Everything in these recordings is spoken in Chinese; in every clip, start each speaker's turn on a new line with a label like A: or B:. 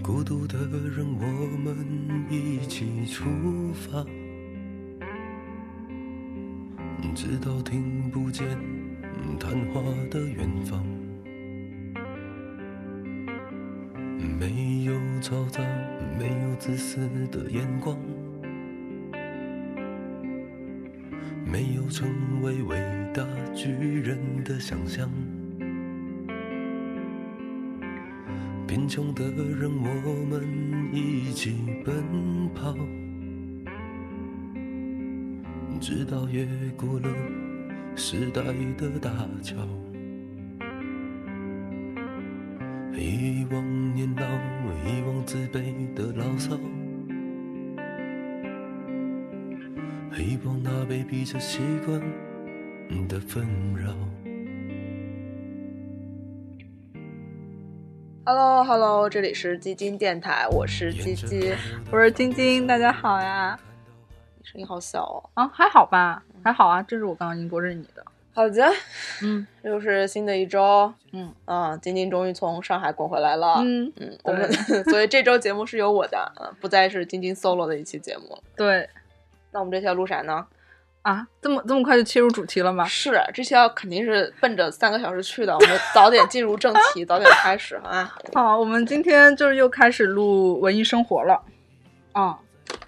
A: 独的人，我们一起出发，直到听不见谈话的远方。没有嘈杂，没有自私的眼光，没有成为伟大巨人的想象。贫穷的人，我们一起奔跑，直到越过了时代的大桥。遗忘年老，遗忘自卑的牢骚，遗忘那被逼着习惯的纷扰。
B: Hello Hello，这里是基金电台，我是基基，
C: 我是晶晶，大家好呀！
B: 声音好小哦。
C: 啊，还好吧，
B: 嗯
C: 还好啊，这是我刚刚已经播，这是你的。
B: 好的，
C: 嗯
B: 又是新的一周，
C: 嗯
B: 啊，晶晶终于从上海滚回来了。
C: 嗯，
B: 嗯，我们 所以这周节目是由我的，嗯，不再是晶晶 solo 的一期节目了。
C: 对
B: 那我们这期要录啥呢？
C: 啊，这么这么快就切入主题了吗？
B: 是啊这期要肯定是奔着三个小时去的，我们早点进入正题，早点开始 啊。
C: 好，我们今天就是又开始录文艺生活了。啊，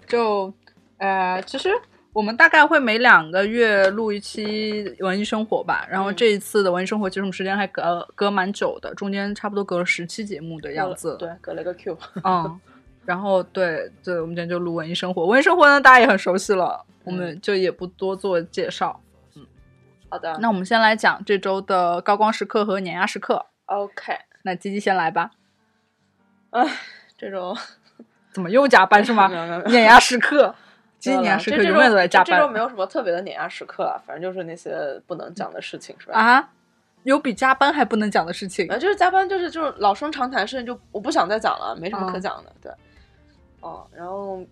C: 就呃，其实我们大概会每两个月录一期文艺生活吧。然后
B: 嗯
C: 这一次的文艺生活，其实我们时间还隔隔蛮久的，中间差不多隔了十期节目的样子。
B: 对，隔了一个 Q。
C: 嗯，然后对对，我们今天就录文艺生活，文艺生活呢大家也很熟悉了，我
B: 嗯
C: 们就也不多做介绍。嗯
B: 好的，
C: 那我们先来讲这周的高光时刻和碾压时刻。
B: OK，
C: 那吉吉先来吧，
B: 这 周
C: 怎么又加班是吗
B: 没？ 有没有没有
C: 碾压时刻，吉吉
B: 今
C: 碾压
B: 年时
C: 时刻
B: 刻
C: 永远都在加
B: 这周
C: 班
B: 没有什么特别的碾压时刻了，反正就是那些不能讲的事情，是吧？
C: 啊，有比加班还不能讲的事情
B: 啊，就是加班，就是就是老生常谈事情，就我不想再讲了，没什么可讲的。对，哦，然后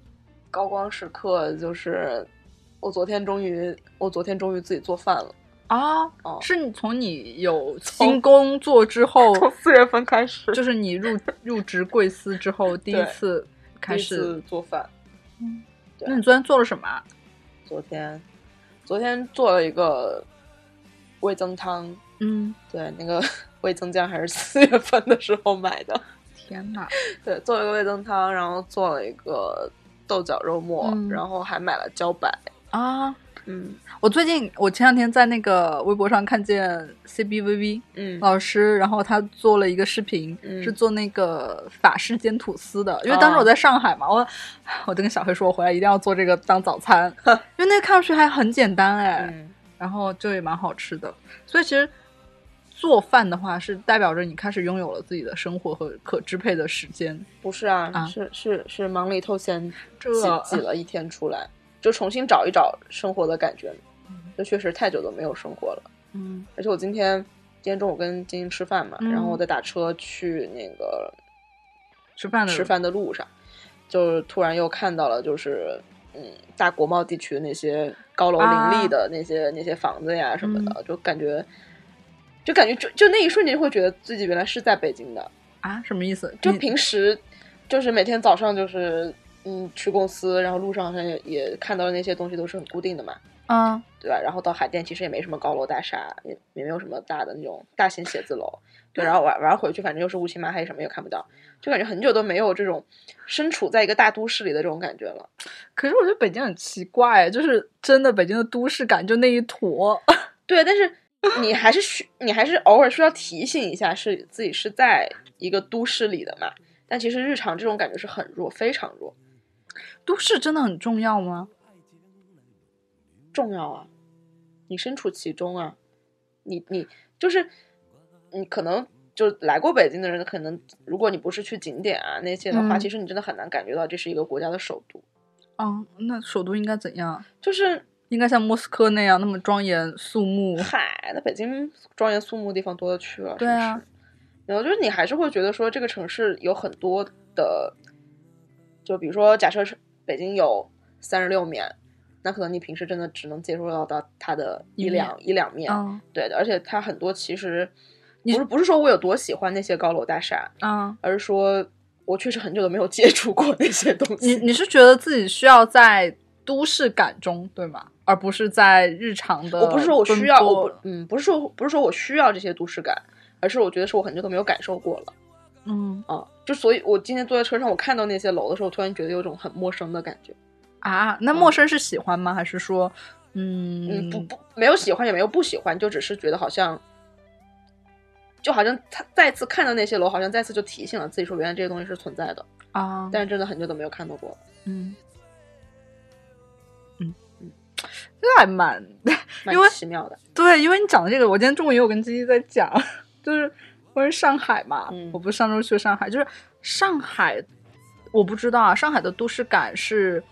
B: 高光时刻就是我昨天终于，我昨天终于自己做饭 了。
C: 啊
B: 哦？
C: 是你从你有
B: 从
C: 新工作之 后，
B: 四月份开始
C: 就是你入入职贵司之后第一
B: 对
C: 次开
B: 开始
C: 始。
B: 做饭。对
C: 那你昨天做了什么啊？
B: 昨天，昨天做了一个味增汤，
C: 嗯，
B: 对，那个 味增酱还是四月份的时候买的。
C: 天哪！
B: 对，做了一个味增汤，然后做了一个豆角肉末，
C: 嗯
B: 然后还买了茭白。
C: 啊，
B: 嗯
C: 我最近我前两天在那个微博上看见 CBVV
B: 嗯
C: 老师，然后他做了一个视频，
B: 嗯
C: 是做那个法式煎吐司的。因为当时我在上海嘛，我 我就跟小黑说，我回来一定要做这个当早 餐，因为那个看上去还很简单哎，
B: 嗯，
C: 然后就也蛮好吃的。所以其实做饭的话，是代表着你开始拥有了自己的生活和可支配的时间。
B: 不是啊，
C: 啊
B: 是是是忙里偷闲
C: 这
B: 挤挤了一天出来，就重新找一找生活的感觉。这确实太久都没有生活了，
C: 嗯
B: 而且我今天今天中午跟晶晶吃饭嘛，
C: 嗯
B: 然后我在打车去那个
C: 吃饭的
B: 吃饭的路上，就是突然又看到了就是。嗯，大国贸地区的那些高楼林立的那些、那些房子呀什么
C: 啊
B: 的，就感觉，就感觉就就那一瞬间就会觉得自己原来是在北京的，
C: 啊什么意思？
B: 就
C: 你
B: 平时就是每天早上就是嗯去公司，然后路上也也看到的那些东西都是很固定的嘛，
C: 嗯
B: 对吧？然后到海淀其实也没什么高楼大厦，也也没有什么大的那种大型写字楼，对。然后晚晚上回去，反正又是乌漆麻黑，什么也看不到，就感觉很久都没有这种身处在一个大都市里的这种感觉了。
C: 可是我觉得北京很奇怪，就是真的北京的都市感就那一坨。
B: 对，但是你还是需你还是偶尔需要提醒一下，是自己是在一个都市里的嘛。但其实日常这种感觉是很弱，非常弱，
C: 都市真的很重要吗？
B: 重要啊！你身处其中啊，你你就是你可能就来过北京的人，可能如果你不是去景点啊那些的话，
C: 嗯
B: 其实你真的很难感觉到这是一个国家的首都。
C: 啊，那首都应该怎样？
B: 就是
C: 应该像莫斯科那样那么庄严肃穆。
B: 嗨，那北京庄严肃穆的地方多了去了，
C: 对啊
B: 是不是？然后就是你还是会觉得说这个城市有很多的，就比如说假设是北京有三十六面，那可能你平时真的只能接触到到它的
C: 一
B: 一
C: 面
B: 两一两面，
C: 啊
B: 对的。而且它很多其实
C: 你
B: 不是不是说我有多喜欢那些高楼大厦，
C: 啊
B: 而是说。我确实很久都没有接触过那些东
C: 你
B: 西。
C: 你是觉得自己需要在都市感中，对吗？而不是在日常的。
B: 我不是说我需要，我不，嗯，不是说不是说我需要这些都市感，而是我觉得是我很久都没有感受过了
C: 嗯
B: 啊。就所以，我今天坐在车上，我看到那些楼的时候，我突然觉得有种很陌生的感觉。
C: 啊，那陌生是喜欢吗？还是说，
B: 嗯，
C: 嗯
B: 不不，没有喜欢也没有不喜欢，就只是觉得好像，就好像他再次看到那些楼，好像再次就提醒了自己说，原来这些东西是存在的，
C: 啊，
B: 但是真的很久都没有看到过了，
C: 嗯嗯嗯，这还蛮
B: 蛮
C: 因为
B: 奇妙的。
C: 对，因为你讲的这个，我今天中午也有跟鸡鸡在讲，就是关于上海嘛，
B: 嗯
C: 我不是上周去上海，就是上海，我不知道啊，上海的都市感是，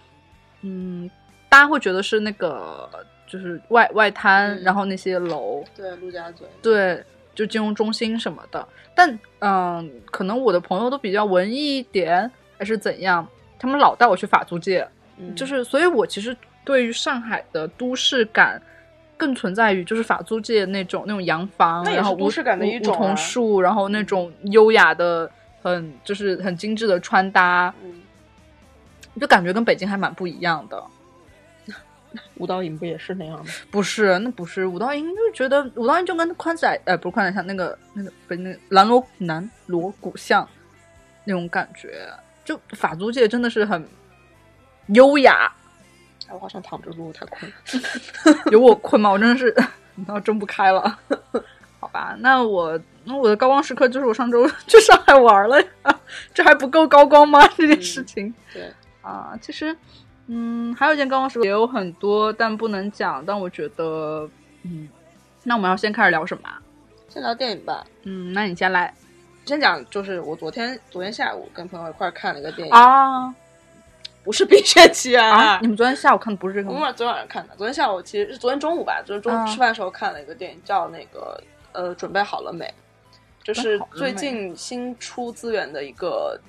C: 嗯，大家会觉得是那个就是外外滩，
B: 嗯
C: 然后那些楼，
B: 对，陆家嘴，
C: 对，就金融中心什么的。但嗯、可能我的朋友都比较文艺一点，还是怎样，他们老带我去法租界，
B: 嗯
C: 就是，所以我其实对于上海的都市感，更存在于就是法租界那种那种洋房，
B: 那也
C: 然后
B: 是都
C: 梧
B: 市感的一
C: 梧
B: 种
C: 梧桐
B: 啊
C: 树，然后那种优雅的、很就是很精致的穿搭，
B: 嗯，
C: 就感觉跟北京还蛮不一样的。
B: 舞蹈影不也是那样吗？
C: 不是，那不是五道营，就觉得五道营就跟宽窄，呃，不是宽窄巷，那个那个不是那个南锣南锣鼓巷那种感觉，就法租界真的是很优雅，
B: 哎，我好想躺着录，太困了。
C: 有我困吗？我真的是， 你要睁不开了。 好吧，那我那我的高光时刻就是我上周去上海玩了呀， 这还不够高光吗？ 这件事情、
B: 对，
C: 啊，其实嗯，还有一件高光时刻也有很多，但不能讲。但我觉得嗯，那我们要先开始聊什么啊？
B: 先聊电影吧。
C: 嗯，那你先来
B: 先讲，就是我昨天昨天下午跟朋友一块儿看了一个电影，
C: 啊
B: 不是《冰雪奇缘》
C: 啊！你们昨天下午看的不是这个
B: 我们啊
C: 吗？
B: 晚昨天晚上看的，昨天下午其实是昨天中午吧，就是中
C: 嗯
B: 午吃饭的时候看了一个电影，叫那个呃，准备好了没？就是最近新出资源的一个，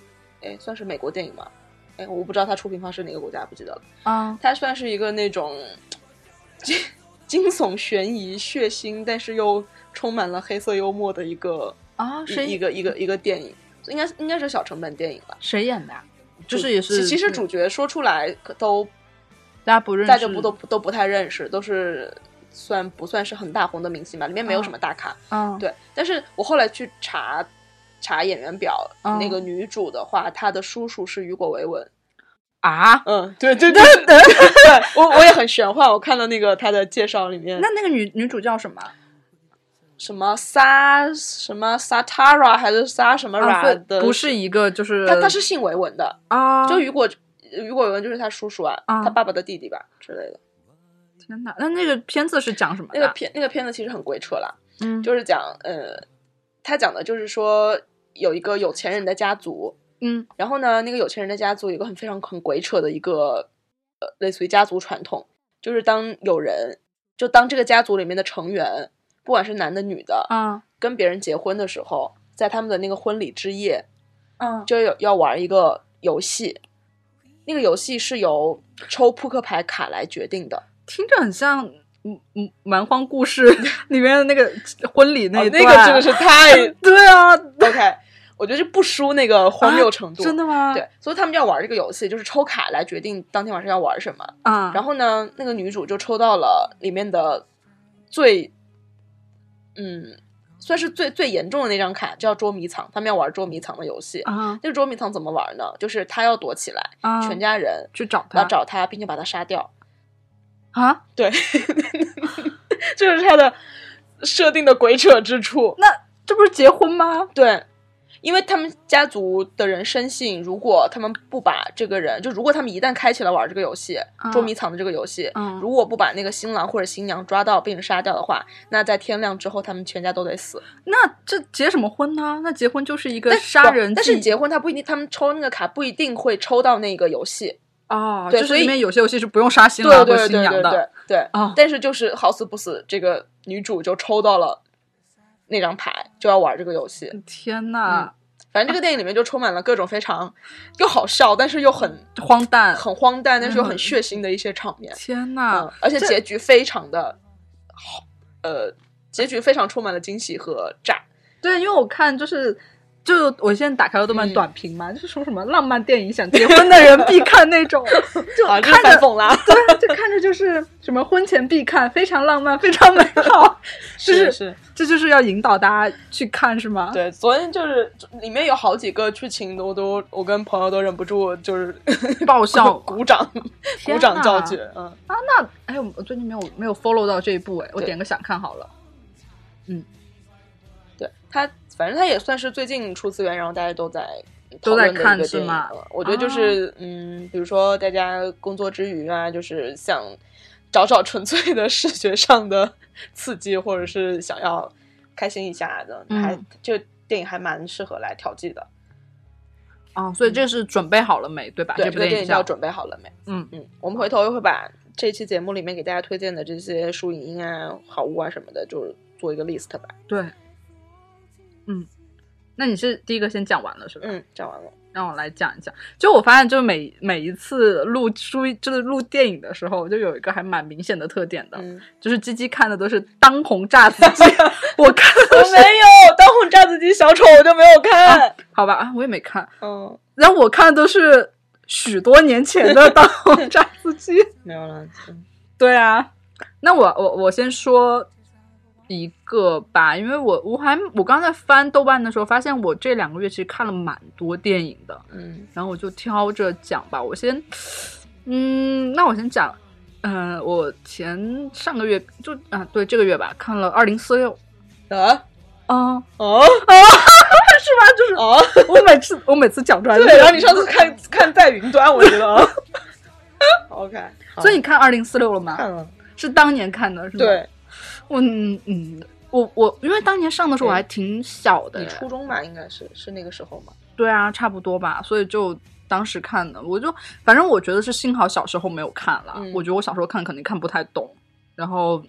B: 哎，算是美国电影吧。哎，我不知道它出品方是哪个国家，不记得了。
C: 啊
B: 它算是一个那种 惊惊悚、悬疑、血腥，但是又充满了黑色幽默的一个
C: 啊，
B: 一
C: 谁
B: 一个一个一个电影，应该是应该是小成本电影吧。
C: 谁演的啊？就
B: 主
C: 是也是，
B: 其其实主角说出来可都
C: 大家不认识，
B: 大家不都都不太认识，都是算不算是很大红的明星吧？里面没有什么大咖，
C: 嗯
B: 对。但是我后来去查查演员表，
C: 嗯
B: 那个女主的话，她的叔叔是雨果·维文。
C: 啊，
B: 嗯，对 对对对，我我也很玄幻。我看到那个她的介绍里面
C: 那，那个女女主叫什么？啊
B: 什么萨什么萨塔拉还是萨什么
C: 啊，
B: 拉
C: 所以
B: 的，
C: 不是一个，就是
B: 她她是姓维文的，
C: 啊，
B: 就雨果雨果·维文就是她叔叔啊，
C: 啊
B: 她爸爸的弟弟吧之类的。
C: 天哪，那那个片子是讲什么的？啊
B: 那个片那个片子其实很鬼扯啦，
C: 嗯
B: 就是讲呃，他讲的就是说有一个有钱人的家族，
C: 嗯
B: 然后呢，那个有钱人的家族有一个很非常很鬼扯的一个呃，类似于家族传统，就是当有人就当这个家族里面的成员，不管是男的女的，
C: 啊
B: 跟别人结婚的时候，在他们的那个婚礼之夜，
C: 嗯
B: 就有要玩一个游戏，那个游戏是由抽扑克牌卡来决定的。
C: 听着很像嗯嗯蛮荒故事里面的那个婚礼那
B: 哦
C: 一
B: 那个
C: 段
B: 真的是太
C: 对啊，
B: OK，我觉得这不输那个荒谬程度，
C: 真的吗？
B: 对，所以他们就要玩这个游戏，就是抽卡来决定当天晚上要玩什么。
C: 啊，
B: 然后呢，那个女主就抽到了里面的最，嗯，算是最最严重的那张卡，叫捉迷藏。他们要玩捉迷藏的游戏。
C: 啊
B: 那个捉迷藏怎么玩呢？就是她要躲起来，
C: 啊，
B: 全家人
C: 去找他
B: 要找她，并且把她杀掉。
C: 啊，
B: 对，这是她的设定的鬼扯之处。
C: 那这不是结婚吗？
B: 对，因为他们家族的人深信，如果他们不把这个人，就如果他们一旦开启了玩这个游戏，
C: 啊
B: 捉迷藏的这个游戏，
C: 嗯
B: 如果不把那个新郎或者新娘抓到并杀掉的话，那在天亮之后，他们全家都得死。
C: 那这结什么婚呢？那结婚就是一个
B: 但
C: 杀人计，
B: 但是结婚他不一定，他们抽那个卡不一定会抽到那个游戏。
C: 哦，
B: 对
C: 就是
B: 所以
C: 里面有些游戏是不用杀新
B: 对
C: 郎
B: 对
C: 和
B: 对
C: 新
B: 对
C: 娘
B: 对
C: 的
B: 对对。
C: 啊
B: 但是就是好死不死，这个女主就抽到了那张牌，就要玩这个游戏。
C: 天哪，
B: 反正这个电影里面就充满了各种非常又好笑，但是又很
C: 荒诞！
B: 嗯很荒诞，但是又很
C: 嗯
B: 血腥的一些场面，
C: 天
B: 嗯
C: 哪，，
B: 而且结局非常的好，呃，结局非常充满了惊喜和炸，
C: 对，因为我看就是就我现在打开了豆瓣
B: 嗯
C: 短评嘛，就是说什么浪漫电影想结婚的人必看那种， 就
B: 啊，这
C: 看
B: 反
C: 着
B: 讽啦，
C: 对，就看着就是什么婚前必看，非常浪漫，非常美好， 就是
B: 是，
C: 这就是要引导大家去看是吗？
B: 对，昨天就是里面有好几个剧情都都，我跟朋友都忍不住 就是
C: 爆笑
B: 鼓掌，
C: 天
B: 鼓掌叫
C: 哪
B: 绝，嗯，
C: 啊！ 那哎呦，我最近没有没有 follow 到这一部哎，我
B: 对
C: 点个想看好了。
B: 对他，反正他也算是最近出资源，然后大家都在讨
C: 都在
B: 论的一
C: 看
B: 个
C: 是
B: 电影
C: 吗哦
B: 了我觉得就是、嗯，比如说大家工作之余啊，就是想找找纯粹的视觉上的刺激，或者是想要开心一下的，
C: 嗯
B: 还这个电影还蛮适合来调剂的。
C: 啊，所以这是准备好了没？对吧？
B: 对，
C: 这
B: 这
C: 部
B: 个
C: 电
B: 电影
C: 叫
B: 叫准备好了没？
C: 嗯
B: 嗯，我们回头又会把这期节目里面给大家推荐的这些书影音啊、好物啊什么的，就是做一个 list 吧。
C: 对，嗯，那你是第一个先讲完了是吧？
B: 嗯，讲完了。
C: 让我来讲一讲。就我发现，就每每一次录书，就是录电影的时候，就有一个还蛮明显的特点的，
B: 嗯，
C: 就是鸡鸡看的都是当红炸子 鸡，我看
B: 我没有当红炸子鸡小丑，我就没有看。
C: 好吧，啊我也没看，
B: 嗯，
C: 然后我看的都是许多年前的当红炸子鸡。
B: 没有了。嗯
C: 对啊，那我我我先说一个吧，因为我我还我刚才翻豆瓣的时候，发现我这两个月其实看了蛮多电影的，
B: 嗯
C: 然后我就挑着讲吧。我先，嗯，那我先讲，嗯、我前上个月就啊，对这个月吧，看了《二零四六》，
B: 啊
C: 嗯，
B: 哦
C: 是吧？就是
B: 哦，
C: 我每次我每次讲出来，
B: 对，然后你上次，看看在云端，我觉得啊。OK，好
C: 所以你看《二零四六》了吗？
B: 看了
C: 是当年看的，是吗？，
B: 对，
C: 我嗯嗯，我我因为当年上的时候我
B: 对
C: 还挺小的
B: 你
C: 耶，
B: 初中吧，应该是是那个时候嘛。
C: 对啊，差不多吧，所以就当时看的，我就反正我觉得是幸好小时候没有看了，
B: 嗯
C: 我觉得我小时候看肯定看不太懂，然后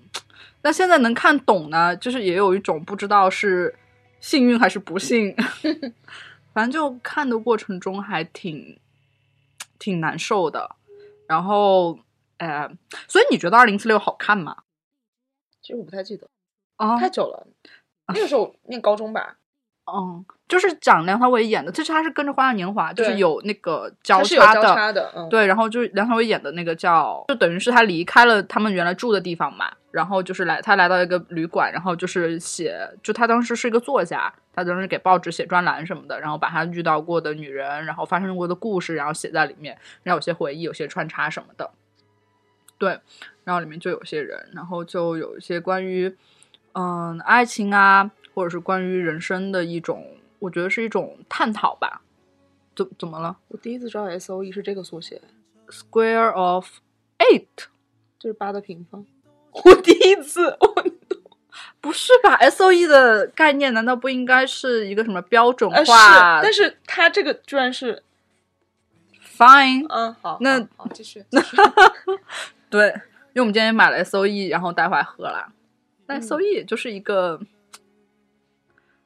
C: 但现在能看懂呢，就是也有一种不知道是幸运还是不 幸，反正就看的过程中还挺挺难受的，然后呃，所以你觉得二零四六好看吗？
B: 其实我不太记得，
C: 啊、
B: 太久了。那个时候念高中吧，
C: 嗯，就是讲梁朝伟演的，其实他是跟着《花样年华》，就是
B: 对
C: 有那个
B: 它
C: 交
B: 是有交
C: 的，
B: 叉的，嗯，
C: 对，然后就是梁朝伟演的那个叫，就等于是他离开了他们原来住的地方嘛，然后就是来他来到一个旅馆，然后就是写，就他当时是一个作家，他当时给报纸写专栏什么的，然后把他遇到过的女人，然后发生过的故事，然后写在里面，然后有些回忆，有些穿插什么的，对，然后里面就有些人，然后就有一些关于嗯爱情啊，或者是关于人生的一种，我觉得是一种探讨吧，怎怎么了
B: 我第一次知道 S O E 是这个缩写，
C: ？Square of Eight。
B: 就是八的平方。我第一次，我
C: 不是吧？S O E 的概念难道不应该是一个什么标准
B: 呃是，
C: 化？
B: 但是他这个居然是，
C: fine，
B: 嗯，好，
C: 那
B: 好好继续，
C: 对，因为我们今天也买了 S O E，然后待会儿喝啦。但
B: 嗯
C: S O E 就是一个，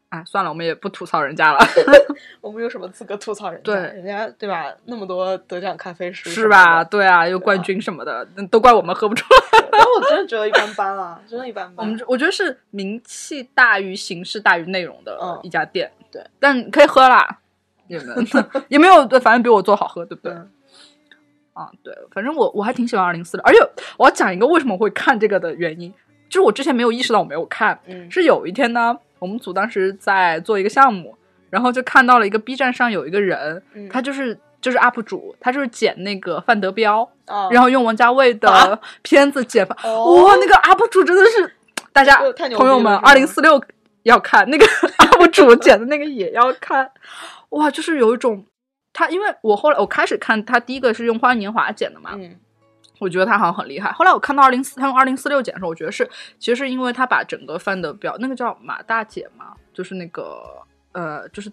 C: 哎，算了，我们也不吐槽人家了，
B: 我们有什么资格吐槽人家？
C: 对
B: 人家对吧？那么多得奖咖啡师
C: 是吧？
B: 什么
C: 对啊，又冠军什么的，
B: 啊
C: 那都怪我们喝不出来。
B: 的？但我真的觉得一般般啊， 真的一般
C: 我
B: 般。
C: 们我觉得是名气大于形式大于内容的
B: 嗯
C: 一家店，
B: 对，
C: 但可以喝啦，也没 也没有，反正比我做好喝，对不对？
B: 嗯
C: 啊，对，反正我我还挺喜欢二零四的，而且我要讲一个为什么会看这个的原因，就是我之前没有意识到我没有看，
B: 嗯
C: 是有一天呢，我们组当时在做一个项目，然后就看到了一个 B 站上有一个人，
B: 嗯
C: 他就是就是 UP 主，他就是剪那个范德彪，
B: 啊，
C: 然后用王家卫的
B: 啊
C: 片子剪范，哇、
B: 哦
C: 那个 UP 主真的是大家
B: 这个太牛逼了
C: 朋友们，
B: 是吗
C: 二零四六要看 那个 UP 主剪的那个也要看，哇，就是有一种他，因为我后来我开始看他第一个是用《花样年华》剪的嘛，
B: 嗯
C: 我觉得他好像很厉害。后来我看到二零四，他用二零四六剪的时候，我觉得是其实是因为他把整个范德彪那个叫马大姐嘛，就是那个呃，就是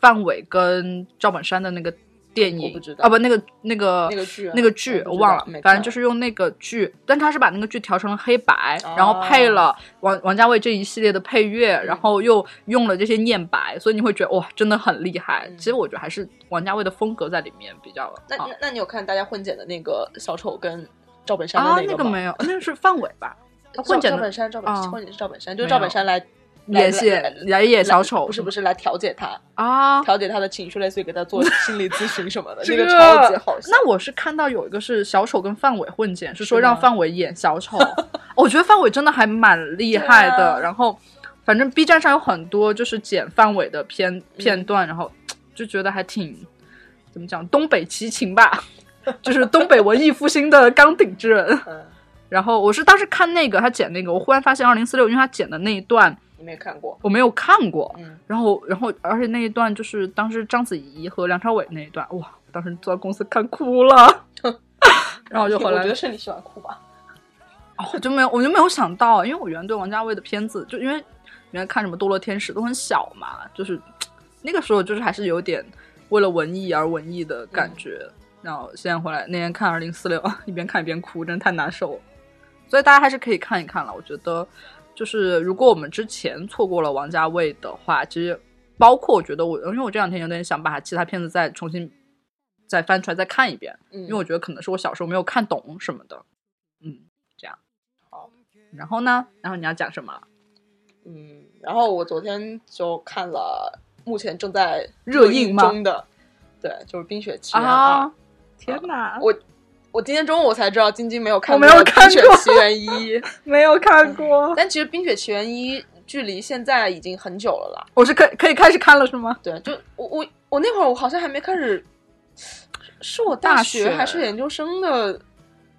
C: 范伟跟赵本山的那个电影，
B: 我不知道
C: 啊，不那个那个
B: 那个剧啊
C: 那个剧
B: 我不知道
C: 我忘了
B: 没，看
C: 反正就是用那个剧，但他是把那个剧调成了黑白，
B: 哦
C: 然后配了王王家卫这一系列的配乐，然后又用了这些念白，所以你会觉得哇，真的很厉害。
B: 嗯
C: 其实我觉得还是王家卫的风格在里面比较
B: 那
C: 好
B: 那那你有看大家混剪的那个小丑跟赵本山
C: 啊，
B: 的
C: 那
B: 个
C: 个
B: 吗？
C: 没有，那个是范伟吧？
B: 赵
C: 混剪
B: 赵
C: 的
B: 本山，赵本
C: 啊
B: 混剪是赵本山，就
C: 没
B: 是赵本
C: 有
B: 山来来
C: 演戏
B: 来
C: 来演小丑，
B: 不是不是来调解他，
C: 啊？
B: 调解他的情绪，类似于给他 做心理咨询什么的，这
C: 这
B: 个超级好笑。
C: 那我是看到有一个是小丑跟范伟混剪，是说
B: 是吗
C: 让范伟演小丑，我觉得范伟真的还蛮厉害
B: 对
C: 的。
B: 啊
C: 然后，反正 B 站上有很多就是剪范伟的片
B: 嗯
C: 片段，然后就觉得还挺怎么讲，东北奇情吧，就是东北文艺复兴的钢鼎之人。
B: 嗯，
C: 然后我是当时看那个他剪那个，我忽然发现二零四六，因为他剪的那一段
B: 你没看过？
C: 我没有看过，
B: 嗯，
C: 然后，然后，而且那一段就是当时章子怡和梁朝伟那一段，哇，我当时坐在公司看哭 了，然后我就回来
B: 觉，得是你喜欢哭吧？
C: 哦我就没有，我就没有想到，因为我原来对王家卫的片子，就因为原来看什么《堕落天使》都很小嘛，就是那个时候就是还是有点为了文艺而文艺的感觉。然后现在回来那天看《二零四六》， 一边看一边哭，真的太难受了。所以大家还是可以看一看了，我觉得就是如果我们之前错过了王家卫的话，其实包括我觉得我，因为我这两天有点想把其他片子再重新再翻出来再看一遍，
B: 嗯，
C: 因为我觉得可能是我小时候没有看懂什么的，嗯，这样。好，然后呢？然后你要讲什么？
B: 嗯，然后我昨天就看了目前正在
C: 热映
B: 映
C: 吗
B: 中的，对，就是《冰雪奇缘二》。！
C: 啊天哪，
B: 我我今天中午我才知道晶晶没有看
C: 我
B: 过
C: 没
B: 《
C: 有看
B: 冰雪
C: 过
B: 奇缘一》，
C: 没有看过，
B: 但其实《冰雪奇缘一》距离现在已经很久了啦。
C: 我是可以可以开始看了是吗？
B: 对，就我我我那会儿我好像还没开始，是是我
C: 大
B: 大学
C: 学
B: 还是研究生的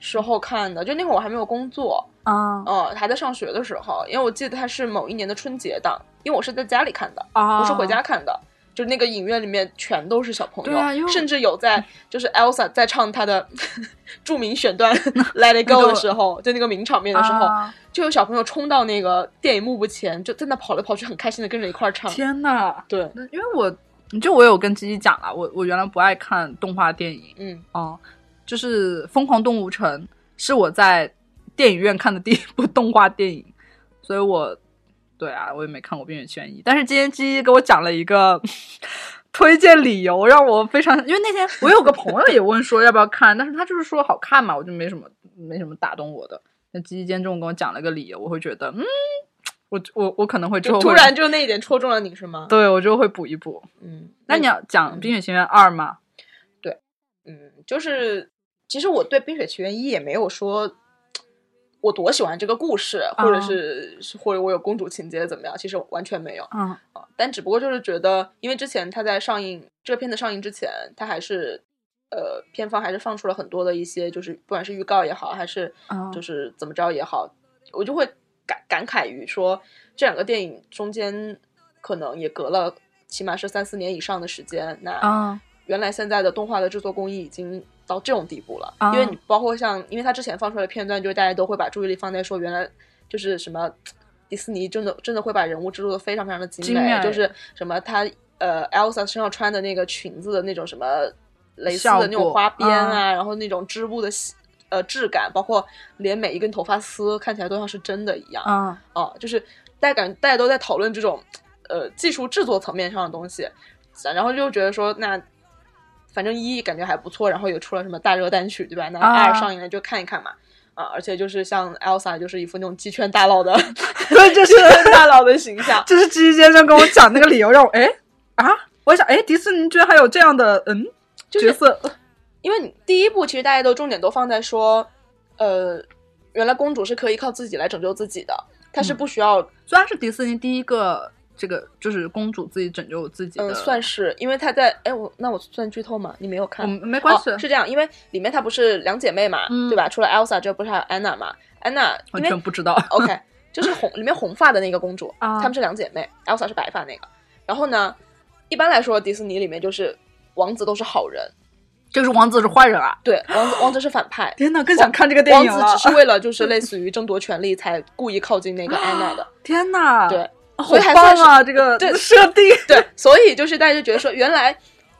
B: 时候看的，就那会儿我还没有工作，
C: 啊
B: 嗯、还在上学的时候，因为我记得它是某一年的春节档，因为我是在家里看的，
C: 啊
B: 不是回家看的。就那个影院里面全都是小朋友，
C: 对啊因为
B: 甚至有在就是 Elsa 在唱她的 著名选 段 Let It Go 的时候，就那个名场面的时候，
C: 啊
B: 就有小朋友冲到那个电影幕布前，就在那跑来跑去，很开心的跟着一块儿唱。
C: 天哪！
B: 对，
C: 那因为我就我有跟吉吉讲了，我我原来不爱看动画电影
B: 嗯，
C: 哦、就是《疯狂动物城》是我在电影院看的第一部 动画电影，所以我对啊，我也没看过《冰雪奇缘一》，但是今天鸡给我讲了一个 推荐理由，让我非常，因为那天我有个朋友也问说要不要看，但是他就是说好看嘛，我就没什么没什么打动我的。那鸡鸡今天中午跟我讲了个理由，我会觉得嗯，我我我可能会之
B: 就
C: 后
B: 突
C: 会
B: 然就那一点戳中了你是吗？
C: 对我之后会补一补。
B: 嗯，
C: 那你要讲《冰雪奇缘二》吗？
B: 嗯，就是其实我对《冰雪奇缘一》也没有说我多喜欢这个故事，或者
C: 啊
B: 是、或者我有公主情节怎么样，其实完全没有。
C: 嗯
B: 啊但只不过就是觉得，因为之前它在上映这个片子上映之前，它还是呃片方还是放出了很多的一些，就是不管是预告也好，还是
C: 啊
B: 就是怎么着也好，我就会感感慨于说，这两个电影中间可能也隔了起码是三四年以上的时间，那
C: 啊
B: 原来现在的动画的制作工艺已经到这种地步了，
C: 啊
B: 因为你包括像，因为它之前放出来的片段，就是大家都会把注意力放在说原来就是什么迪士尼真的真的会把人物制作的非常非常的精美，
C: 精美
B: 就是什么他呃 Elsa 身上穿的那个裙子的那种什么蕾丝
C: 效
B: 的
C: 果
B: 那种花边啊，然后那种织布的细呃质感，包括连每一根头发丝看起来都像是真的一样，
C: 啊
B: 啊，就是大家感大家都在讨论这种呃技术制作层面上的东西，然后就觉得说那反正一感觉还不错，然后也出了什么大热单曲对吧？那
C: 啊
B: 二上映了就看一看嘛。啊，而且就是像 Elsa，就是一副那种鸡圈大 佬的
C: 对，就是
B: 大佬的形象，
C: 就是吉吉先生跟我讲那个理由， 让我哎啊，我想哎，迪士尼居然还有这样的嗯、
B: 就是
C: 角色，
B: 因为你第一部其实大家都重点都放在说，呃，原来公主是可以靠自己来拯救自己的，她是
C: 嗯
B: 不需要
C: 虽然是迪士尼第一个这个就是公主自己拯救自己的，
B: 嗯，算是，因为他在哎，我那我算剧透吗？你没有看，
C: 我们没关系
B: 哦是这样，因为里面她不是两姐妹嘛，
C: 嗯
B: 对吧？除了 Elsa 之外，不是还有 Anna 嘛？Anna 因为
C: 完全不知道
B: OK，就是红里面红发的那个公主，
C: 啊
B: 她们是两姐妹，Elsa 是白发那个。然后呢，一般来说迪士尼里面就是王子都是好人，
C: 这个是王子是坏人啊！，
B: 对，王子王子是反派
C: 天哪，更想看这个电
B: 王
C: 影了
B: 子！只是为了就是类似于争夺权力才故意靠近那 个 Anna 的，
C: 天哪，
B: 对。
C: 好
B: 所以还
C: 棒
B: 算是
C: 啊！这 个
B: 对
C: 设定，
B: 对，所以就是大家就觉得说，原来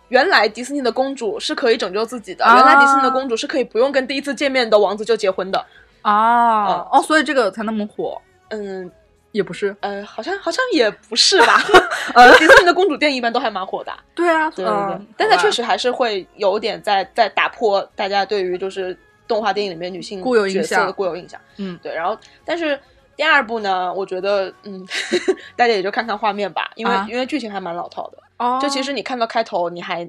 B: 原来迪士尼的公主是可以拯救自己的，
C: 啊
B: 原来迪士尼的公主是可以不用跟第一次见面的王子就结婚的。
C: 啊哦，所以这个才那么火，
B: 嗯
C: 也不是，。
B: 呃，好像好像也不是吧
C: 呃
B: 迪士尼的公主电影一般都还蛮火的，
C: 对啊，
B: 对对对
C: 嗯，
B: 但它
C: 好吧
B: 确实还是会有点在在打破大家对于就是动画电影里面女性
C: 固有印
B: 角色的
C: 象
B: 固有印象。
C: 嗯
B: 对，然后但是第二部呢，我觉得嗯， 大家也就看看画面吧，因为、
C: 啊
B: 因为剧情还蛮老套的。
C: 哦
B: 就其实你看到开头，你还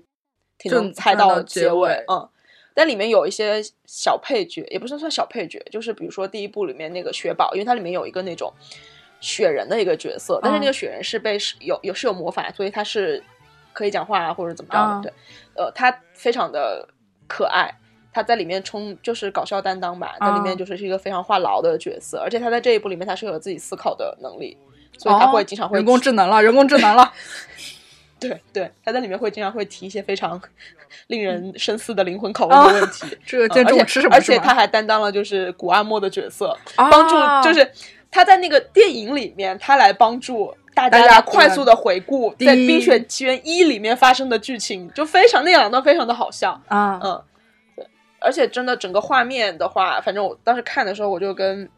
B: 挺
C: 就
B: 能猜
C: 看到
B: 到
C: 结
B: 结
C: 尾
B: 嗯。但里面有一些小配角，也不是算小配角，就是比如说第一部里面那个雪宝，因为它里面有一个那种雪人的一个角色，但是那
C: 嗯
B: 个雪人是被是有有是有魔法，所以他是可以讲话啊或者怎么着的，
C: 嗯
B: 对，呃，他非常的可爱，他在里面充就是搞笑担当吧，在里面
C: 嗯
B: 就是一个非常话痨的角色，而且他在这一部里面他是有自己思考的能力，所以他会经常会
C: 哦人工智能了，人工智能了，
B: 对对，他在里面会经常会提一些非
C: 嗯
B: 常令人深思的灵魂拷问的问 题。
C: 这个
B: 嗯
C: 哦见证我
B: 而
C: 吃
B: 且
C: 什么
B: 而
C: 是
B: 且他
C: 吗？
B: 还担当了就是古阿莫的角色，
C: 啊
B: 帮助就是他在那个电影里面，他来帮助大
C: 大
B: 家
C: 家
B: 来快速的回顾
C: 第
B: 在《
C: 一
B: 冰雪奇缘一》里面发生的剧情，就非常那两段非常的好笑。
C: 啊，
B: 嗯，对，而且真的整个画面的话，反正我当时看的时候，我就跟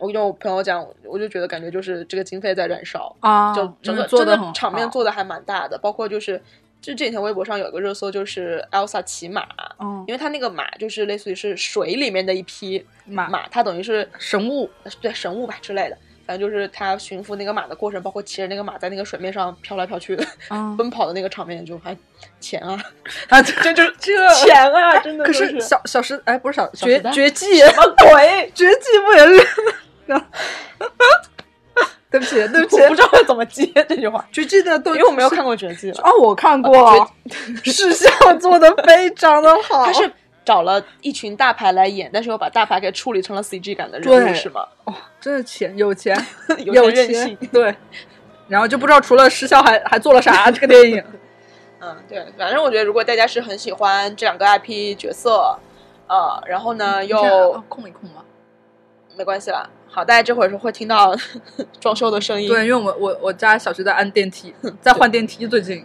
B: 我跟我朋友讲，我就觉得感觉就是这个经费在燃烧。
C: 啊，
B: 就整个
C: 嗯做
B: 真
C: 的
B: 的场面哦做的还蛮大的，包括就是就这几天微博上有一个热搜，就是 Elsa 骑马，
C: 嗯
B: 因为它那个马就是类似于是水里面的一匹
C: 马
B: 马，它等于是
C: 神物
B: 对神物吧之类的，反正就是它驯服那个马的过程，包括骑着那个马在那个水面上飘来飘去的、
C: 啊
B: 奔跑的那个场面，就还钱啊，
C: 啊，这就这
B: 钱 啊，真的
C: 可
B: 就是
C: 小小时哎不是小
B: 时
C: 绝
B: 代
C: 绝技什么鬼？绝技不也是？ 对不起，对不起，
B: 我不知 道怎么接这句话，
C: 绝技的都
B: 因为我没有看过啊《绝技》了。
C: 哦，我看过，视效做的非常的好，
B: 他是找了一群大牌来演，但是又把大牌给处理成了 CG 感的人
C: 对
B: 物，是 吗？
C: 真的钱有钱
B: 有
C: 有
B: 点任
C: 钱
B: 性
C: 对。然后就不知道除了失效还还做了啥这个电影，
B: 嗯，对，反正我觉得如果大家是很喜欢这两个 IP 角色，呃，然后呢
C: 嗯
B: 又、
C: 控一控嘛。
B: 没关系啦。好，大家这会儿是会听到 装修的声音。
C: 对，因为我我我家小区在安电梯，在换电梯最近。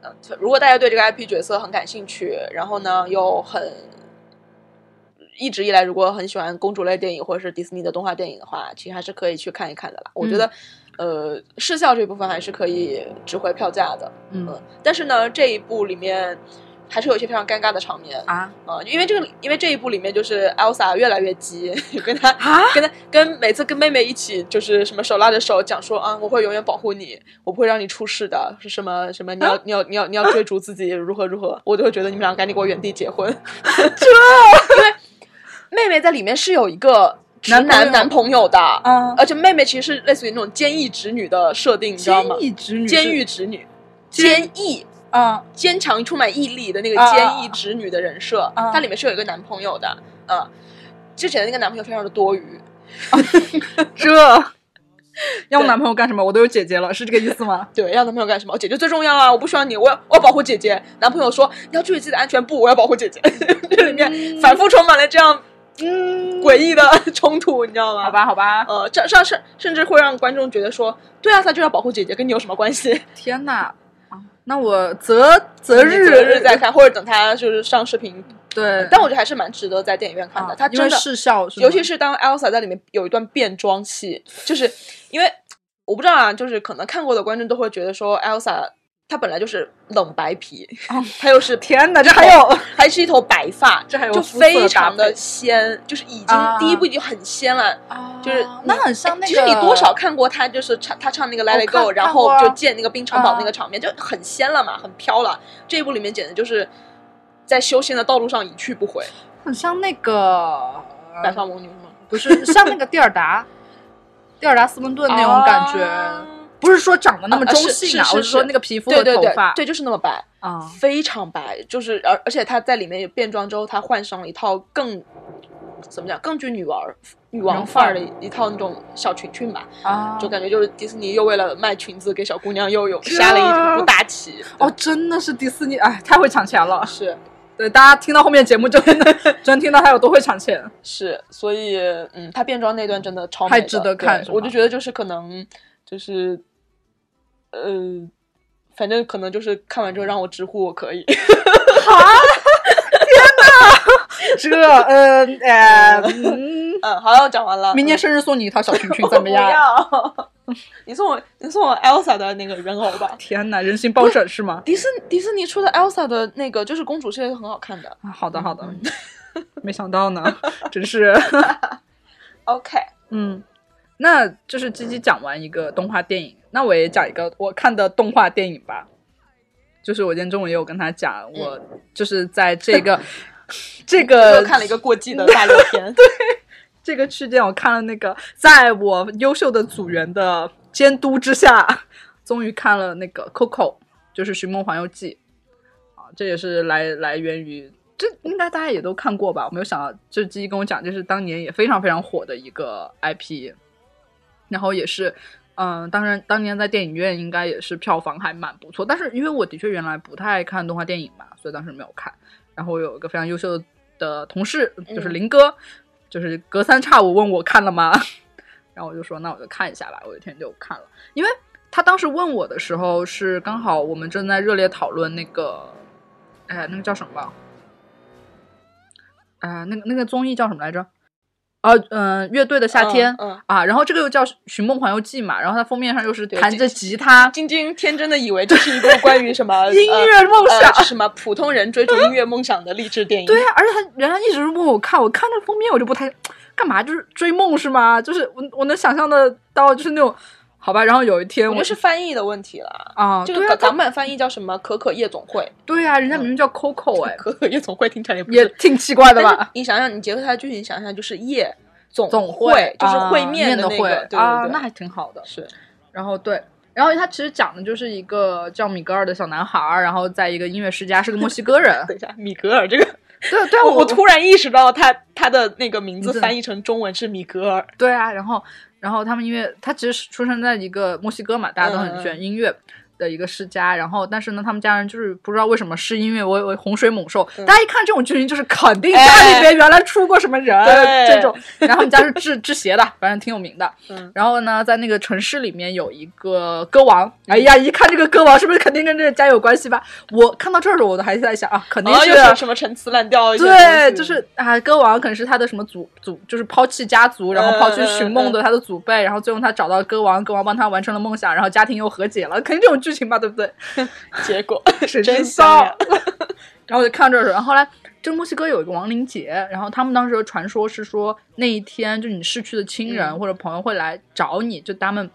B: 嗯，如果大家对这个 IP 角色很感兴趣，然后呢又很一直以来如果很喜欢公主类电影或者是迪士尼的动画电影的话，其实还是可以去看一看的啦。我觉得，呃，视效这部分还是可以值回票价的。
C: 嗯
B: 嗯，但是呢，这一部里面还是有一些非常尴尬的场面。
C: 啊
B: 啊、因为这个，因为这一部里面就是 Elsa 越来越急， 跟她
C: 啊！
B: 跟她跟每次跟妹妹一起就是什么手拉着手讲说啊，我会永远保护你，我不会让你出事的，是什么什么你要你要你要你要追逐自己如何如何，我就会觉得你们俩赶紧给我原地结婚。 这，因为妹妹在里面是有一个直
C: 男朋
B: 男
C: 友
B: 男朋友的，
C: 啊，
B: 而且妹妹其实是类似于那种坚毅直女的设呃定，你知道
C: 监
B: 吗？
C: 狱直女是，
B: 监狱直女，
C: 监
B: 坚毅。
C: 啊
B: 坚强、充满毅力的那个
C: 啊
B: 坚毅直女的人设，
C: 啊
B: 它里面是有一个男朋友的，嗯，之前的那个男朋友非常的多余，
C: 这。 要我男朋友干什么？我都有姐姐了，是这个意思吗？
B: 对，让男朋友干什么？哦姐姐最重要啊！我不需要你，我要我要保护姐姐。男朋友说你要注意自己的安全，不，我要保护姐姐。 这里面反复充满了这样
C: 嗯，
B: 诡异的冲突，你知道吗？
C: 好，吧，好吧。
B: 呃，这这甚甚至会让观众觉得说，对啊，他就要保护姐姐，跟你有什么关系？
C: 天哪！啊，那我择择 日
B: 择 日再看，或者等他就是上视频。
C: 对，
B: 但我觉得还是蛮值得在电影院看的，
C: 啊
B: 他
C: 因
B: 真
C: 为
B: 的
C: 视效，
B: 尤其是当 Elsa 在里面有一段变装戏，就是因为我不知道啊，就是可能看过的观众都会觉得说 Elsa 她本来就是冷白皮，
C: 哦
B: 她又是
C: 天哪，这还有
B: 还是一头白发，
C: 这还有
B: 就
C: 肤色搭配
B: 非常的鲜，就是已经、
C: 啊
B: 第一部已经很鲜了。就是你
C: 那很像那个，
B: 其实你多少看过她，就是唱她唱那个《Let It
C: 看
B: Go》，然
C: 看过
B: 后
C: 啊
B: 就建那个冰城堡
C: 啊
B: 那个场面，就很鲜了嘛，很飘了。这一部里面简直就是在修仙的道路上一去不回，
C: 很像那个，
B: 白发魔女吗？
C: 不是像那个蒂尔达，蒂尔达斯温顿那种感觉。
B: 啊
C: 不是说长得那么
B: 啊啊
C: 中
B: 是
C: 性啊
B: 是，是
C: 我说
B: 是
C: 那个皮肤
B: 对
C: 和
B: 对
C: 头
B: 对
C: 发，
B: 对，就是那么白，
C: 啊，
B: 非常白，就是而而且她在里面也变装之后，她换上了一套更怎么讲，更具女王女王
C: 人范
B: 范
C: 儿
B: 儿的一一套那种小裙裙吧，
C: 啊
B: 就感觉就是迪士尼又为了卖裙子给小姑娘又有
C: 这
B: 下了一步大棋。
C: 哦，真的是迪士尼，哎，太会抢钱了。
B: 是
C: 对，大家听到后面节目就 真听到他有多会抢钱。
B: 是，所以嗯，她变装那段真的超
C: 太
B: 美
C: 值
B: 的
C: 得
B: 对
C: 看是
B: 我
C: 吗
B: 就觉得就是可能就是呃。反正可能就是看完之后让我直呼我可以，
C: 这，呃， 呃，嗯
B: 嗯，好了，讲完了。嗯
C: 明年生日送你一套小 裙裙怎么
B: 不
C: 样？
B: 要， 你送我，你送我 Elsa 的那个人偶吧。
C: 天哪，人心爆整是吗？
B: 迪士迪士尼出的 Elsa 的那个就是公主系列很好看的。
C: 啊，好的好的， 没想到呢，真是，
B: OK，
C: 嗯，那就是鸡鸡讲完一个动画电影，那我也讲一个我看的动画电影吧。就是我今天中午也有跟他讲，我就是在这 个这
B: 我
C: 个
B: 看了一个过季的大热 片，嗯
C: 这个事件，我看了那个，在我优秀的组员的监督之下，终于看了那个《Coco》，就是《寻梦环游记》啊，这也是来来源于这，应该大家也都看过吧？我没有想到，这鸡鸡跟我讲，这是当年也非常非常火的一个 IP，然后也是。嗯，当然，当年在电影院应该也是票房还蛮不错，但是因为我的确原来不太看动画电影嘛，所以当时没有看。然后我有一个非常优秀的同事，就是
B: 嗯
C: 林哥，就是隔三差五问我看了吗？ 然后我就说那我就看一下吧，我有一天就看了，因为他当时问我的时候是刚好我们正在热烈讨论那个，哎，那个叫什么吧？啊、那个那个综艺叫什么来着？啊，嗯、乐队的夏天，
B: 嗯嗯
C: 啊，然后这个又叫《寻梦环游记》嘛，然后它封面上又是
B: 对
C: 弹
B: 这
C: 着吉他，
B: 晶晶天真的以为这是一部关于什 么
C: 音乐梦
B: 呃
C: 想，
B: 呃什么普通人追逐音乐梦想的励志 电影。
C: 对啊，而且他原来一直问我看，我看那封面我就不太干嘛，就是追梦是吗？就是我我能想象的到，就是那种好吧。然后有一天
B: 我哦觉
C: 我
B: 得是翻译的问题了。
C: 啊，
B: 这
C: 对
B: 个嗯
C: 啊
B: 港，港版翻译叫什么？可可夜总会，
C: 对啊，人家名字叫 Coco 哎、
B: 可可夜总会听 起来也不
C: 也
B: 是。
C: 挺奇怪的
B: 但是
C: 吧？
B: 你想想，你结合它的剧情，想想就是夜总
C: 总
B: 会，就是
C: 啊
B: 会
C: 面
B: 的那
C: 会
B: 个，对对对，
C: 啊，那还挺好的。
B: 是。
C: 然后对，然后他其实讲的就是一个叫米格尔的小男孩儿，然后在一个音乐世家，是个墨西哥人
B: 等一下，米格尔这个，
C: 对对啊，
B: 我
C: 我
B: 我突然意识到他他的那个名
C: 名
B: 字
C: 字
B: 翻译成中文是米格尔，
C: 对啊，然后然后他们因为他其实是出生在一个墨西哥嘛，大家
B: 嗯
C: 都
B: 嗯
C: 很喜欢音乐的一个世家，然后但是呢，他们家人就是不知道为什么是音乐为为洪水猛兽，
B: 嗯哎
C: 大家一看这种剧情就是肯定家里边原来出过什么人、
B: 对
C: 这种，然后他们家是制制鞋的，反正挺有名的。
B: 嗯，
C: 然后呢，在那个城市里面有一个歌王，哎呀，一看这个歌王是不是肯定跟这个家有关系吧？我看到这儿的时候，我都还在想啊，肯定
B: 然后
C: 是、
B: 哦又是什么陈词滥调一些东西，
C: 对，就是啊，歌王可能是他的什么祖祖，就是抛弃家族，然后抛
B: 嗯
C: 弃寻梦的他的祖辈，然后最后他找到歌王，歌王帮他完成了梦想，然后家庭又和解了，肯定这种剧情吧，对不对？
B: 结 果
C: 谁
B: 真
C: 知
B: 香
C: 道
B: 呀？
C: 然后我就看这儿，然后后来这墨西哥有一个亡灵节，然后他们当时的传说是说那一天就你逝去的亲人
B: 嗯
C: 或者朋友会来找你，就他们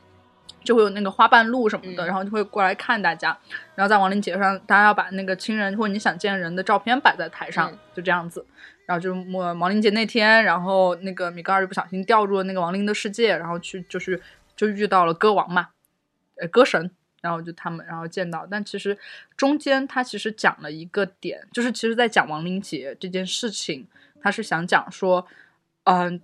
C: 就会有那个花瓣路什么的，
B: 嗯
C: 然后就会过来看大家，然后在亡灵节上，大家要把那个亲人或者你想见人的照片摆在台上，
B: 嗯
C: 就这样子。然后就是我亡灵节那天，然后那个米高尔就不小心掉入了那个亡灵的世界，然后去就是就遇到了歌王嘛，呃，歌神，然后就他们然后见到，但其实中间他其实讲了一个点，就是其实在讲亡灵节这件事情，他是想讲说，嗯、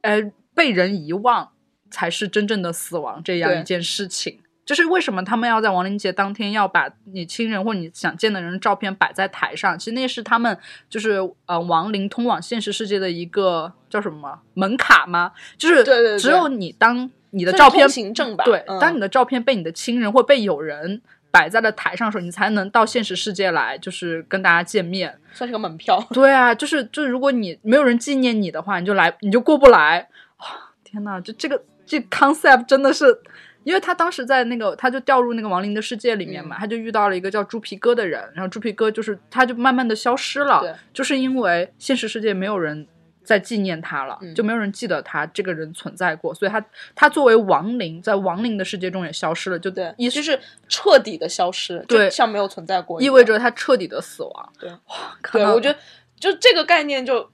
C: 呃，被人遗忘才是真正的死亡这样
B: 对
C: 一件事情。就是为什么他们要在亡灵节当天要把你亲人或你想见的人的照片摆在台上？其实那是他们就是呃亡灵通往现实世界的一个叫什么门卡吗？就是
B: 对对对
C: 只有你当你的
B: 算是
C: 照片
B: 通行证吧
C: 对，
B: 嗯
C: 当你的照片被你的亲人或被友人摆在了台上的时候，你才能到现实世界来，就是跟大家见面。
B: 算是个门 票，
C: 对啊，就是就是，如果你没有人纪念你的话，你就来，你就过不来。啊天呐，就这个这 concept 真的是，因为他当时在那个，他就掉入那个亡灵的世界里面
B: 嗯
C: 嘛，他就遇到了一个叫猪皮哥的人，然后猪皮哥就是他就慢慢的消失
B: 对
C: 了，就是因为现实世界没有人。在纪念他了，
B: 嗯
C: 就没有人记得他这个人存在过，所以他他作为亡灵，在亡灵的世界中也消失了，就
B: 对，
C: 意
B: 就是彻底的消失，就
C: 对
B: 像没有存在过一
C: 意
B: 样
C: 味着他彻底的死亡。
B: 对
C: 哇，看
B: 对，
C: 到
B: 我觉得就这个概念就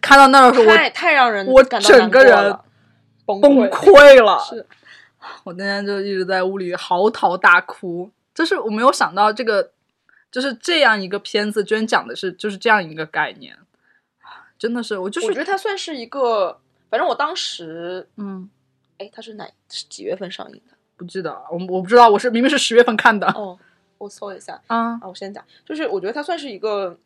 C: 看到那的时候，我
B: 太太让人
C: 我
B: 感到
C: 整
B: 难
C: 个
B: 过
C: 人
B: 了崩
C: 崩
B: 溃，
C: 溃了。
B: 是
C: 我那天就一直在屋里嚎啕大哭，就是我没有想到这个，就是这样一个片子居然讲的是就是这样一个概念，啊真的是我就
B: 我觉
C: 是
B: 得它算是一个，反正我当时，
C: 嗯，
B: 哎，它是哪是几月份上映的？
C: 不记得我我不知道我是明明是十月份看的
B: 哦，我搜一下
C: 啊
B: 啊，我先讲，就是我觉得它算是一个。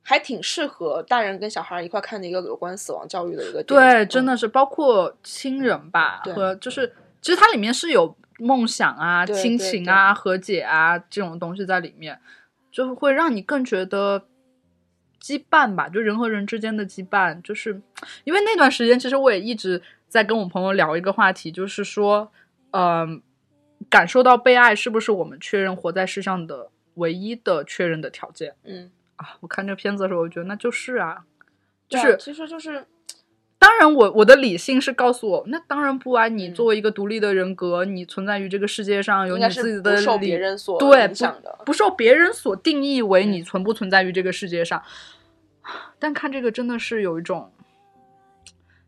B: 还挺适合大人跟小孩一块看的一个有关死亡教育的一个电影。
C: 对，真的是包括亲人吧，
B: 嗯对
C: 和就是其实它里面是有梦想啊、
B: 对
C: 亲
B: 对
C: 情啊、和解啊这种东西在里面，就会让你更觉得羁绊吧，就人和人之间的羁绊，就是因为那段时间，其实我也一直在跟我朋友聊一个话题，就是说，嗯、感受到被爱是不是我们确认活在世上的唯一的确认的条件
B: 嗯，嗯，
C: 啊？我看这片子的时候，我觉得那就是啊，就
B: 对啊
C: 是
B: 其实就是
C: 当然我，我的理性是告诉我，那当然不啊！你
B: 嗯
C: 作为一个独立的人格，你存在于这个世界上，有
B: 应
C: 你
B: 该
C: 自己
B: 是
C: 的
B: 不受
C: 理
B: 别人所
C: 对
B: 影响的
C: 不，。不受别人所定义为
B: 嗯
C: 你存不存在于这个世界上。但看这个真的是有一种，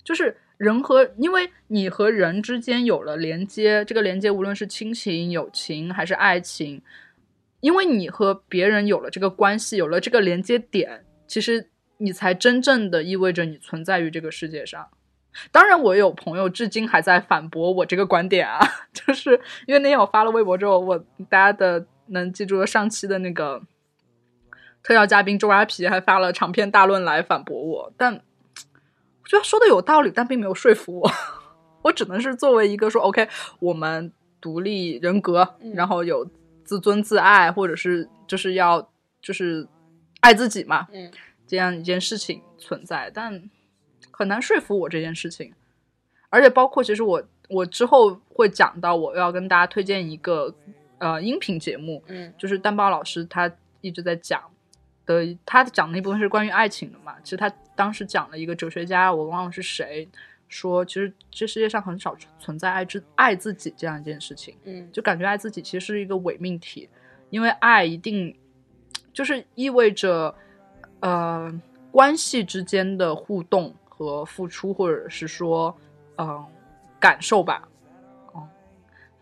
C: 就是人和因为你和人之间有了连接，这个连接无论是亲情、友情还是爱情，因为你和别人有了这个关系，有了这个连接点，其实你才真正的意味着你存在于这个世界上。当然，我有朋友至今还在反驳我这个观点啊， 就是因为那天我发了微博之后，我大家的能记住上期的那个特邀嘉宾周阿皮还发了长篇大论来反驳我，但我觉得他说的有道理，但并没有说服我， 我只能是作为一个说 OK，我们独立人格，
B: 嗯
C: 然后有自尊自爱，或者是就是要就是爱自己嘛，
B: 嗯，
C: 这样一件事情存在，但很难说服我这件事情。而且包括其实我我之后会讲到，我要跟大家推荐一个呃音频节目，
B: 嗯
C: 就是蛋包老师他一直在讲的，他讲的一部分是关于爱情的嘛。其实他当时讲了一个哲学家，我忘了是谁，说其实这世界上很少存在爱之爱自己这样一件事情。
B: 嗯，
C: 就感觉爱自己其实是一个伪命题，因为爱一定就是意味着呃关系之间的互动和付出，或者是说嗯、呃感受吧。哦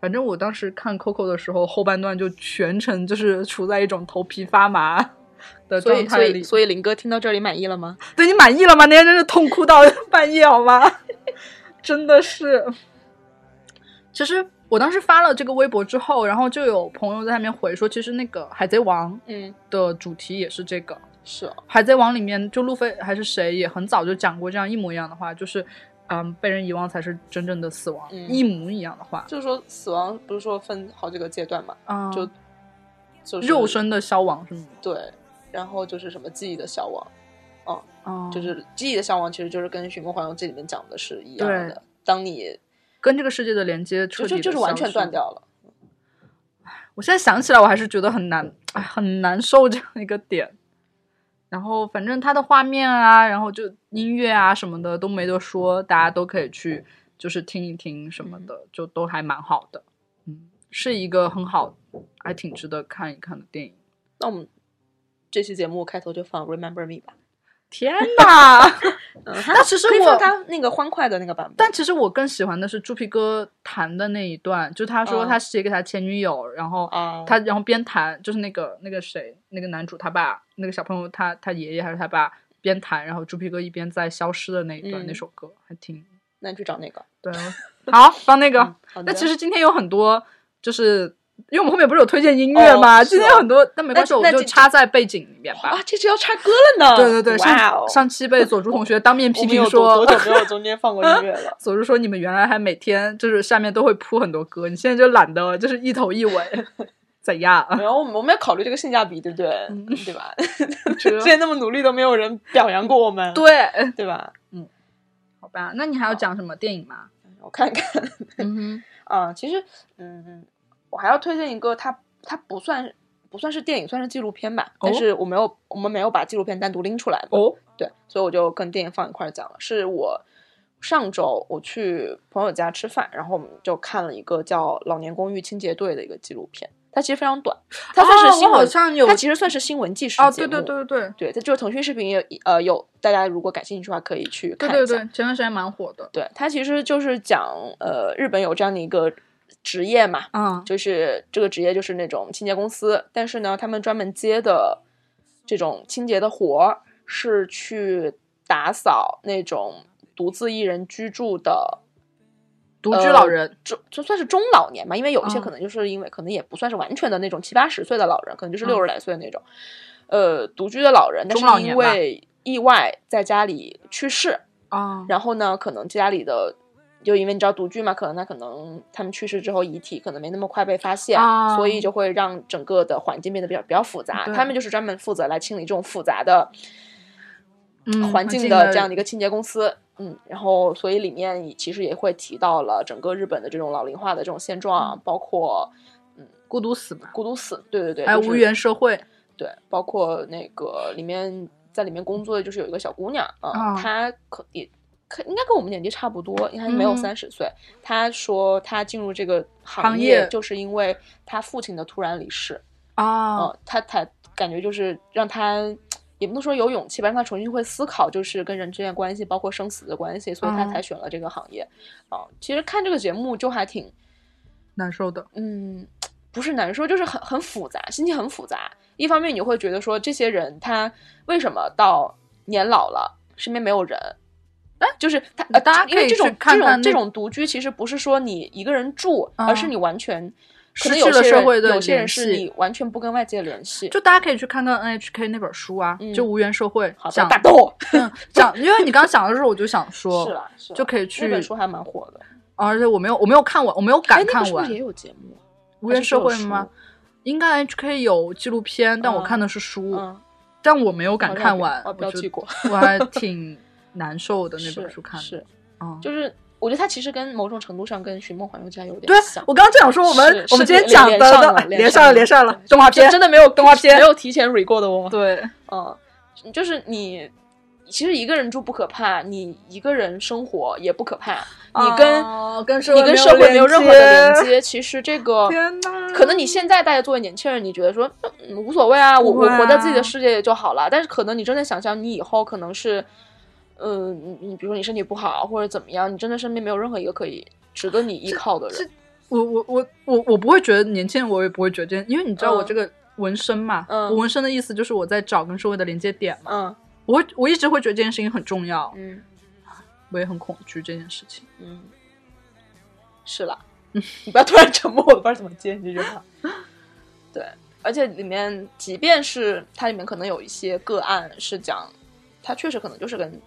C: 反正我当时看 Coco 的时候，后半段就全程就是处在一种头皮发麻的
B: 所
C: 状
B: 以
C: 态
B: 所
C: 里
B: 以所以林哥听到这里满意了吗？
C: 对你满意了吗？那天真是痛哭到半夜，好吗？ 真的是。其实我当时发了这个微博之后，然后就有朋友在下面回说，其实那个《海贼王
B: 嗯，》
C: 的主题也是这个，《
B: 是哦，
C: 海贼王》里面就路飞还是谁也很早就讲过这样一模一样的话，就是嗯，被人遗忘才是真正的死亡，
B: 嗯
C: 一模一样的话，
B: 就是说死亡不是说分好几个阶段嘛，
C: 嗯，
B: 就哦就是
C: 肉身的消亡是吗？
B: 对，然后就是什么记忆的消亡，
C: 哦，
B: 就是记忆的消亡，其实就是跟《寻梦环游记》里面讲的是一样的
C: 对。
B: 当你
C: 跟这个世界的连接彻
B: 就
C: 底
B: 就
C: 地
B: 就是完全
C: 消失
B: 断掉了，
C: 我现在想起来，我还是觉得很难，哎，很难受这样一个点。然后，反正它的画面啊，然后就音乐啊什么的都没得说，大家都可以去就是听一听什么的，就都还蛮好的。嗯，是一个很好，还挺值得看一看的电影。
B: 那我们这期节目开头就放《Remember Me》吧。
C: 天哪！
B: 嗯，
C: 但其实
B: 可以
C: 我
B: 放他那个欢快的那个版本。
C: 但其实我更喜欢的是猪皮哥弹的那一段，就他说
B: 嗯
C: 他写给他前女友，然后
B: 啊，
C: 他然后边弹，就是那个那个谁，那个男主他爸，那个小朋友他他爷爷还是他爸边弹，然后猪皮哥一边在消失的那一段、
B: 嗯
C: 那首歌，还挺
B: 那你去找那个。
C: 对。好，放那个。
B: 嗯 好
C: 啊
B: 的。
C: 那其实今天有很多，就是因为我们后面不是有推荐音乐吗？
B: 哦是
C: 今天有很多，但没关系，
B: 那
C: 我们
B: 那
C: 就
B: 这
C: 插在背景里面吧
B: 啊。，这就要插歌了呢。
C: 对对对，
B: 哇哦
C: 上！上期被佐助同学当面批
B: 我们
C: 评
B: 有
C: 说？
B: 多，多久没有中间放过音乐了
C: 佐助说你们原来还每天就是下面都会铺很多歌，你现在就懒得就是一头一尾， 怎样？啊
B: 没有，我们我们要考虑这个性价比，对不对？
C: 嗯
B: 对吧？
C: 觉得
B: 之前那么努力都没有人表扬过我们，
C: 对，
B: 对吧？
C: 好吧，那你还要讲什么电影吗？
B: 我看看
C: 嗯哼，
B: 啊，其实嗯，我还要推荐一个，它它不算不算是电影，算是纪录片吧，但是我没有我们没有把纪录片单独拎出来嘛，
C: 哦，
B: 对，所以我就跟电影放一块儿讲了。是我上周我去朋友家吃饭，然后我们就看了一个叫《老年公寓清洁队》的一个纪录片，它其实非常短，它算是
C: 哦
B: 新
C: 我好
B: 闻，
C: 像有
B: 它其实算是新闻纪实
C: 哦，
B: 节
C: 对
B: 目
C: 对对对
B: 对，它就是腾讯视频也呃有，大家如果感兴趣的话可以去
C: 对
B: 看一下。嗯
C: 对对，前段时间蛮火的，
B: 对它其实就是讲呃日本有这样的一个职业嘛，
C: 嗯，
B: 就是这个职业就是那种清洁公司，但是呢，他们专门接的这种清洁的活儿是去打扫那种独自一人居住的
C: 独居老人，
B: 中，就算是中老年嘛，因为有一些
C: 嗯
B: 可能就是因为、可能也不算是完全的那种七八十岁的老人，可能就是
C: 嗯
B: 六十来岁的那种，呃，独居的老人，但
C: 中老
B: 是因
C: 年吧
B: 为意外在家里去世，
C: 啊，
B: 然后呢，可能家里的就因为你知道独居嘛，可能他可能他们去世之后，遗体可能没那么快被发现，
C: 啊
B: 所以就会让整个的环境变得比较比较复杂。
C: 对
B: 他们就是专门负责来清理这种复杂的
C: 嗯
B: 环
C: 境
B: 境的这样的一个清洁公司。嗯，然后所以里面也其实也会提到了整个日本的这种老龄化的这种现
C: 嗯
B: 状，包括嗯
C: 孤独死嘛，
B: 孤独死，对对对，
C: 还有
B: 就是
C: 哎无缘社会，
B: 对，包括那个里面在里面工作的就是有一个小姑娘啊、
C: 啊
B: 她可也可应该跟我们年纪差不多，应该没有
C: 嗯
B: 三十岁。他说他进入这个行
C: 行
B: 业
C: 业
B: 就是因为他父亲的突然离世，
C: 啊，
B: 嗯，他他感觉就是让他也不能说有勇气吧，让他重新会思考，就是跟人之间的关系，包括生死的关系，所以他
C: 嗯
B: 才选了这个行业。啊、其实看这个节目就还挺，
C: 难受的，
B: 嗯，不是难受，就是很很复杂，心情很复杂。一方面你会觉得说，这些人他为什么到年老了身边没有人？哎，就是他，呃
C: 大家
B: 因为
C: 可以
B: 这种
C: 去看看
B: 这
C: 那
B: 种这种独居，其实不是说你一个人住，
C: 嗯
B: 而是你完全可能
C: 失去
B: 有些
C: 了社
B: 人
C: 会的
B: 有些人
C: 联
B: 是
C: 系
B: 你完全不跟外界联系，
C: 就大家可以去看看 NHK 那本书啊，
B: 嗯
C: 就无缘社会
B: 好的
C: 讲
B: 打斗，
C: 嗯讲，因为你刚讲的时候我就想说，
B: 是啊啦，是啦
C: 就可以
B: 那
C: 去
B: 本，书还蛮火的，
C: 而且我没有我没有看完，我没有
B: 哎
C: 敢，
B: 那个
C: 看
B: 是不
C: 完
B: 是也有节目？
C: 无缘社会
B: 还是只有
C: 吗
B: 书？
C: 应该 HK 有纪录片，但我
B: 嗯
C: 看的是书，
B: 嗯，
C: 但我没有
B: 哦
C: 敢看完，
B: 我标
C: 觉
B: 记
C: 得
B: 过
C: 我还挺难受的那
B: 是
C: 本书看的，
B: 是，
C: 嗯。
B: 就是我觉得它其实跟某种程度上跟《寻梦环游记》有点
C: 对啊
B: 像，。
C: 我刚刚就想说，我们
B: 是
C: 我
B: 是
C: 们今天讲的
B: 连连上了
C: 连上了，连上了
B: 对
C: 动画
B: 就
C: 片，
B: 真的没有
C: 动画片
B: 没有提前 re 过的我。
C: 对，
B: 嗯，就是你其实一个人住不可怕，你一个人生活也不可怕，你跟
C: 哦跟社
B: 你
C: 会
B: 跟社会没有任何的
C: 连
B: 连接，其实这个
C: 天哪
B: 可能你现在大家作为年轻人，你觉得说、嗯、无所谓啊，我我
C: 哇
B: 活在自己的世界就好了。但是可能你真的想象你以后可能是，嗯、你你比如说你身体不好或者怎么样，你真的身边没有任何一个可以值得你依靠的人。
C: 我我我我我不会觉得年轻人，我也不会觉得，因为你知道
B: 嗯
C: 我这个纹身嘛，
B: 嗯
C: 我纹身的意思就是我在找跟社会的连接点嘛，
B: 嗯
C: 我会我一直会觉得这件事情很重要，
B: 嗯
C: 我也很恐惧这件事情。
B: 嗯，是啦，你不要突然沉默，我不知道怎么接你这句话。对，而且里面即便是它里面可能有一些个案是讲，他确实可能就是跟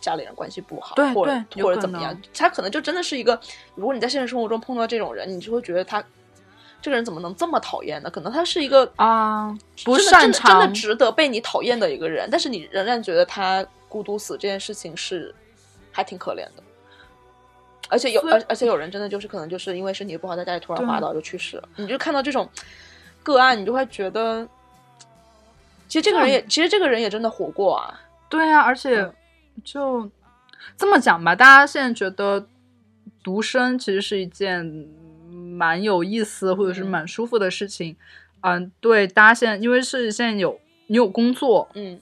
B: 家里人关系不好，
C: 对
B: 或者
C: 对有
B: 或者
C: 可
B: 怎么样
C: 能，
B: 他可能就真的是一个，如果你在现实生活中碰到这种人，你就会觉得他这个人怎么能这么讨厌呢？可能他是一个
C: 啊，不
B: 真的
C: 擅
B: 真的真
C: 长
B: 的值得被你讨厌的一个人，但是你仍然觉得他孤独死这件事情是还挺可怜的。而且有，
C: 所以
B: 而而且有人真的就是可能就是因为身体不好，在家里突然
C: 对
B: 滑倒就去世了。你就看到这种个案，你就会觉得，其实这个人也，其实这个人也真的活过啊。
C: 对啊，而且
B: 嗯
C: 就这么讲吧，大家现在觉得独身其实是一件蛮有意思或者是
B: 嗯
C: 蛮舒服的事情。嗯，对，大家现在因为是现在有你有工作，
B: 嗯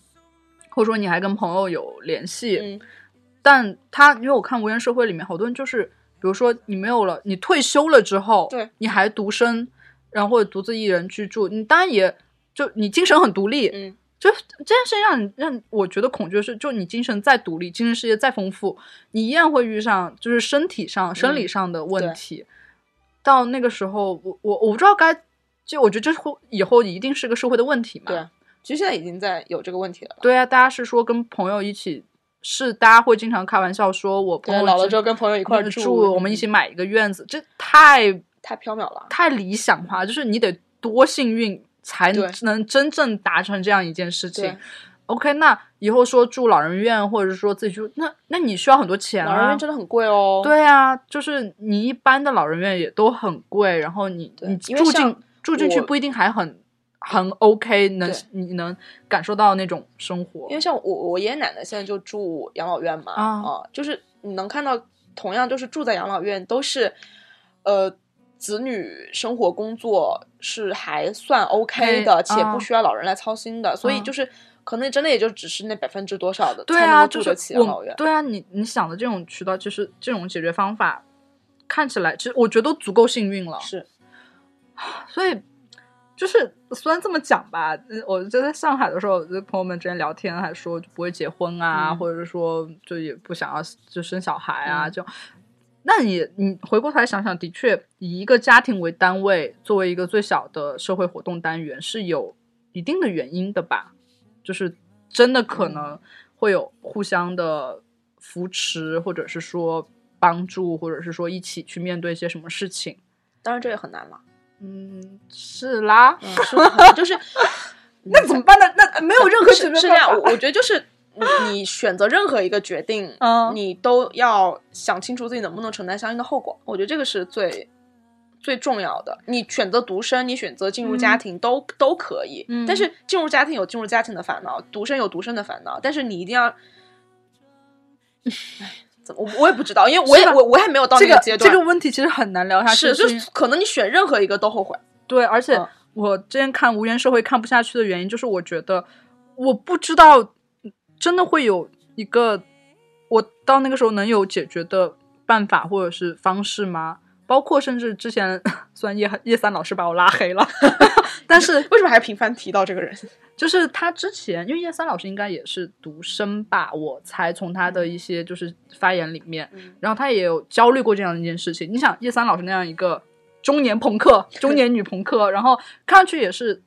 C: 或者说你还跟朋友有联系，
B: 嗯
C: 但他因为我看《无缘社会》里面好多人就是，比如说你没有了，你退休了之后，
B: 对，
C: 你还独身，然后或者独自一人居住，你当然也就你精神很独立，
B: 嗯，
C: 就这件事情让你让我觉得恐惧的是，就你精神再独立，精神世界再丰富，你依然会遇上就是身体上、生理上的问题。到那个时候，我我我不知道该，就我觉得这会以后一定是个社会的问题嘛。
B: 对啊。其实现在已经在有这个问题了吧。
C: 对啊，大家是说跟朋友一起，是大家会经常开玩笑说，我朋
B: 对，
C: 友
B: 老了
C: 之
B: 之后跟朋友一块儿
C: 住，
B: 住，
C: 我们一
B: 嗯
C: 起买一个院子，这太
B: 太缥缈了。
C: 太理想化，就是你得多幸运才
B: 对
C: 能真正达成这样一件事
B: 对
C: 情。，OK，那以后说住老人院或者说自己住，那那你需要很多钱
B: 老人
C: 啊
B: 院。真的很贵哦。
C: 对啊，就是你一般的老人院也都很贵，然后你
B: 对
C: 你
B: 因为
C: 住进
B: 像
C: 住进去
B: 我
C: 不一定还很很 OK，能
B: 对
C: 你能感受到那种生活
B: 因为像我我爷爷奶奶现在就住养老院嘛，
C: 啊
B: 就是你能看到，同样就是住在养老院，都是呃子女生活工作是还算 OK 的，
C: 哎
B: 且
C: 啊
B: 不需要老人来操心的，所以
C: 啊
B: 就是可能真的也就只是那百分之多少的
C: 对
B: 才能
C: 啊，
B: 够
C: 就
B: 住得起
C: 是
B: 养老
C: 我
B: 院，
C: 对啊，你你想的这种渠道，就是这种解决方法，看起来其实我觉得都足够幸运了。
B: 啊是
C: 所以就是虽然这么讲吧，呃我就在上海的时候，就朋友们之间聊天还说就不会结婚啊，
B: 嗯
C: 或者是说就也不想要就生小孩啊，
B: 嗯
C: 就。那你你回过头来想想，的确以一个家庭为单位，作为一个最小的社会活动单元，是有一定的原因的吧？就是真的可
B: 嗯
C: 能会有互相的扶持，或者是说帮助，或者是说一起去面对一些什么事情。
B: 当然这也很难了，
C: 嗯，是啦，
B: 嗯，是的很就是
C: 那怎么办呢？那呃没有任何解
B: 是
C: 决
B: 是这
C: 办
B: 样，
C: 法
B: 我我觉得就是你你选择任何一个决定，
C: 嗯
B: 你都要想清楚自己能不能承担相应的后果。我觉得这个是最最重要的。你选择独身，你选择进入家庭都、都可以，
C: 嗯
B: 但是进入家庭有进 入家庭的烦恼，独身有独身的烦恼，但是你一定要。唉怎么我我也不知道，因为我也
C: 是吧
B: 我我也没有到
C: 这
B: 那
C: 个
B: 阶
C: 这
B: 段。
C: 个问题其实很难聊下去，
B: 是，就是
C: 因为
B: 是可能你选任何一个都后悔。
C: 对，而且
B: 嗯
C: 我之前看《无缘社会》看不下去的原因，就是我觉得我不知道真的会有一个我到那个时候能有解决的办法或者是方式吗？包括甚至之前， 虽然叶叶三老师把我拉黑了，但是
B: 为什么还频繁提到这个人？
C: 就是他之前，因为叶三老师应该也是独生吧，我才从他的一些就是发言里面，
B: 嗯
C: 然后他也有焦虑过这样一件事情。你想，叶三老师那样一个中年 朋克、中年女朋克，然后看上去也是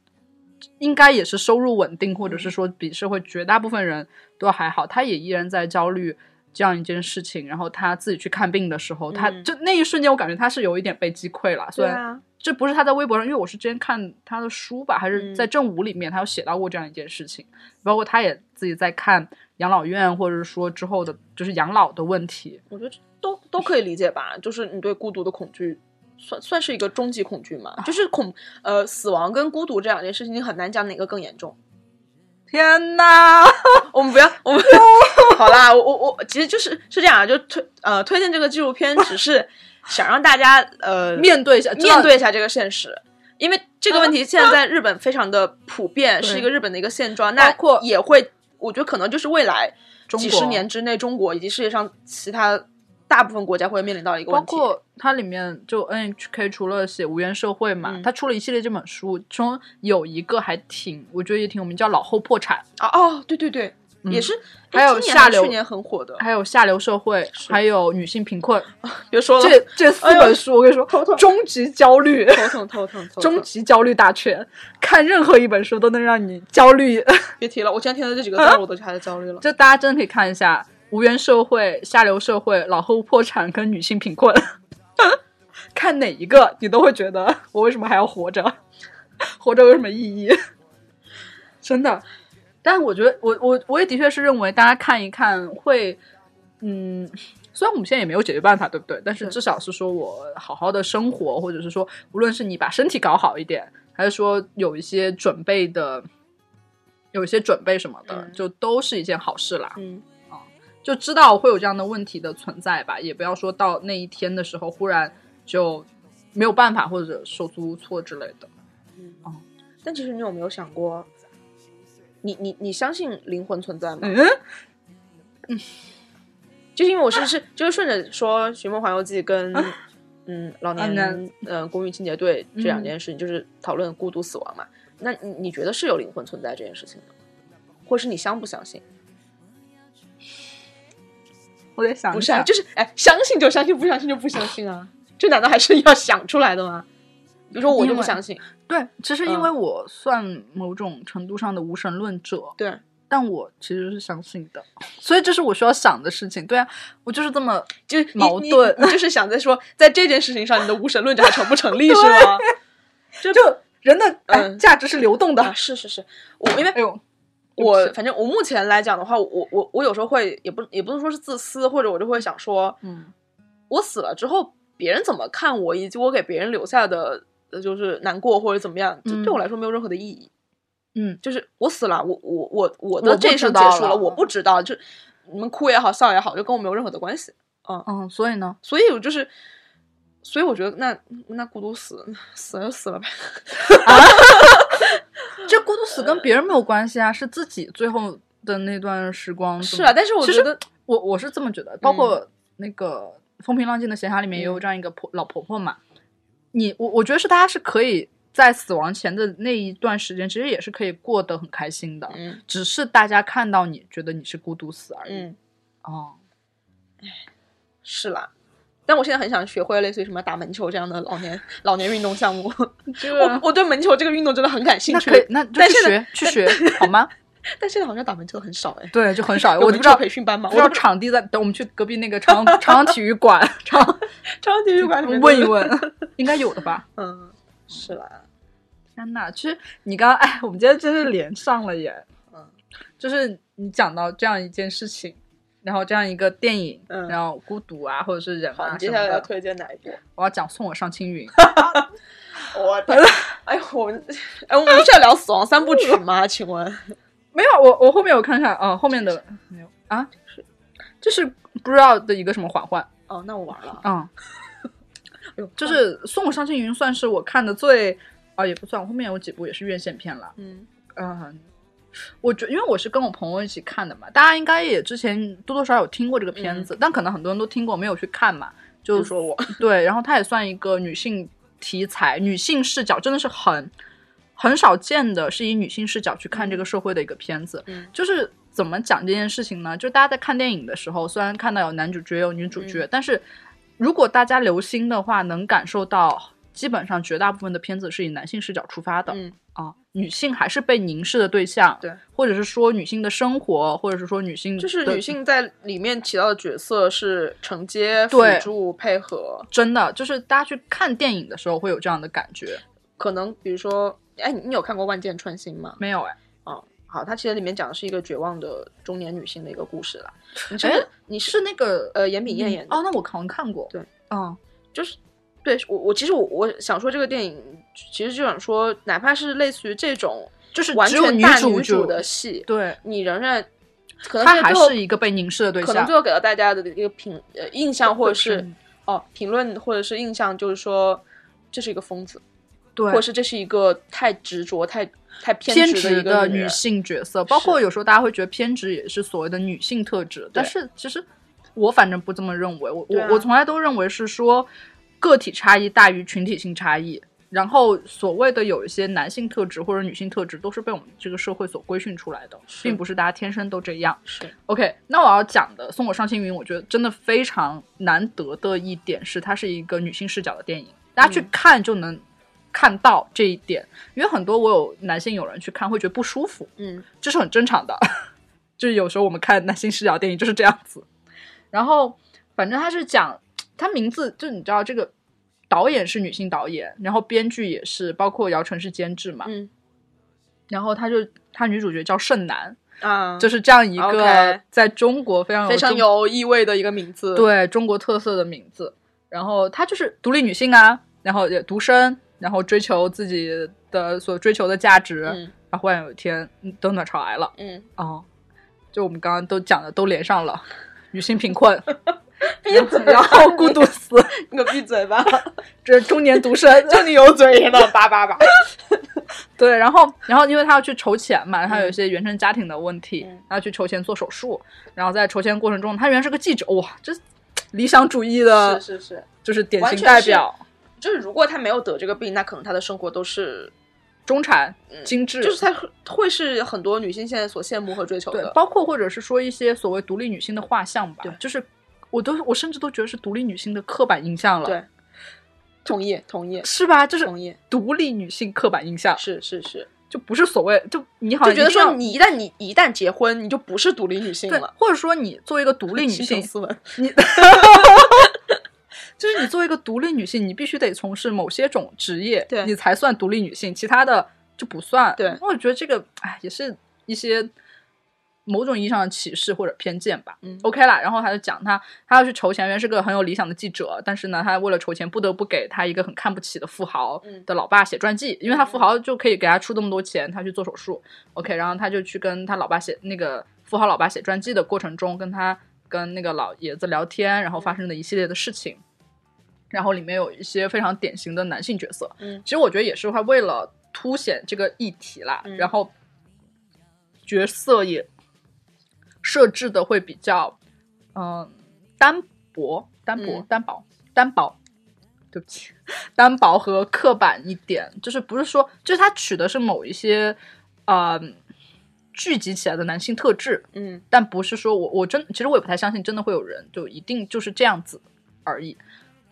C: 应该也是收入稳定，或
B: 嗯
C: 者是说比社会绝大部分人都还好，他也依然在焦虑这样一件事情。然后他自己去看病的时候，他
B: 嗯
C: 就那一瞬间，我感觉他是有一点被击溃了。虽然，这不是他在微博上，因为我是之前看他的书吧，还是
B: 嗯
C: 在正午里面，他有写到过这样一件事情，包括他也自己在看养老院，或者是说之后的就是养老的问题。
B: 我觉得这都都可以理解吧，就是你对孤独的恐惧。算算是一个终极恐惧嘛，就是恐呃死亡跟孤独这两件事情，你很难讲哪个更严重。
C: 天呐，
B: 我们不要，我们好啦，我我我其实就是是这样啊，就推呃推荐这个纪录片，只是想让大家呃
C: 面对一下，知道
B: 面对一下这个现实，因为这个问题现在在日本非常的普遍，
C: 对
B: 是一个日本的一个现状，那
C: 包括
B: 也会，我觉得可能就是未来
C: 中
B: 几
C: 国
B: 十年之内，中国以及世界上其他大部分国家会面临到一个
C: 包
B: 问题，
C: 括它里面就 NHK 除了写无缘社会嘛，
B: 嗯
C: 他出了一系列这本书，其中有一个还挺，我觉得也挺有名，叫《老后破产
B: 啊哦，对对对，
C: 嗯
B: 也是，
C: 还有
B: 哎今年
C: 下流
B: 去年很火的》，，
C: 还有《下流社会》，
B: 是
C: 还有《女性 贫困》
B: 别说了，
C: 这这四
B: 哎呦
C: 本书，我跟你 说
B: 头，疼
C: 终极焦虑。
B: 头疼头 疼头疼，
C: 终极焦虑大全，看任何一本书都能让你焦虑。
B: 别提了，我今天听到这几个字儿，我都开始焦虑了。
C: 就大家真的可以看一下《无缘社会》《下流社会》《老后破产》跟《女性贫困》， 看哪一个你都会觉得我为什么还要活着？活着有什么意义？ 真的。但我觉得，我我我也的确是认为，大家看一看会，嗯，虽然我们现在也没有解决办法，对不对？但是
B: 对
C: 至少是说我好好的生活，或者是说，无论是你把身体搞好一点，还是说有一些准备的，有一些准备什么的，
B: 嗯
C: 就都是一件好事啦。
B: 嗯，
C: 就知道会有这样的问题的存在吧，也不要说到那一天的时候忽然就没有办法或者手足无措之类的。
B: 但其实你有没有想过，你你你相信灵魂存在吗？
C: 嗯，
B: 就是因为我是是就是顺着说《寻梦环游记》跟嗯老
C: 啊
B: 年
C: 那
B: 嗯、呃、公寓清洁队这两
C: 嗯
B: 件事情，就是讨论孤独死亡嘛。那你你觉得是有灵魂存在这件事情的吗？或是你相不相信？
C: 我得想
B: 不
C: 一
B: 是啊，
C: 下，
B: 就是哎，相信就相信，不相信就不相信啊。这难道还是要想出来的吗？比如说我就
C: 因
B: 不
C: 为
B: 相信，
C: 对，其实因
B: 嗯
C: 为我算某种程度上的无神论者，
B: 对，
C: 但我其实是相信的，所以这是我需要想的事情。对啊，我就是这么
B: 就是你
C: 矛
B: 你
C: 盾
B: 你就是想在说，在这件事情上，你的无神论者还成不成立是吗？
C: 就就人的哎
B: 嗯
C: 价值是流动的
B: 啊，。是是是，我因为
C: 哎呦，
B: 我
C: 对不起
B: 反正我目前来讲的话，我我我有时候会也不也不能说是自私，或者我就会想说，
C: 嗯，
B: 我死了之后别人怎么看我，以及我给别人留下的呃就是难过或者怎么样，这
C: 嗯
B: 对我来说没有任何的意义。
C: 嗯，
B: 就是我死了，我我我我
C: 我
B: 的
C: 不
B: 这一生
C: 知道
B: 结束
C: 了嗯
B: 我不知道，就你们哭也好，笑也好，就跟我没有任何的关系。
C: 嗯，所以呢，
B: 所以我就是，所以我觉得那那孤独死死了就死了呗。
C: 这孤独死跟别人没有关系啊，是自己最后的那段时光。
B: 是啊，，但是我
C: 嗯
B: 觉
C: 其实
B: 得
C: 我我是这么觉得，包
B: 嗯
C: 括那个《风平浪静的闲暇》里面也有这样一个婆、老婆婆嘛，你我我觉得是大家是可以在死亡前的那一段时间，其实也是可以过得很开心的，
B: 嗯
C: 只是大家看到你觉得你是孤独死而已。
B: 嗯
C: 哦，
B: 是啦。但我现在很想学会类似于什么打门球这样的老年老年运动项目。我我对门球这个运动真的很感兴
C: 啊那
B: 趣
C: 哦可以，，那就
B: 但
C: 去
B: 是
C: 学去学好吗？
B: 但现在好像打门球的很少哎。
C: 对，就很 少，
B: 有
C: 我
B: 门
C: 就不
B: 球
C: 知道
B: 培训班吗？
C: 不
B: 我都
C: 知道
B: 不知道
C: 场地在，等我们去隔壁那个长阳长阳体育 馆，长
B: 朝阳体育馆里面
C: 问一
B: 都有。
C: 问， 应该有的吧？
B: 嗯，是啦，
C: 天呐，其实你刚刚哎，我们今天真是连上了耶。
B: 嗯，
C: 就是你讲到这样一件事情，然后这样一个电影，
B: 嗯
C: 然后孤独啊，或者是人
B: 好，
C: 啊
B: 你
C: 什
B: 接
C: 么
B: 下来要
C: 的，
B: 推荐哪一部？
C: 我要讲《送我上青云》。
B: 我的，哎呦，我们 哎，我们是要聊死亡三部 曲吗？请问
C: 哦 没有，我我后面有看看啊、呃后面的没有啊，这是不知道的一个什么缓缓
B: 哦，那我玩了，
C: 啊、
B: 哎呦
C: 就是《送我上青云》算是我看的最啊、也不算，我后面有几部也是院线片了。
B: 嗯
C: 嗯，我觉因为我是跟我朋友一起看的嘛，大家应该也之前多多少少有听过这个片子，但可能很多人都听过，没有去看嘛。
B: 嗯
C: 就
B: 就说我
C: 对，然后它也算一个女性题材、女性视角，真的是很很少见的，是以女性视角去看这个社会的一个片子。
B: 嗯
C: 就是怎么讲这件事情呢？就大家在看电影的时候，虽然看到有男主角有女主角，
B: 嗯
C: 但是如果大家留心的话，能感受到基本上绝大部分的片子是以男性视角出发的。
B: 嗯
C: 啊，女性还是被凝视的对象，
B: 对，
C: 或者是说女性的生活，或者是说女性
B: 就是
C: 的
B: 女性在里面起到的角色是承接、辅
C: 对
B: 助、配合，
C: 真的就是大家去看电影的时候会有这样的感觉，
B: 可能比如说，哎，你你有看过《万箭穿心》吗？
C: 没有哎，
B: 哦，好，它其实里面讲的是一个绝望的中年女性的一个故事啦。你是不
C: 哎
B: 是你是
C: 是那个
B: 呃严炳燕演的
C: 哦，那我好像看过，
B: 对，
C: 嗯，
B: 就是对我我其实我我想说这个电影，其实就想说，哪怕是类似于这种
C: 就是
B: 完
C: 只有
B: 全大
C: 主
B: 女
C: 就
B: 主的戏，
C: 对，
B: 你仍然可能
C: 她
B: 这
C: 还
B: 最后
C: 是一个被凝视的对
B: 可能
C: 象
B: 最，后给到大家的一个评呃印象，或者是
C: 嗯
B: 哦评论或者是印象，就是说这是一个疯子，
C: 对
B: 或者是这是一个太执着、太太
C: 偏
B: 执的
C: 执
B: 一个
C: 的
B: 女
C: 女
B: 人
C: 性角色，包括有时候大家会觉得偏执也是所谓的女性特质，但是其实我反正不这么认为，我我、
B: 对啊
C: 我从来都认为是说个体差异大于群体性差异。然后所谓的有一些男性特质或者女性特质，都是被我们这个社会所规训出来的，
B: 是
C: 并不是大家天生都这样。
B: 是
C: OK，那我要讲的《送我上青云》，我觉得真的非常难得的一点是，它是一个女性视角的电影，大家去
B: 嗯
C: 看就能看到这一点。因为很多我有男性友人去看会觉得不舒服，
B: 嗯
C: 这是很正常的， 就是有时候我们看男性视角电影就是这样子。然后，反正他是讲他名字，就你知道这个导演是女性导演，然后编剧也是，包括姚晨是监制嘛。
B: 嗯
C: 然后他就他女主角叫盛楠，
B: 啊，
C: 就是这样一个
B: OK
C: 在中国非常有
B: 非常
C: 中
B: 有意味的一个名字，，
C: 对中国特色的名字。然后她就是独立女性啊，然后也独身，然后追求自己的所追求的价值。
B: 嗯
C: 然后忽然有一天，嗯得卵巢癌了
B: 嗯，
C: 哦，就我们刚刚都讲的都连上了，女性贫 困，
B: 闭嘴
C: 然
B: 吧，
C: 后孤独死，
B: 你给我闭嘴 吧，
C: 这中年 独身，
B: 就你有嘴 是吧？叭叭叭，
C: 对，然后然后因为她要去筹钱嘛，她有一些原生家庭的问题
B: 嗯，
C: 她要去筹钱做手术，然后在筹钱过程中，她原来是个记者，哇，这理想主义的，
B: 是是是，
C: 就是典
B: 完
C: 型
B: 全
C: 代
B: 是
C: 表。
B: 就是如果他没有得这个病，那可能他的生活都是。
C: 中产、
B: 嗯
C: 精致，
B: 就是他会是很多女性现在所羡慕和追求
C: 对，
B: 的，
C: 包括或者是说一些所谓独立女性的画像吧
B: 对，
C: 就是我都我甚至都觉得是独立女性的刻板印象了，
B: 对同意同意
C: 是吧？就是
B: 同意，
C: 独立女性刻板印象，
B: 是是是，
C: 就不是所谓就你好
B: 就觉得
C: 像一定要
B: 说你一旦你一旦结婚，你就不是独立女性
C: 对
B: 了，。
C: 或者说你作为一个独立女
B: 新城
C: 性，
B: 斯文，
C: 你就是你作为一个独立女性，你必须得从事某些种职业，
B: 对
C: 你才算独立女性，其他的就不算。
B: 对
C: 那我觉得这个哎，也是一些某种意义上的歧视或者偏见吧。
B: 嗯
C: OK 啦，然后他就讲他，他要去筹钱，原来是个很有理想的记者，但是呢，他为了筹钱，不得不给他一个很看不起的富豪
B: 嗯
C: 的老爸写传记，因为他富豪就可以给他出这么多钱，他去做手术。OK，然后他就去跟他老爸写那个富豪老爸写传记的过程中，跟他跟那个老爷子聊天，然后
B: 嗯
C: 发生的一系列的事情，然后里面有一些非常典型的男性角色，
B: 嗯
C: 其实我觉得也是他为了凸显这个议题啦，
B: 嗯
C: 然后角色也设置的会比较嗯、单薄、单薄、
B: 嗯
C: 单薄、单薄，对不起， 单薄和刻板一点，就是不是说，就是他取的是某一些呃聚集起来的男性特质，
B: 嗯
C: 但不是说我我真其实我也不太相信真的会有人就一定就是这样子而已。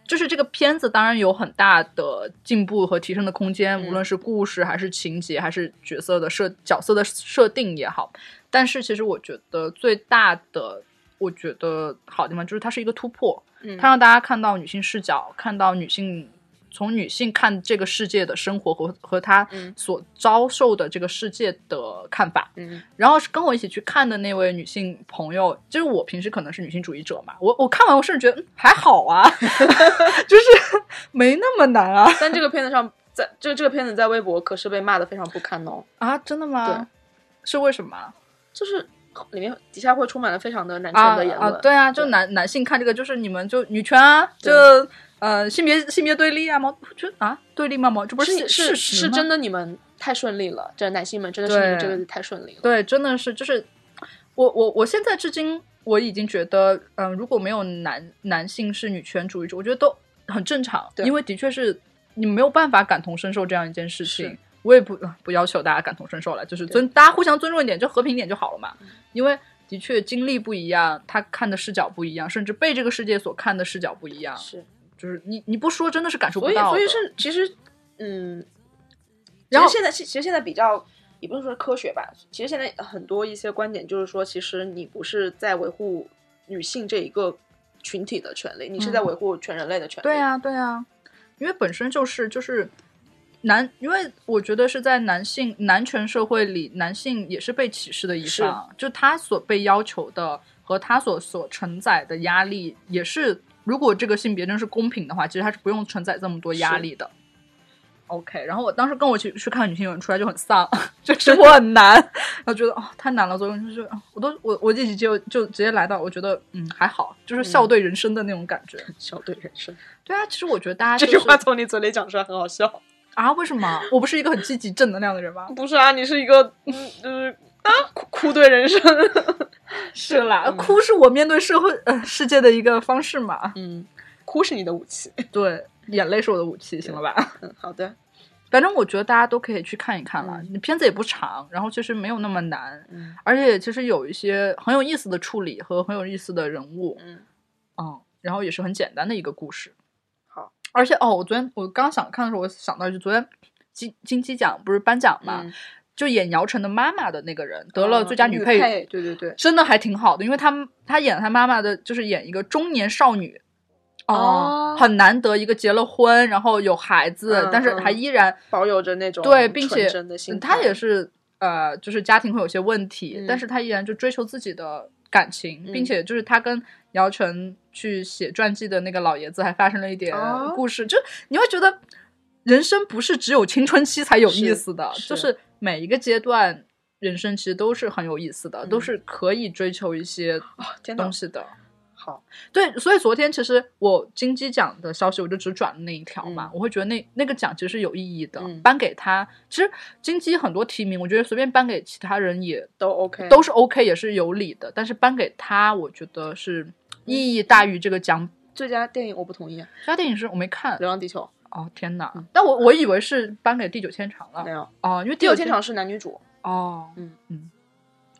C: 就是这个片子当然有很大的进步和提升的空间，
B: 嗯
C: 无论是故事还是情节，还是角色的设角色的设定也好。但是其实我觉得最大的，我觉得好的地方就是它是一个突破，
B: 嗯，
C: 它让大家看到女性视角，看到女性从女性看这个世界的生活和和她
B: 嗯
C: 所遭受的这个世界的看法。
B: 嗯
C: 然后是跟我一起去看的那位女性朋友，就是我平时可能是女性主义者嘛，我我看完我甚至觉得、嗯、还 好啊， 就是没那么难啊
B: 但这个片子上，在这这个片子在微博可是被骂的非常不堪哦，
C: 啊，真的吗？是为什么？
B: 就是里面底下会充满了非常的男
C: 啊
B: 权的言
C: 啊
B: 论，，
C: 对啊，就
B: 对
C: 男男性看这个就是你们就女权啊，就呃性别性别对立啊，矛就啊对立吗？矛这不
B: 是
C: 事
B: 是
C: 实
B: 是
C: 吗
B: 真的，你们太顺利了，这男性们真的是你们这
C: 对
B: 个太顺利了。
C: 对，真的是就是我我我现在至今我已经觉得，嗯、如果没有男男性是女权主义者，我觉得都很正常，
B: 对
C: 因为的确是你没有办法感同身受这样一件事情
B: 是。
C: 我也不不要求大家感同身受了，就是尊大家互相尊重一点，就和平一点就好了
B: 嗯
C: 嘛。因为的确经历不一样，他看的视角不一样，甚至被这个世界所看的视角不一样，
B: 是，
C: 就是你你不说真的是感受不
B: 所以
C: 到的。
B: 所以是其实嗯，
C: 然
B: 其
C: 后
B: 实现在其其实现在比较，也不是说科学吧，其实现在很多一些观点就是说，其实你不是在维护女性这一个群体的权利，你是在
C: 嗯
B: 维护全人类的权利。
C: 对啊，对啊，因为本身就是就是男，因为我觉得是在男性男权社会里，男性也是被歧视的一
B: 是
C: 方，就他所被要求的和他所所承载的压力，也是如果这个性别真是公平的话，其实他是不用承载这么多压
B: 是
C: 力的。OK，然后我当时跟我去去看女性有人出来就很丧， 就 生活很难，然后觉得哦太难了，所以就是哦我都我我自己就就直接来到，我觉得嗯还好，就是笑
B: 嗯
C: 对人生的那种感觉。
B: 小对人生
C: 对啊，其实我觉得大家、
B: 这
C: 就是、
B: 句话从你嘴里讲出来很好 笑。
C: 啊，为什么我不是一个很积极正能量的人吗？
B: 不是啊，你是一个嗯就是啊哭哭对人生。
C: 是啦，
B: 嗯
C: 呃哭是我面对社会呃世界的一个方式嘛。
B: 嗯，哭是你的武器。
C: 嗯对，眼泪是我的武器，行了吧？
B: 嗯，好的。
C: 反正我觉得大家都可以去看一看啦，片子也不长，然后其实没有那么难，
B: 嗯
C: 而且其实有一些很有意思的处理和很有意思的人物，
B: 嗯，
C: 嗯，然后也是很简单的一个故事。
B: 好，
C: 而且哦，我昨天我刚想看的时候，我想到就昨天金金鸡奖不是颁奖嘛，
B: 嗯
C: 就演姚晨的妈妈的那个人得了最佳
B: 嗯女
C: 配
B: 对对对。
C: 真的还挺好的，因为他他演他妈妈的，就是演一个中年少女，
B: 哦
C: 很难得一个结了婚，然后有孩子，
B: 嗯
C: 但是
B: 嗯
C: 还依然
B: 保有着那种
C: 对，并且
B: 纯真的心态
C: 他也是呃，就是家庭会有些问题，
B: 嗯
C: 但是他依然就追求自己的感情，
B: 嗯
C: 并且就是他跟姚晨去写传记的那个老爷子还发生了一点
B: 哦
C: 故事，就你会觉得人生不是只有青春期才有意思的，
B: 是是
C: 就是每一个阶段。人生其实都是很有意思的，
B: 嗯
C: 都是可以追求一些
B: 哦天哪
C: 东，西的。
B: 好，
C: 对，所以昨天其实我金鸡奖的消息，我就只转了那一条嘛。
B: 嗯
C: 我会觉得那那个奖其实是有意义的，
B: 嗯
C: 颁给他。其实金鸡很多提名，我觉得随便颁给其他人也
B: 都 OK，
C: 都是 OK，也是有理的。但是颁给他，我觉得是意义大于这个奖。
B: 最佳电影我不同意，《
C: 其他电影是我没看
B: 流浪地球
C: 哦，天哪！
B: 嗯
C: 但我我以为是颁给《地久天长》》
B: 没
C: 了
B: 有，
C: 哦，因为《
B: 《地久天
C: 天
B: 长》是男女主，
C: 哦，
B: 嗯
C: 嗯。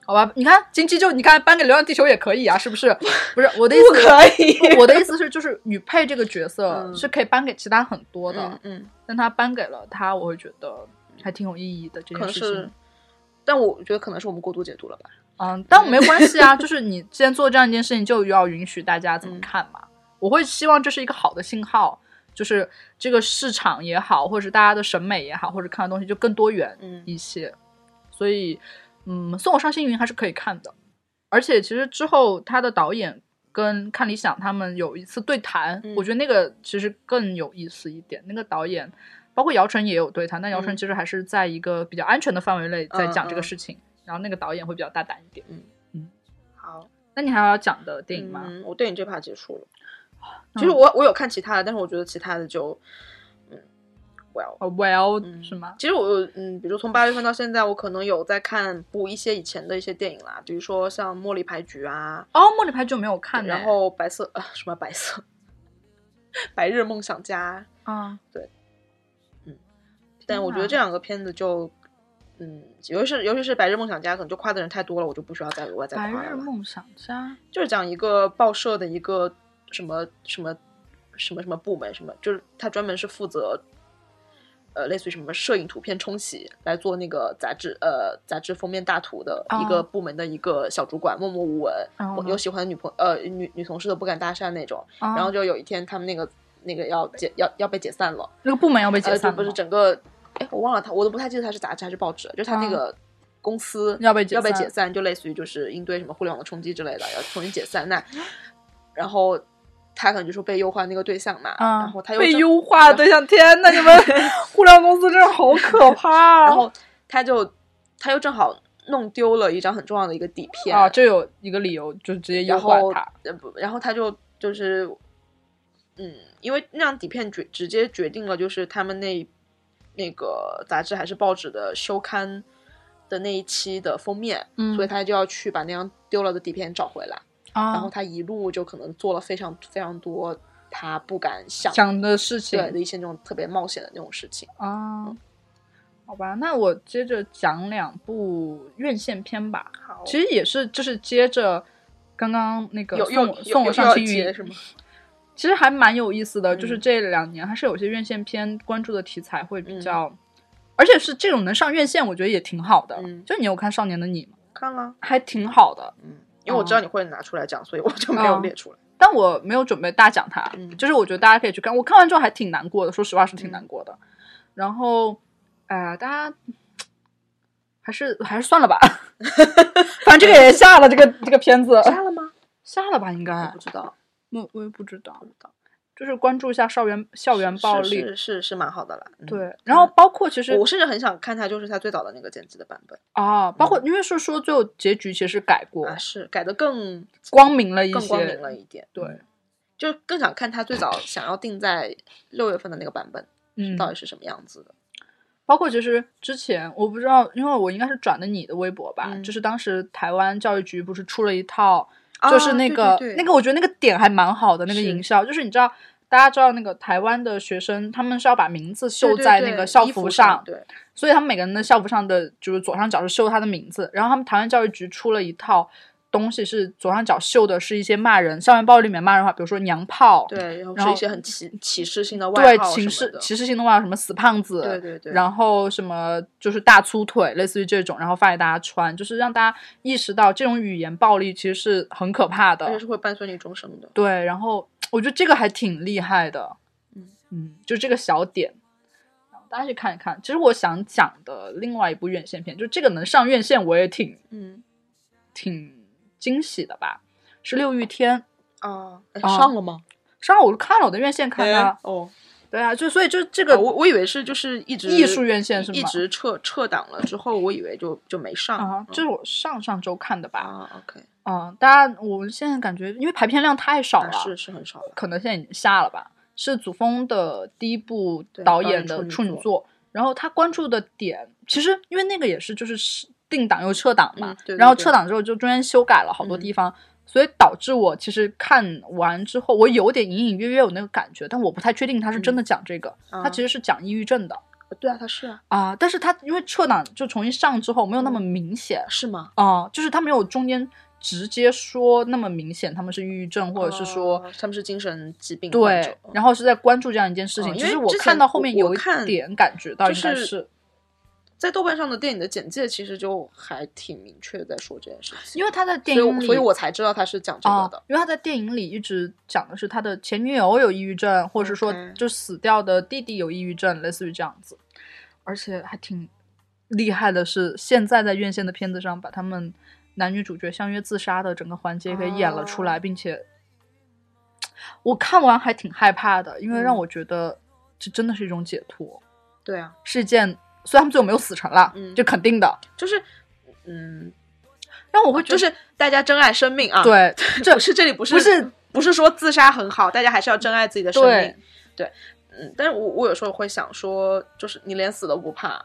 C: 好吧，你看金鸡就你看颁给《流浪地球》也可以啊，是不是？ 不是我的意
B: 不
C: 思，
B: 可以。
C: 不 我的意思是，就是女配这个角色
B: 嗯
C: 是可以颁给其他很多的，
B: 嗯嗯，
C: 但她颁给了她，我会觉得还挺有意义的这
B: 可
C: 件
B: 能
C: 事
B: 是
C: 情。，
B: 但我觉得可能是我们过度解读了吧。
C: 嗯，但没关 系啊，就是你既然做这样一件事情，就要允许大家怎么
B: 嗯
C: 看嘛。我会希望这是一个好的信号，就是这个市场也好，或者是大家的审美也好，或者看的东西就更多元
B: 嗯
C: 一些。所以，嗯，送我上星云还是可以看的。而且其实之后他的导演跟看理想他们有一次对谈，
B: 嗯
C: 我觉得那个其实更有意思一点。那个导演包括姚晨也有对谈，但姚晨
B: 嗯
C: 其实还是在一个比较安全的范围内在
B: 嗯
C: 讲这个
B: 嗯
C: 事情，然后那个导演会比较大胆一点。
B: 好，
C: 那你还要讲的电影吗？
B: 嗯，我电影这趴结束了。
C: 嗯
B: 其实我我有看其他的，但是我觉得其他的就，嗯，well。
C: 哦 well，、
B: 嗯
C: 是吗？
B: 其实我嗯，比如从八月份到现在，我可能有在看补一些以前的一些电影啦，比如说像《茉莉牌局》啊，
C: 哦，《茉莉牌》就没有看，
B: 然后白色呃什么白色， 白日梦想家。
C: 啊，
B: 对，嗯，
C: 天
B: 但我觉得
C: 哪
B: 这两个片子就，嗯，尤其是尤其是白日梦想家，可能就夸的人太多了，我就不需要再额外再
C: 白
B: 夸
C: 日
B: 了。
C: 梦想家
B: 就是讲一个报社的一个什么什么什么什么部门，什么就是他专门是负责。呃，类似于什么摄影、图片冲洗来做那个杂志，呃，杂志封面大图的一个
C: 哦
B: 部门的一个小主管，默默无闻，
C: 然后
B: 我
C: 呢
B: 有喜欢的女朋呃女女同事都不敢搭讪那种。
C: 啊，
B: 然后就有一天他们那个那个要解要要被解散了，
C: 那个部门要被解
B: 呃，就
C: 散了吗，
B: 不是整个，哎，我忘了他，我都不太记得他是杂志还是报纸，就是他那
C: 啊
B: 个公司
C: 要被 解
B: 要被
C: 散
B: 解散，就类似于就是应对什么互联网的冲击之类的，要重新解散那，然后他可能就说被优化那个对象嘛，
C: 啊，
B: 然后他又
C: 被
B: 正
C: 优化的对象，天 呐，你们互联网公司真的好可怕啊！
B: 然后他就他又正好弄丢了一张很重要的一个底片
C: 啊，就有一个理由就直接优
B: 然
C: 化
B: 后
C: 它。
B: 呃不，然后他就就是，嗯，因为那张底片决直接决定了，就是他们那那个杂志还是报纸的休刊的那一期的封面，
C: 嗯
B: 所以他就要去把那张丢了的底片找回来。然后
C: 啊，
B: 他一路就可能做了非常非常多他不敢想
C: 想的事情
B: 对的一些那种特别冒险的那种事情。
C: 啊，好吧，那我接着讲两部院线片吧。
B: 好
C: 其实也是，就是接着刚刚那个
B: 有
C: 送
B: 又
C: 我送我上青云
B: 是吗？
C: 其实还蛮有意思的，
B: 嗯嗯
C: 就是这两年还是有些院线片关注的题材会比较，而且是这种能上院线，我觉得也挺好的。
B: 嗯
C: 就你有看《少年的你》吗？
B: 看了，
C: 还挺好的，
B: 嗯，因为我知道你会拿出来讲，所以我就没有
C: 哦
B: 列出来。
C: 但我没有准备大讲它，
B: 嗯
C: 就是我觉得大家可以去看，我看完之后还挺难过的，说实话是挺难过的。然后，哎、大家还是还是算 了吧，反正这个也下了，这个这个片子
B: 下了吗？
C: 下了吧，应
B: 我
C: 该
B: 不知道，
C: 我我也不知道
B: 不，知道。
C: 就是关注一下校园校园暴力，
B: 是是是是蛮好的啦。嗯，
C: 对。然后包括其实
B: 我甚至很想看它，就是它最早的那个剪辑的版本
C: 啊，包括因为是说最后结局其实改过，
B: 嗯啊，是改的更
C: 光明了一
B: 更
C: 些，
B: 光明了一点。
C: 对，
B: 就更想看它最早想要定在六月份的那个版本
C: 嗯，
B: 到底是什么样子的。
C: 包括其实之前我不知道，因为我应该是转的你的微博吧，
B: 嗯
C: 就是当时台湾教育局不是出了一套，
B: 啊
C: 就是那
B: 对
C: 个、
B: 对对
C: 那个，我觉得那个点还蛮好的，那个
B: 是
C: 营销，就是你知道。大家知道那个台湾的学生，他们是要把名字
B: 对
C: 绣
B: 对
C: 在
B: 对
C: 那个校
B: 衣
C: 服
B: 服
C: 上，
B: 对，
C: 所以他们每个人的校服上的就是左上角是绣他的名字。然后他们台湾教育局出了一套东西，是左上角绣的是一些骂人校园暴力里面骂人话，比如说娘炮，
B: 对，然后
C: 然
B: 是
C: 后
B: 一些很歧歧视性的外
C: 对
B: 号
C: 歧
B: 什
C: 视
B: 么的，
C: 歧视性的外号，什么死胖子，
B: 对对对，
C: 然后什么就是大粗腿，类似于这种，然后发给大家穿，就是让大家意识到这种语言暴力其实是很可怕
B: 而且
C: 的
B: 是。会伴随你终生的。
C: 对，然后我觉得这个还挺厉害的，
B: 嗯
C: 嗯，就这个小点，然后大家去看一看。其实我想讲的另外一部院线片，就这个能上院线，我也挺
B: 嗯，
C: 挺惊喜的吧，是《六欲天》。
B: 啊，哎
C: 啊
B: 上了吗？
C: 上午我看了我的院线看的
B: 哎
C: 啊，
B: 哦，
C: 对啊，就所以就这
B: 啊
C: 个
B: 我我以为是就是一直
C: 艺术院线是吗
B: 一直撤撤档了之后，我以为就就没上
C: 啊，这是我上上周看的吧，
B: 嗯啊，OK，
C: 嗯，大家，我现在感觉，因为排片量太少
B: 啊
C: 了，
B: 是是很少了，
C: 可能现在已经下了吧。是祖峰的第一部
B: 对
C: 导
B: 导演
C: 演的
B: 处
C: 处
B: 女
C: 女
B: 作
C: 作，然后他关注的点，其实因为那个也是就是是定档又撤档嘛，
B: 嗯对对
C: 然后
B: 对
C: 撤档之后就中间修改了好多
B: 嗯
C: 地方，所以导致我其实看完之后，我有点隐隐约约有那个感觉，但我不太确定他是真的讲这个，
B: 啊
C: 他其实是讲抑郁症的
B: 对啊，他是啊，
C: 啊、但是他因为撤档就重新上之后没有那么
B: 嗯
C: 明显，
B: 是吗？
C: 哦、就是他没有中间直接说那么明显他们是抑郁症，或者是说、
B: 哦他们是精神疾病患
C: 对
B: 者，嗯
C: 然后是在关注这样一件事情。
B: 哦因
C: 其
B: 为
C: 实我
B: 之前
C: 看到后面
B: 我
C: 有
B: 我
C: 一
B: 看
C: 点感觉到
B: 就
C: 应该
B: 是在豆瓣上的电影的简介其实就还挺明确的在说这件事情，
C: 因为他在电
B: 所以
C: 影
B: 我
C: 里，
B: 所以我才知道他是讲这
C: 啊、
B: 个的。
C: 因为他在电影里一直讲的是他的前女友有抑郁症，或者是说
B: OK
C: 就死掉的弟弟有抑郁症，类似于这样子，而且还挺厉害的是，现在在院线的片子上把他们男女主角相约自杀的整个环节给演了出来，
B: 哦
C: 并且我看完还挺害怕的，因为让
B: 嗯
C: 我觉得这真的是一种解脱，
B: 对啊，
C: 是一件虽然他们最后没有死成啦，
B: 嗯
C: 这肯定的，
B: 就是嗯，
C: 让我会觉
B: 就
C: 得、
B: 是大家珍爱生命啊。，
C: 对这
B: 不是这里不是
C: 不是
B: 不是说自杀很好，大家还是要珍爱自己的生
C: 对
B: 命。对，嗯，但是我我有时候会想说，就是你连死都不怕，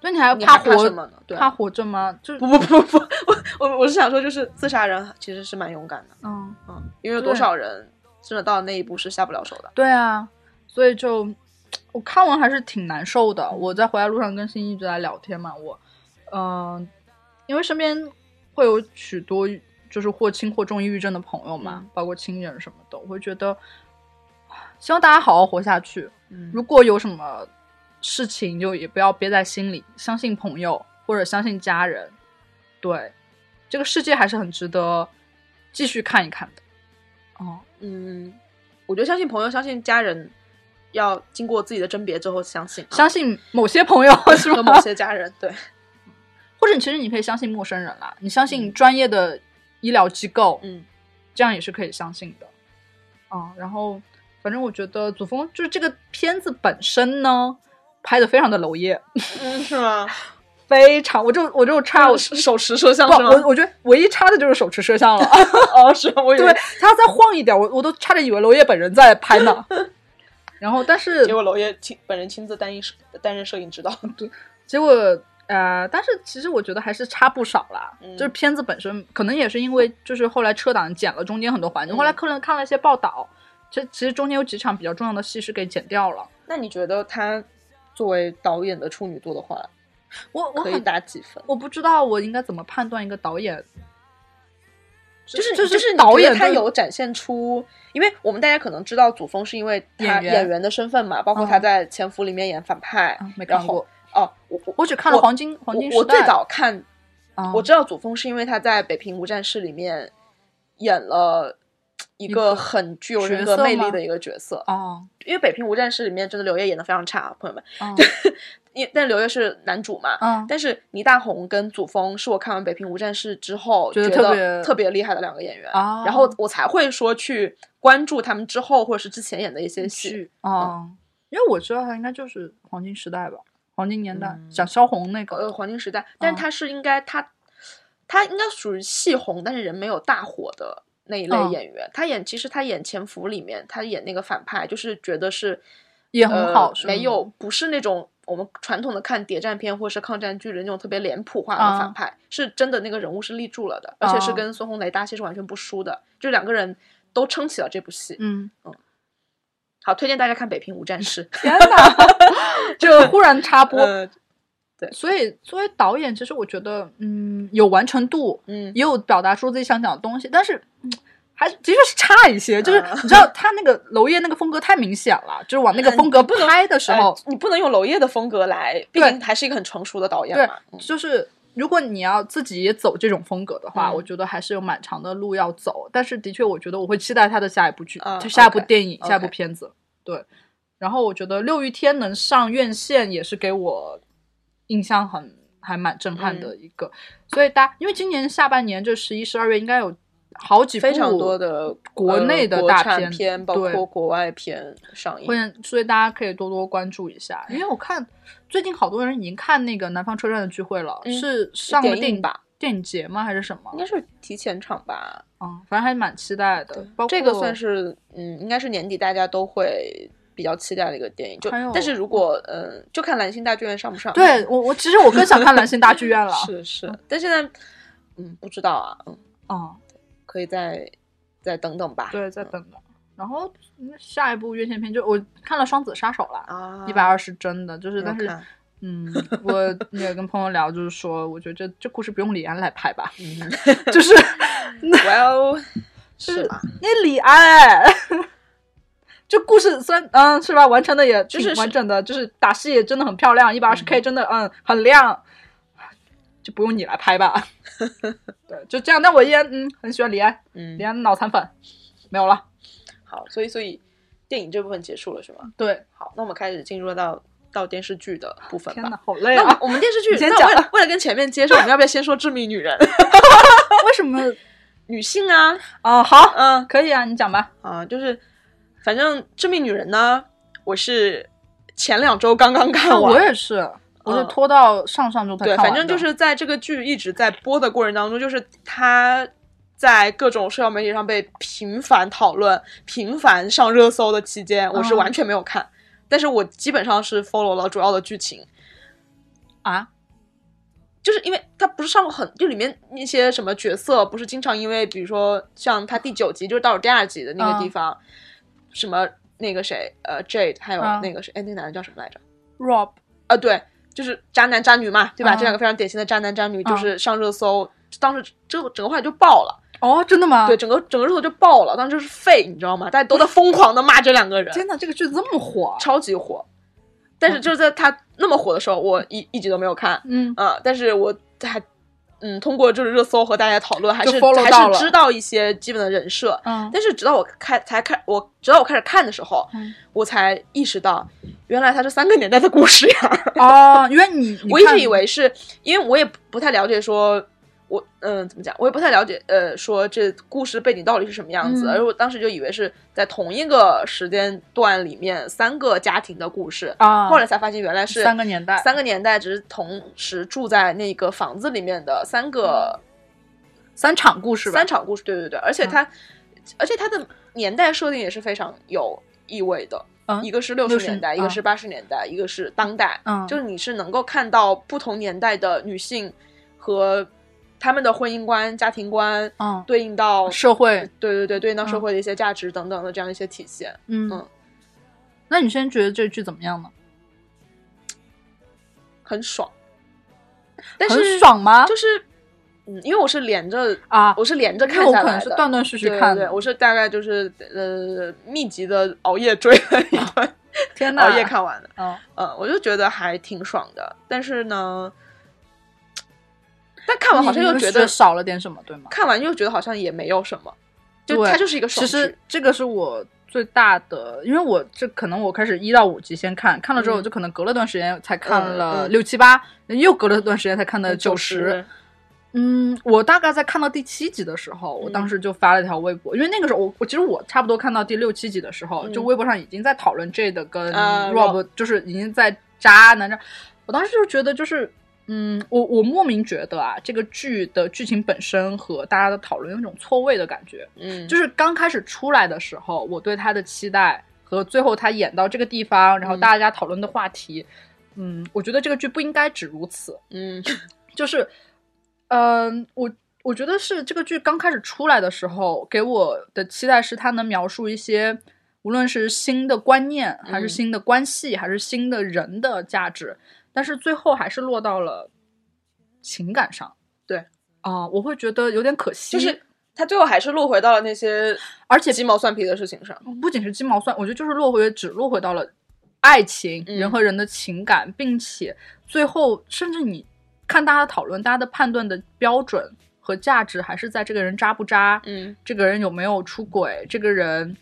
C: 对你还
B: 你
C: 啊怕
B: 还
C: 活
B: 什么呢？对啊，
C: 怕活着吗？就是
B: 不不不不，我我我是想说，就是自杀人其实是蛮勇敢的，
C: 嗯。
B: 嗯，因为有
C: 对
B: 多少人真的到了那一步是下不了手的。
C: 对啊，所以就我看完还是挺难受的。我在回来路上跟欣一直在聊天嘛，我嗯、呃因为身边会有许多就是或轻或重抑郁症的朋友嘛，
B: 嗯
C: 包括亲人什么的，我会觉得希望大家好好活下去。
B: 嗯
C: 如果有什么事情，就也不要憋在心里，相信朋友或者相信家人。对，这个世界还是很值得继续看一看的。哦，
B: 嗯，我觉得相信朋友，相信家人，要经过自己的甄别之后相信啊
C: 相信某些朋友 是
B: 和
C: 吗？
B: 某些家人，对，
C: 或者你其实你可以相信陌生人啦，你相信专业的医疗机构，
B: 嗯，
C: 这样也是可以相信的。啊，然后反正我觉得祖峰就是这个片子本身呢，拍的非常的娄烨，
B: 嗯，是吗？
C: 非常，我就我就差我
B: 手持摄像
C: 不，
B: 是
C: 我
B: 嗯吗？
C: 我觉得唯一差的就是手持摄像了。
B: 哦，是我以
C: 对
B: 为，
C: 他再晃一点，我我都差点以为娄烨本人在拍 呢。然后，但是
B: 结果娄烨亲本人亲自担任摄担任摄影指导，
C: 结果呃，但是其实我觉得还是差不少啦。
B: 嗯
C: 就是片子本身可能也是因为就是后来车档剪了中间很多环节，
B: 嗯
C: 后来看了看了一些报道，这其实中间有几场比较重要的戏是给剪掉了。
B: 那你觉得他作为导演的处女座的话，
C: 我我
B: 可以
C: 很
B: 打几分？
C: 我不知道我应该怎么判断一个导演，
B: 就是
C: 就是
B: 是你
C: 导
B: 觉得
C: 演
B: 他
C: 对
B: 有展现出，因为我们大家可能知道祖峰是因为他
C: 演员
B: 演员的身份嘛，包括他
C: 嗯
B: 在《潜伏》里面演反派
C: 啊，没
B: 然
C: 看
B: 后
C: 过。
B: 哦，我我
C: 我只看了
B: 我
C: 黄金黄金时代。
B: 我我最早看
C: 啊，
B: 我知道祖峰是因为他在《北平无战事》里面演了一
C: 一
B: 个
C: 个
B: 很具有人
C: 角
B: 格
C: 色
B: 魅力
C: 吗
B: 的一个角色，
C: 哦，
B: 因为《北平无战事》里面真的刘烨演的非常差，朋友们，
C: 嗯
B: 因但刘烨是男主嘛。
C: 嗯，
B: 但是倪大红跟祖峰是我看完《北平无战事》之后
C: 觉得特别
B: 特别厉害的两个演员，
C: 哦
B: 然后我才会说去关注他们之后或者是之前演的一些戏。
C: 剧哦，因为我知道他应该就是黄金时代吧，黄金年代
B: 嗯，
C: 讲萧红那
B: 呃，
C: 个，
B: 黄金时代，但
C: 嗯
B: 他是应该他他应该属于戏红，但是人没有大火的那一类
C: 嗯
B: 演员。他演其实他演《潜伏》里面，他演那个反派，就是觉得是
C: 也很
B: 呃
C: 好是吗
B: 没有不是那种我们传统的看谍战片或是抗战剧的那种特别脸谱化的反
C: 啊
B: 派，是真的那个人物是立住了的，而且是
C: 哦
B: 跟孙红雷搭戏是完全不输的，就两个人都撑起了这部戏。
C: 嗯，
B: 好，推荐大家看《北平无战事》
C: 天哪， 就忽然插播。
B: 呃。
C: 所以作为导演，其实我觉得，嗯，有完成度，
B: 嗯，
C: 也有表达出自己想讲的东西，但是。嗯还是的确是差一些，就是
B: 啊
C: 你知道他那个娄烨那个风格太明显了，就是往那个风格拍的时
B: 哎
C: 候，
B: 你不能用娄烨的风格来，毕
C: 对
B: 竟还是一个很成熟的导演
C: 对
B: 嘛。嗯
C: 就是如果你要自己也走这种风格的话，
B: 嗯
C: 我觉得还是有蛮长的路要走。但是的确，我觉得我会期待他的下一部剧、
B: 啊
C: 就下一部
B: OK，
C: 电影、下一部
B: OK
C: 片子。对，然后我觉得《六欲天》能上院线也是给我印象很还蛮震
B: 嗯
C: 撼的一个。所以大因为今年下半年这十一、十二月应该有好几部
B: 非常多的
C: 国内
B: 呃
C: 的
B: 国
C: 大
B: 产
C: 片
B: 片，包
C: 对
B: 括国外片上映。
C: 会，所以大家可以多多关注一下，
B: 哎
C: 因为我看最近好多人已经看那个《南方车站的聚会》了，
B: 嗯
C: 是上了
B: 电影
C: 电影
B: 吧？
C: 电影节吗？还是什么
B: 应？该是提前场吧？呃
C: 嗯，反正还蛮期待的。包括
B: 这个算是嗯，应该是年底大家都会比较期待的一个电影。就
C: 还有
B: 但是如果嗯，就看蓝星大剧院上不上。。
C: 对我，我其实我更想看蓝星大剧院了
B: 是是，但现在嗯不知道啊，嗯，
C: 嗯，
B: 可以再再等等吧。
C: 对，再等等。然后嗯下一部院线片就我看了《双子杀手》了，
B: 啊，
C: 一百二十帧的，就是
B: 没有
C: 但是
B: 看
C: 嗯， 我也跟朋友聊，就是说我觉得这这故事不用李安来拍 吧，
B: 嗯
C: 就是
B: ，Well，
C: 是
B: 嗯哦是吧？
C: 那李安 哎。就故事虽然嗯是吧，完成的也
B: 是
C: 挺
B: 是
C: 完整的，就是打戏也真的很漂亮，一百二十 K 真的嗯很亮，就不用你来 拍吧。对，就这样。但我依然嗯很喜欢李安，
B: 嗯
C: 李，安脑残粉没有了。
B: 好，所以所以电影这部分结束了是吗？
C: 对，
B: 好，那我们开始进入到到电视剧的部分
C: 天
B: 吧
C: 哪。，好累
B: 那我们
C: 啊！
B: 我们电视剧，
C: 你先
B: 那
C: 讲啊
B: 为了为了跟前面接上，我们要不要先说《致命女人》
C: 为 什么？
B: 女性啊？
C: 哦，好，
B: 嗯
C: 可以啊，你讲吧。
B: 啊，就是反正《致命女人》呢，我是前两周刚刚看
C: 啊我
B: 完。
C: 也是，我是拖到上上周才
B: 嗯对，
C: 看完
B: 反
C: 的
B: 正就是在这个剧一直在播的过程当中，就是她在各种社交媒体上被频繁讨论、频繁上热搜的期间，我是
C: 嗯
B: 完全没有看，但是我基本上是 follow 了主要的剧情。
C: 啊，
B: 就是因为它不是上过很，就里面那些什么角色，不是经常因为，比如说像他第九集，就是倒数第二集的那个地方，什么那个谁，呃，Jade，还有
C: 嗯
B: 那个谁，哎、那个男的叫什么来着？
C: Rob
B: 啊，对，就是渣男渣女嘛，对吧？
C: 嗯
B: 这两个非常典型的渣男渣女，
C: 嗯
B: 就是上热搜，当时这个整个话题就爆了，
C: 哦，真的吗？
B: 对，，整个整个热搜就爆了，当时就是废，你知道吗？大家都在疯狂的骂这两个人，
C: 天哪，这个剧这么火，
B: 超级火。但是就是在他那么火的时候，我一一集都没有看，
C: 嗯
B: 啊，但是我还嗯通过就是热搜和大家讨论，还
C: 就是 follow
B: 还
C: 到
B: 是
C: 了
B: 知道一些基本的人设。
C: 嗯，
B: 但是直到我开才开我直到我开始看的时候，
C: 嗯
B: 我才意识到，原来它是三个年代的故事呀。
C: 哦，因为你，你
B: 我一直
C: 看
B: 以为是因为我也不太了解说。我嗯、怎么讲，我也不太了解，呃，说这故事背景到底是什么样子。
C: 嗯
B: 而我当时就以为是在同一个时间段里面三个家庭的故事，
C: 啊，
B: 后来才发现原来是
C: 三个年代，
B: 三个年代，只是同时住在那个房子里面的三个
C: 三场故嗯事吧，
B: 三场故事。对对对，而且
C: 嗯
B: 它，而且它的年代设定也是非常有意味的。
C: 嗯
B: 一个是六十
C: 60
B: 年代，一个是八十年代，一个是当代。
C: 嗯
B: 就是你是能够看到不同年代的女性和她们的婚姻观、家庭观
C: 嗯，
B: 对应到
C: 社会，
B: 对对对对应到社
C: 嗯
B: 会的一些价值等等的这样一些体现。
C: 嗯
B: 嗯
C: 那你现在觉得这剧怎么样呢？
B: 很爽，但
C: 很
B: 是
C: 爽啊吗？
B: 就是，嗯，因为我是连着
C: 啊，
B: 我是连着
C: 因为
B: 看
C: 我
B: 下
C: 可能
B: 来
C: 是
B: 的。
C: 断断续续
B: 对
C: 看
B: 对
C: 的。
B: 对，我是大概就是呃密集的熬夜追了一
C: 啊
B: 段，
C: 天哪，
B: 熬夜，哦看完的。
C: 嗯，
B: 嗯，我就觉得还挺爽的，但是呢，但看完好像
C: 你
B: 又
C: 你
B: 觉
C: 就
B: 得
C: 少了点什么，对吗？
B: 看完又觉得好像也没有什么，就
C: 对
B: 它就是一个爽
C: 其
B: 剧。
C: 实这个是我最大的，因为我这可能我开始一到五集先看，看了之后
B: 嗯
C: 我就可能隔了段时间才看
B: 嗯
C: 了
B: 嗯
C: 六七八，又隔了段时间才看的
B: 九
C: 呃九十。，嗯，我大概在看到第七集的时候，我
B: 嗯
C: 当时就发了一条微博，因为那个时候我我其实我差不多看到第六七集的时候，
B: 嗯
C: 就微博上已经在讨论 Jade 跟
B: 啊
C: Rob，、就是已经在渣男这，我当时就觉得就是。嗯，我我莫名觉得啊，这个剧的剧情本身和大家的讨论有一种错位的感觉。
B: 嗯，
C: 就是刚开始出来的时候，我对他的期待和最后他演到这个地方，然后
B: 嗯
C: 大家讨论的话题，嗯我觉得这个剧不应该只如此。
B: 嗯
C: 就是，嗯、我我觉得是这个剧刚开始出来的时候，给我的期待是它能描述一些，无论是新的观念，还是
B: 嗯
C: 新的关系，还是新的人的价值，但是最后还是落到了情感上。
B: 对，
C: 啊、我会觉得有点可惜，
B: 就是它最后还是落回到了那些
C: 而且
B: 鸡毛蒜皮的事情上。
C: 不仅是鸡毛蒜，我觉得就是落回只落回到了爱情，
B: 嗯
C: 人和人的情感，并且最后甚至你看大家的讨论，大家的判断的标准和价值还是在这个人渣不渣，
B: 嗯
C: 这个人有没有出轨，这个人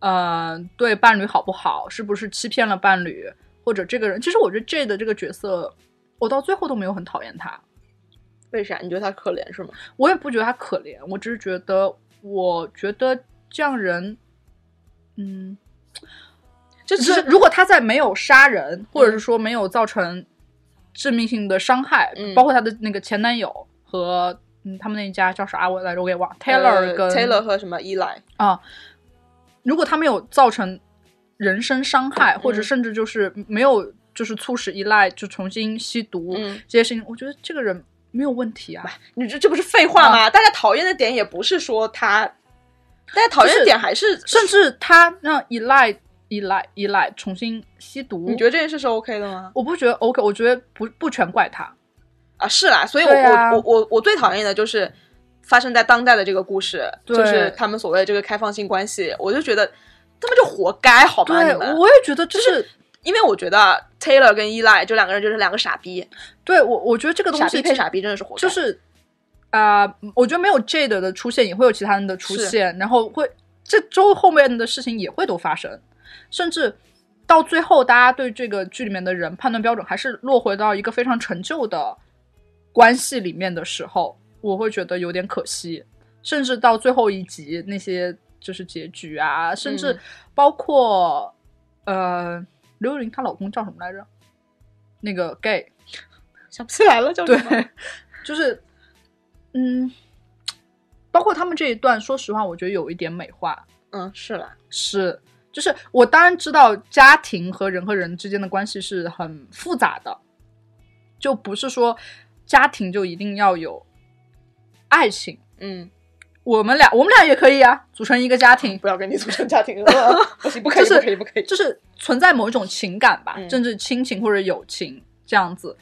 C: 呃对伴侣好不好，是不是欺骗了伴侣，或者这个人，其实我觉得 J 的这个角色，我到最后都没有很讨厌他，
B: 为啥？你觉得他可怜是吗？
C: 我也不觉得他可怜，我只是觉得，我觉得这样人，嗯。
B: 就
C: 就
B: 其
C: 是
B: 实
C: 如果他在没有杀人，或者是说没有造成致命性的伤害，
B: 嗯
C: 包括他的那个前男友和嗯他们那一家叫啥我来着，我给忘了，Taylor
B: 呃
C: 跟
B: Taylor 和什么依赖，
C: 啊，如果他没有造成人身伤害，或者
B: 嗯
C: 甚至就是没有就是促使依赖就重新吸毒、
B: 嗯
C: 这些事情，我觉得这个人没有问题啊。
B: 你这这不是废话
C: 啊
B: 吗？大家讨厌的点也不是说他，大家讨厌
C: 就
B: 的
C: 是
B: 点还是
C: 甚至他让依赖依赖依赖重新吸毒，
B: 你觉得这件事是 OK 的吗？
C: 我不觉得 OK，我觉得不不全怪他。
B: 啊，是啦，所以我、
C: 对啊
B: 我我我我最讨厌的就是发生在当代的这个故事，
C: 对
B: 就是他们所谓的这个开放性关系，我就觉得他们就活该好吗？
C: 对，
B: 你们，
C: 我也觉得就是
B: 因为我觉得啊 Taylor 跟依赖这两个人就是两个傻逼，
C: 对我，我觉得这个东
B: 傻
C: 西
B: 逼配傻逼真的是活该。
C: 就是啊、我觉得没有 Jade 的出现，也会有其他人的出现，然后会这周后面的事情也会都发生，甚至到最后，大家对这个剧里面的人判断标准还是落回到一个非常陈旧的关系里面的时候，我会觉得有点可惜，甚至到最后一集那些就是结局啊，甚至
B: 嗯
C: 包括、呃刘雨玲她老公叫什么来着？那个 gay，
B: 想不起来了叫什
C: 对
B: 么？，
C: 就是，嗯，包括他们这一段，说实话，我觉得有一点美化，
B: 嗯，是啦，
C: 是，就是我当然知道家庭和人和人之间的关系是很复杂的，就不是说家庭就一定要有爱情，
B: 嗯，
C: 我们俩我们俩也可以啊，组成一个家庭，
B: 不要跟你组成家庭 了，不行，不可以，
C: 就是
B: 不可以，不可以。
C: 就是存在某一种情感吧，
B: 嗯
C: 甚至亲情或者友情这样子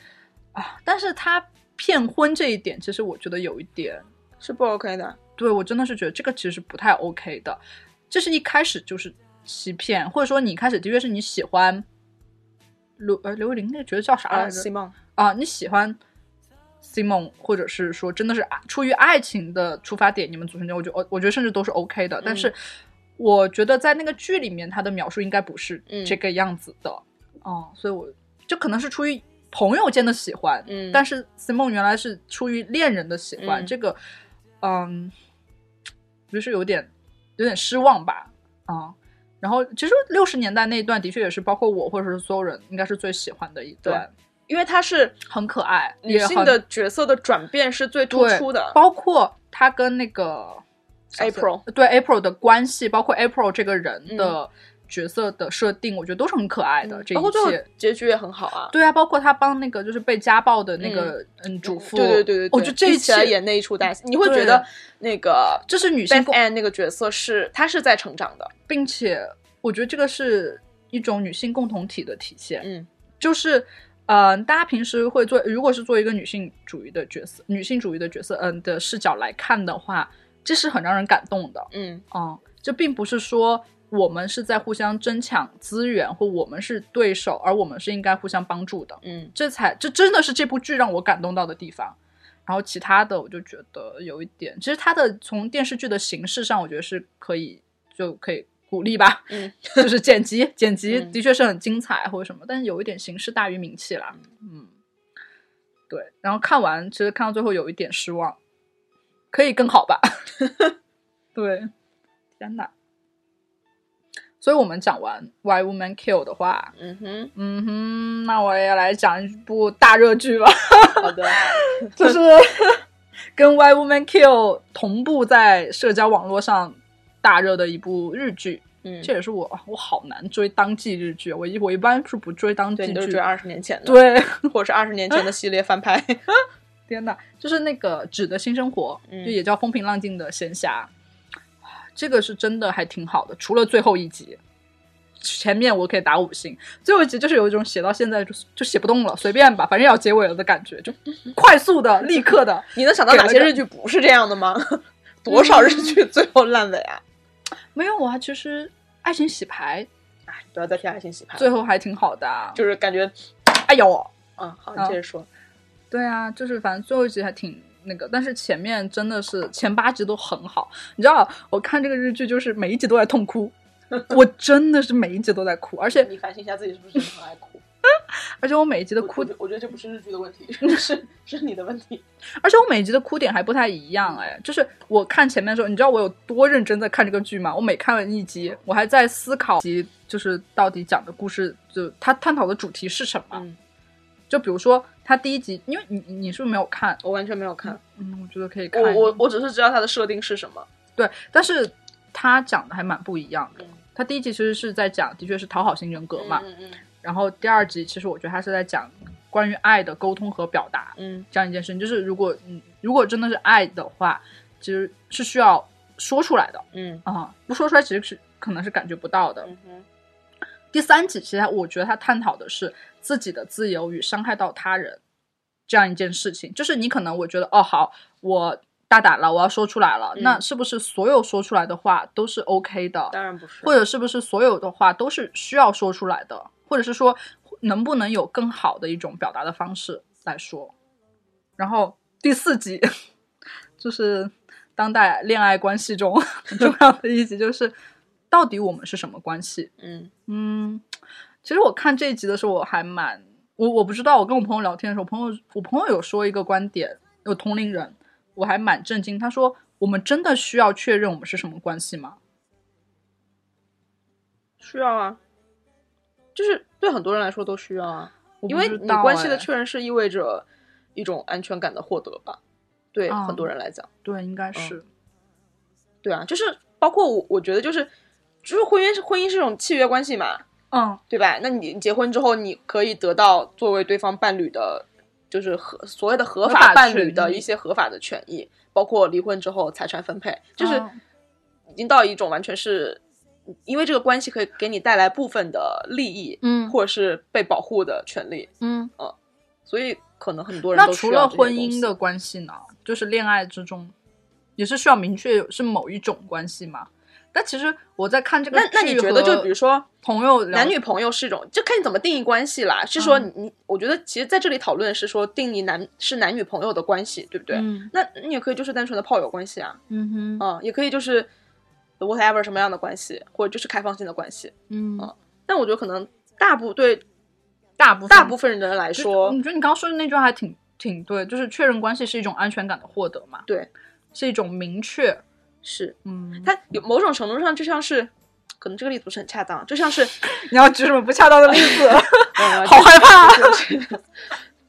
C: 啊，但是他骗婚这一点，其实我觉得有一点。
B: 是不 OK 的，
C: 对我真的是觉得这个其实不太 OK 的，这是一开始就是欺骗，或者说你一开始的确是你喜欢刘呃刘雨玲那个角色叫啥来
B: 啊，
C: 着
B: 希？望，
C: 啊，你喜欢 Simon，或者是说真的是爱出于爱情的出发点，你们组成家，我觉得我我觉得甚至都是 OK 的，但是
B: 嗯
C: 我觉得在那个剧里面，他的描述应该不是
B: 嗯
C: 这个样子的，哦、所以我就可能是出于朋友间的喜欢，
B: 嗯
C: 但是 Simon 原来是出于恋人的喜欢，
B: 嗯
C: 这个，嗯，就是有点有点失望吧，啊、然后其实六十年代那一段的确也是包括我或者是所有人应该是最喜欢的一段，
B: 因为她是
C: 很可爱，
B: 女
C: 也
B: 性
C: 很
B: 的角色的转变是最突
C: 对
B: 出的。
C: 包括他跟那个呃
B: April
C: 对 April 的关系，包括 April 这个人的角色的设定，我觉得都是很可爱的。
B: 嗯
C: 这
B: 包括
C: 一
B: 最后
C: 切，
B: 结局也很好啊。
C: 对啊，包括他帮那个就是被家暴的那个嗯主妇，
B: 对对对对对，
C: 我觉得这
B: 一起
C: 切
B: 来演那一出大戏，你会觉得
C: 对
B: 那个
C: 这是女
B: Beth
C: 性共，
B: Ann 那个角色是她是在成长的，
C: 并且我觉得这个是一种女性共同体的体现。
B: 嗯
C: 就是，呃，大家平时会做，如果是做一个女性主义的角色，女性主义的角色，嗯、的视角来看的话，这是很让人感动的。
B: 嗯
C: 嗯，这并不是说我们是在互相争抢资源，或我们是对手，而我们是应该互相帮助的。
B: 嗯
C: 这才这真的是这部剧让我感动到的地方。然后其他的我就觉得有一点，其实它的从电视剧的形式上，我觉得是可以就可以鼓励吧，
B: 嗯，
C: 就是剪辑剪辑
B: 嗯
C: 的确是很精彩或者什么，但是有一点形式大于名气啦，嗯，对。然后看完其实看到最后有一点失望，可以更好吧？ 对，天呐。所以我们讲完《Why Women Kill》的话，
B: 嗯 哼，
C: 嗯哼，那我也来讲一部大热 剧吧，
B: 好的，
C: 就是跟《Why Women Kill》同步在社交网络上大热的一部日剧。
B: 嗯，
C: 这也是我我好难追当季日剧，我一我一般是不追当季
B: 对，你
C: 剧
B: 都是
C: 的。
B: 追二十年前的，，
C: 对，
B: 或者是二十年前的系列翻 拍，
C: 天呐，就是那个《纸的新生活》
B: 嗯
C: 就也叫《风平浪静的闲暇》，这个是真的还挺好的，除了最后一集。前面我可以打五星，最后一集就是有一种写到现在就就写不动了，随便吧，反正要结尾了的感觉， 就快速的、立刻的，
B: 你能想到哪些日剧不是这样的吗？ 多少日
C: 嗯
B: 剧最后烂尾啊？
C: 没有啊。其实《爱情洗牌
B: 哎，不要再提爱情洗牌》
C: 最
B: 了，
C: 后还挺好的、啊，
B: 就是感觉，
C: 哎呦，
B: 嗯，好，你
C: 啊
B: 接着说，
C: 对啊，就是反正最后一集还挺那个，但是前面真的是前八集都很好。你知道，我看这个日剧就是每一集都在 痛哭，我真的是每一集都在哭，而且
B: 你反省一下自己是不是很爱哭？
C: 而且我每一集的
B: 嗯我
C: 哭，
B: 我觉得这不是日剧的问 题，是是你的问题。
C: 而且我每一集的哭点还不太一样哎。就是我看前面的时候，你知道我有多认真在看这个剧吗？我每看完一集，我还在思考集就是到底讲的故事，就他探讨的主题是什么。
B: 嗯
C: 就比如说他第一集，因为你你你是不是没有看？
B: 我完全没有看，
C: 嗯，我觉得可以看
B: 我
C: 一下。
B: 我我只是知道它的设定是什么。
C: 对，但是他讲的还蛮不一样的
B: 嗯。
C: 他第一集其实是在讲，的确是讨好型人格嘛。
B: 嗯嗯
C: 然后第二集其实我觉得他是在讲关于爱的沟通和表达
B: 嗯
C: 这样一件事情，就是如果嗯如果真的是爱的话，其实是需要说出来的
B: 嗯
C: 啊、不说出来其实是可能是感觉不到的。
B: 嗯哼
C: 第三集其实我觉得他探讨的是自己的自由与伤害到他人这样一件事情，就是你可能我觉得哦好，我大胆了，我要说出来了，
B: 嗯
C: 那是不是所有说出来的话都是 OK 的？
B: 当然不是，
C: 或者是不是所有的话都是需要说出来的，或者是说能不能有更好的一种表达的方式来说。然后第四集 就是当代恋爱关系中 很重要的一集，就是到底我们是什么关系？
B: 嗯
C: 嗯，其实我看这一集的时候，我还蛮我我不知道，我跟我朋友聊天的时候，我朋友我朋友有说一个观点，有同龄人，我还蛮震惊。他说：“我们真的需要确认我们是什么关系吗？”
B: 需要啊，就是对很多人来说都需要啊，
C: 我
B: 因
C: 不
B: 为
C: 知
B: 你
C: 道
B: 关系
C: 哎
B: 的确认是意味着一种安全感的获得吧，对
C: 嗯
B: 很多人来讲，
C: 对，应
B: 嗯
C: 该是、
B: 对啊，就是包括我，我觉得就是就是婚姻是婚姻是一种契约关系嘛，
C: 嗯，
B: 对吧？那你你结婚之后，你可以得到作为对方伴侣的，就是合所谓的合
C: 合
B: 法
C: 法
B: 伴
C: 权
B: 侣的
C: 益
B: 一些合法的权益，包括离婚之后财产分配，就是
C: 哦
B: 已经到一种完全是因为这个关系可以给你带来部分的利益，
C: 嗯
B: 或者是被保护的权利，
C: 嗯。
B: 所以可能很多人
C: 那
B: 都
C: 除
B: 需要
C: 了
B: 这些东
C: 婚
B: 西
C: 姻的，关系呢？就是恋爱之中，也是需要明确是某一种关系吗？但其实我在看这个
B: 那那你
C: 剧
B: 觉得就
C: 和
B: 比如说
C: 朋友聊
B: 男女朋友是一种，就看你怎么定义关系啦。是说
C: 嗯
B: 你，我觉得其实在这里讨论是说定义男是男女朋友的关系，对不对？
C: 嗯
B: 那你也可以就是单纯的炮友关系啊，
C: 嗯哼
B: 嗯，也可以就是 whatever 什么样的关系，或者就是开放性的关系。
C: 嗯
B: 但我觉得可能大部对
C: 大部分
B: 大部分人来
C: 就
B: 说
C: 我，觉得你刚刚说的那句话还挺挺对，就是确认关系是一种安全感的获得嘛，
B: 对，
C: 是一种明确，
B: 是
C: 嗯，
B: 它有某种程度上就像是，可能这个例子不是很恰当，就像 是
C: 你要举什么不恰当的例 子？
B: 呃
C: 好害怕啊！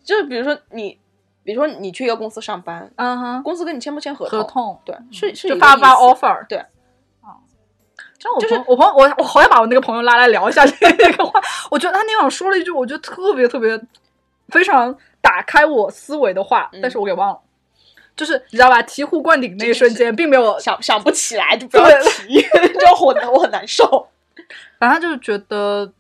B: 就是比如说你，比如说你去一个公司上班，
C: 嗯哼，
B: 公司跟你签不签合
C: 合 同
B: 对，是是
C: 就
B: 一个
C: 发
B: 意
C: 发
B: 思
C: offer，
B: 对。
C: 哦，像我
B: 就
C: 朋
B: 是
C: 友我朋友我我好想把我那个朋友拉来聊一下这个话， 我觉得他那晚说了一句我觉得特别特别非常打开我思维的话，
B: 嗯
C: 但是我给忘了，就是你知道吧？醍醐灌顶那一瞬间，并没有
B: 想想不起来就不要提， 这样我我很难受。
C: 反正就是觉得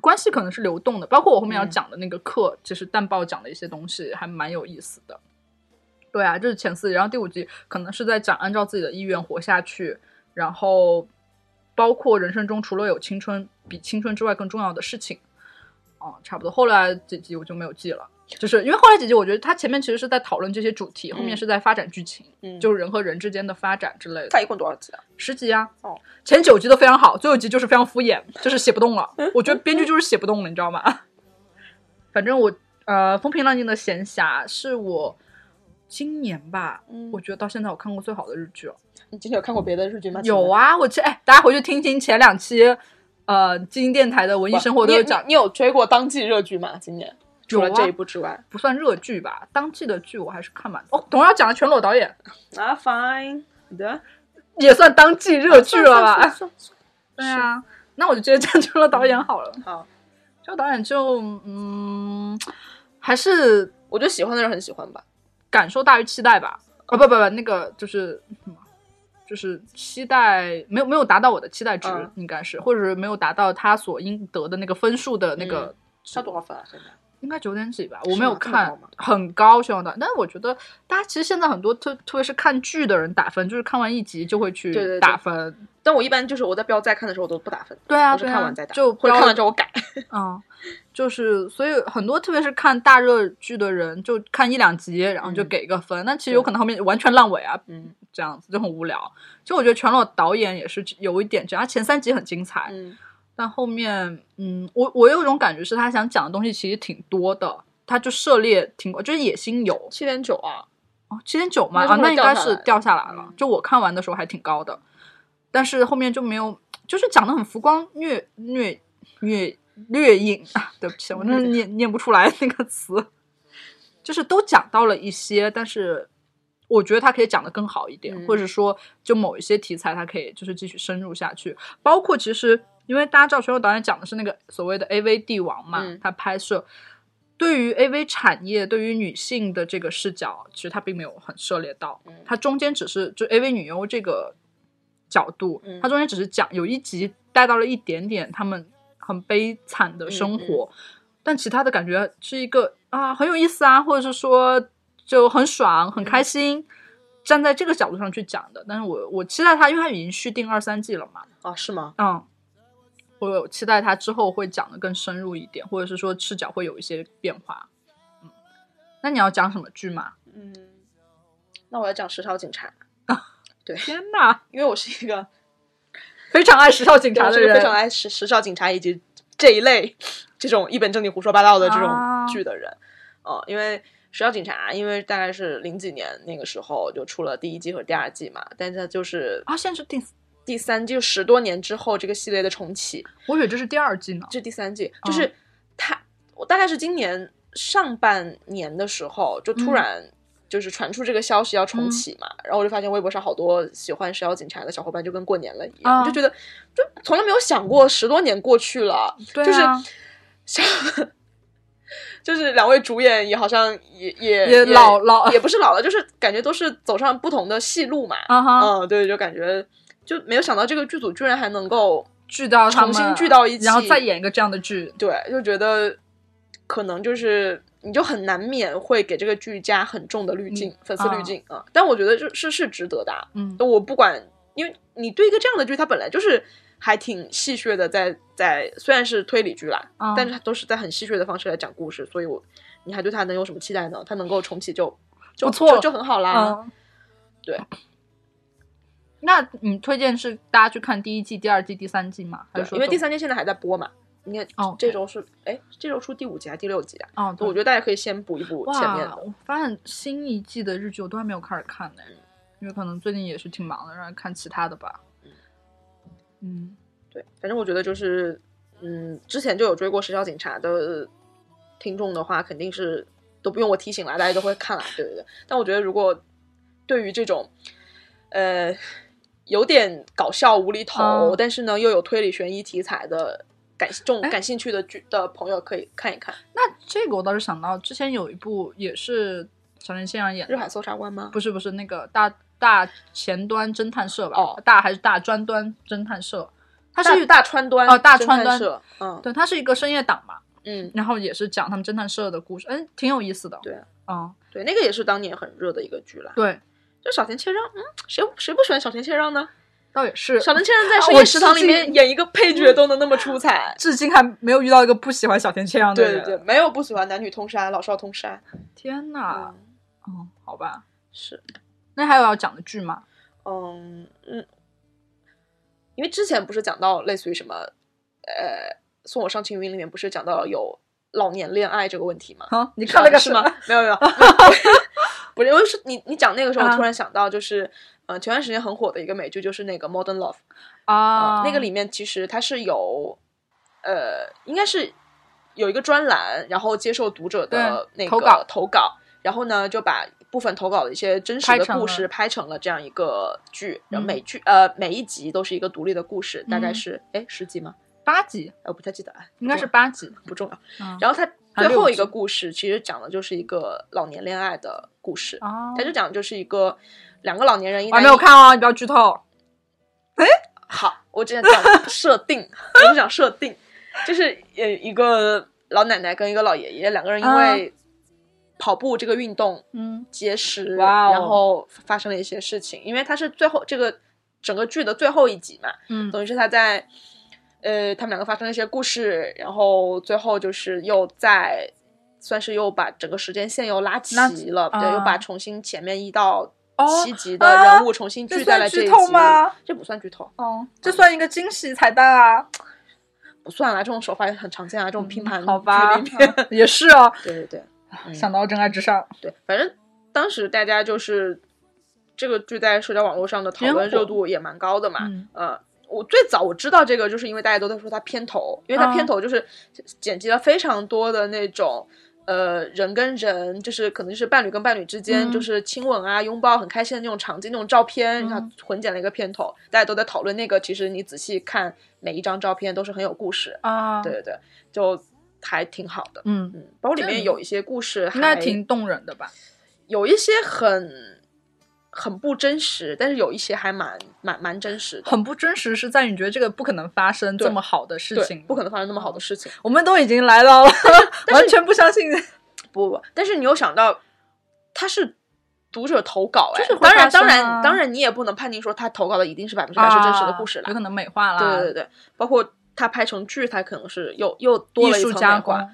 C: 关系可能是流动的，包括我后面要
B: 嗯
C: 讲的那个课，其实淡豹讲的一些东西还蛮有意思的。对啊，这是前四集，然后第五集可能是在讲按照自己的意愿活下去，然后包括人生中除了有青春，比青春之外更重要的事情。哦，差不多。后来几集我就没有记了，就是因为后来几集，我觉得它前面其实是在讨论这些主题，后面
B: 嗯
C: 是在发展剧情，
B: 嗯
C: 就是人和人之间的发展之类的。
B: 它一共多少集啊？
C: 十集啊，
B: 哦
C: 前九集都非常好，最后一集就是非常敷衍，就是写不动了。我觉得编剧就是写不动了，你知道吗？ 反正我呃，《风平浪静的闲暇》是我今年吧，
B: 嗯
C: 我觉得到现在我看过最好的日剧了。
B: 你之前有看过别的日剧吗？
C: 有啊，我去哎，大家回去听听前两期呃基金电台的文
B: 不，
C: 艺生活都有
B: 你
C: 讲
B: 你，你有追过当季热剧吗？今年除了
C: 有啊
B: 这一部之外
C: 不算热剧吧，当季的剧我还是看满的。哦，董事长讲的全裸导演
B: 啊，fine，好的，
C: 也算当季热剧了吧？
B: 啊
C: 哎
B: 算？算算算
C: 对啊，那我就直接讲全裸导演好了。
B: 好，
C: 这个导演就嗯，还是
B: 我觉得喜欢的人很喜欢吧。
C: 感受大于期待吧。啊、不不不，那个就是什么，就是期待没有没有达到我的期待值，
B: 嗯
C: 应该是，或者是没有达到他所应得的那个分数的那个，
B: 他多少分啊？现在
C: 应该九点几吧，
B: 嗯是
C: 我没有
B: 吗这么高
C: 看
B: 吗，
C: 很高，希望的。但是我觉得大家其实现在很多特特别是看剧的人打分，就是看完一集就会
B: 对对对
C: 去打分，
B: 但我一般就是我在标在看的时候我都不打分，
C: 对啊
B: 我是
C: 对
B: 看
C: 啊
B: 完再，打，
C: 就
B: 或者
C: 标
B: 看完之后我改。
C: 嗯，就是所以很多特别是看大热剧的人，就看一两集，然后就
B: 嗯
C: 给一个分，但其实有可能后面完全烂尾啊，
B: 嗯
C: 这样子就很无聊。其实我觉得全裸导演也是有一点这样，他前三集很精彩，
B: 嗯
C: 但后面嗯，我我有一种感觉是他想讲的东西其实挺多的，他就涉猎挺广，就是野心有，
B: 七点九啊，
C: 哦，七点九嘛，
B: 那是，
C: 啊
B: 不
C: 那
B: 是
C: 应
B: 掉
C: 该
B: 下
C: 是
B: 来
C: 掉下来了
B: 嗯。
C: 就我看完的时候还挺高的，但是后面就没有，就是讲的很浮光掠掠掠掠影啊，对不起，我真是念念不出来那个词，就是都讲到了一些，但是我觉得它可以讲的更好一点，
B: 嗯
C: 或者说就某一些题材它可以就是继续深入下去，包括其实因为大家知道全球导演讲的是那个所谓的 AV 帝王嘛，
B: 嗯
C: 他拍摄。对于 AV 产业，对于女性的这个视角，其实它并没有很涉猎到
B: 嗯，
C: 它中间只是就 AV 女优这个角度
B: 嗯，
C: 它中间只是讲有一集带到了一点点他们很悲惨
B: 嗯
C: 的生活，但其他的感觉是一个啊很有意思啊，或者是说就很爽很
B: 嗯
C: 开心，站在这个角度上去讲的。但是我我期待它，因为它已经续订二三季了嘛，
B: 啊是吗？
C: 嗯，我有期待他之后会讲的更深入一点，或者是说视角会有一些变化。嗯，那你要讲什么剧吗？
B: 嗯，那我要讲《时潮警察》，
C: 天哪，
B: 因为我是一个
C: 非常爱时尚警察
B: 我
C: 的
B: 是一个
C: 人，
B: 非常爱时时尚警察以及这一类这种一本正经胡说八道的这种
C: 啊
B: 剧的人。哦、因为时尚警察，因为大概是零几年那个时候就出了第一季和第二季嘛，但是它就是
C: 啊，现在是第，
B: 第三季，就十多年之后这个系列的重启，
C: 我以为这是第二季呢。
B: 这是第三季，
C: 嗯
B: 就是它，我大概是今年上半年的时候就突
C: 嗯
B: 然。就是传出这个消息要重启嘛，然后我就发现微博上好多喜欢《时效警察》的小伙伴就跟过年了一样，
C: 啊
B: 就觉得就从来没有想过十多年过去了，
C: 对
B: 就是
C: 啊，
B: 像就是两位主演也好像也也
C: 也老老
B: 也不是老了，就是感觉都是走上不同的戏路嘛。
C: 啊哈，
B: 嗯，对，就感觉就没有想到这个剧组居然还能够
C: 聚到他们
B: 重新聚到一起
C: 然后再演一个这样的剧。
B: 对，就觉得可能就是你就很难免会给这个剧加很重的滤镜，
C: 嗯
B: 粉丝滤
C: 啊
B: 镜啊、但我觉得这是是值得的啊、
C: 嗯，
B: 我不管，因为你对一个这样的剧，它本来就是还挺戏谑的在，在虽然是推理剧啦，
C: 嗯
B: 但是它都是在很戏谑的方式来讲故事，所以我你还对它能有什么期待呢？它能够重启就就
C: 不错
B: 就，就很好啦。
C: 嗯，
B: 对。
C: 那你推荐是大家去看第一季、第二季、第三季吗？还
B: 对
C: 是，说
B: 因为
C: 都
B: 第三季现在还在播嘛，应该
C: 哦
B: 这周是哎，这周出第五集还是第六集啊？
C: 哦，对
B: 我觉得大家可以先补一补前面
C: 哇，
B: 的。
C: 我发现新一季的日剧我都还没有开始看呢，因为可能最近也是挺忙的，让人看其他的吧。嗯，
B: 对，反正我觉得就是，嗯，之前就有追过《时效警察》的听众的话，肯定是都不用我提醒啦，大家都会看啦，对对对。但我觉得如果对于这种，呃，有点搞笑无厘头，
C: 哦
B: 但是呢又有推理悬疑题材的感这种
C: 哎
B: 感兴趣的剧的朋友，可以看一看《
C: 那这个我倒是想到，之前有一部也是小林先生演
B: 日
C: 的，
B: 海搜查官》吗？
C: 不是不是那个大大前端侦探社吧？
B: 哦
C: 大还是大专端侦探社？它
B: 它
C: 是
B: 是大川端
C: 哦大
B: 侦
C: 川
B: 探
C: 端
B: 社，嗯
C: 对，它是一个深夜档嘛，
B: 嗯，
C: 然后也是讲他们侦探社的故事，嗯，挺有意思的。
B: 对啊
C: 嗯，
B: 对，那个也是当年很热的一个剧啦。
C: 对，
B: 就小田切让，嗯，谁谁不喜欢小田切让呢？
C: 倒也是。
B: 小林先生在
C: 啊
B: 深
C: 我
B: 夜食堂
C: 至
B: 里面
C: 今，
B: 演一个配角都能那么出彩
C: 至今还没有遇到一个不喜欢小田切让的
B: 对
C: 人。
B: 对对，没有不喜欢男女通杀、老少通杀
C: 天呐，
B: 嗯
C: 嗯，好吧，
B: 是，
C: 那还有要讲的剧吗？
B: 嗯嗯，因为之前不是讲到类似于什么，呃，送我上青云里面不是讲到有老年恋爱这个问题吗？
C: 啊，你
B: 你
C: 看了个
B: 是
C: 什
B: 吗
C: 么？？
B: 没有没有，不是，因为是你你讲那个时候，我
C: 啊
B: 突然想到就是。呃，前段时间很火的一个美剧就是那个《Modern Love》啊、
C: 啊，
B: 那个里面其实它是有，呃，应该是有一个专栏，然后接受读者的那
C: 对
B: 个
C: 投稿
B: 投稿然后呢就把部分投稿的一些真实
C: 拍
B: 的
C: 成
B: 故
C: 了
B: 事拍成了这样一个剧，然后
C: 嗯
B: 每剧呃每一集都是一个独立的故事，大概
C: 嗯
B: 是哎十集吗？
C: 八集，
B: 呃，不太记得，哎
C: 应该是
B: 不
C: 八集。
B: 重不重要。
C: 嗯，
B: 然后它
C: 还
B: 最
C: 六
B: 后一个
C: 集
B: 故事其实讲的就是一个老年恋爱的故事，
C: 啊，
B: 它就讲的就是一个两个老年人一
C: 我
B: 男
C: 还没有
B: 一
C: 看哦，你不要剧透。
B: 好，我之前讲设定，我是讲设定，就是呃一个老奶奶跟一个老爷爷两个人因为跑步这个运动
C: 嗯，
B: 结识，
C: 哇哦
B: 然后发生了一些事情。因为他是最后这个整个剧的最后一集嘛，
C: 嗯
B: 等于是他在呃他们两个发生了一些故事，然后最后就是又在算是又把整个时间线又拉
C: 拉
B: 齐了，
C: 啊
B: 对，又把重新前面一到
C: 哦
B: 七集的人物重新
C: 这
B: 聚在
C: 算
B: 了这
C: 剧
B: 一集
C: 透吗？
B: 这不算剧透。
C: 哦，这算一个惊喜彩蛋啊！
B: 不算啦，这种手法也很常见啊，这种拼盘、
C: 嗯好吧，
B: 里面，
C: 嗯也是哦。
B: 对 对对嗯
C: 想到真爱至上，
B: 对，反正当时大家就是这个剧在社交网络上的讨
C: 人
B: 论
C: 火
B: 热度也蛮高的嘛，
C: 嗯
B: 呃。我最早我知道这个，就是因为大家都在说它片头，因为它
C: 啊
B: 片头就是剪辑了非常多的那种，呃，人跟人，就是可能就是伴侣跟伴侣之间，
C: 嗯
B: 就是亲吻啊、拥抱很开心的那种场景、那种照片，
C: 嗯
B: 然后混剪了一个片头，大家都在讨论那个。其实你仔细看每一张照片都是很有故事，
C: 啊，
B: 对，对对，就还挺好的。
C: 嗯，
B: 嗯，包括里
C: 这
B: 面有一些故事还，
C: 应该挺动人的吧？
B: 有一些很很不真实，但是有一些还蛮蛮蛮真实的。
C: 很不真实，是在你觉得这个不可能发生
B: 对
C: 这么好的事
B: 对
C: 情，，嗯
B: 不可能发生那么好的事情。
C: 我们都已经来到了，完全不相信。
B: 不不，不但是你有想到，他是读者投稿哎，
C: 就是会
B: 当然
C: 发生
B: 当
C: 啊
B: 然当然，你也不能判定说他投稿的一定是百分之百是真实的故事
C: 啊有
B: 啦。
C: 可能美化啦，
B: 对对对对，包括他拍成剧，他可能是又又多了
C: 艺
B: 一
C: 术
B: 层
C: 加
B: 美
C: 工
B: 化。。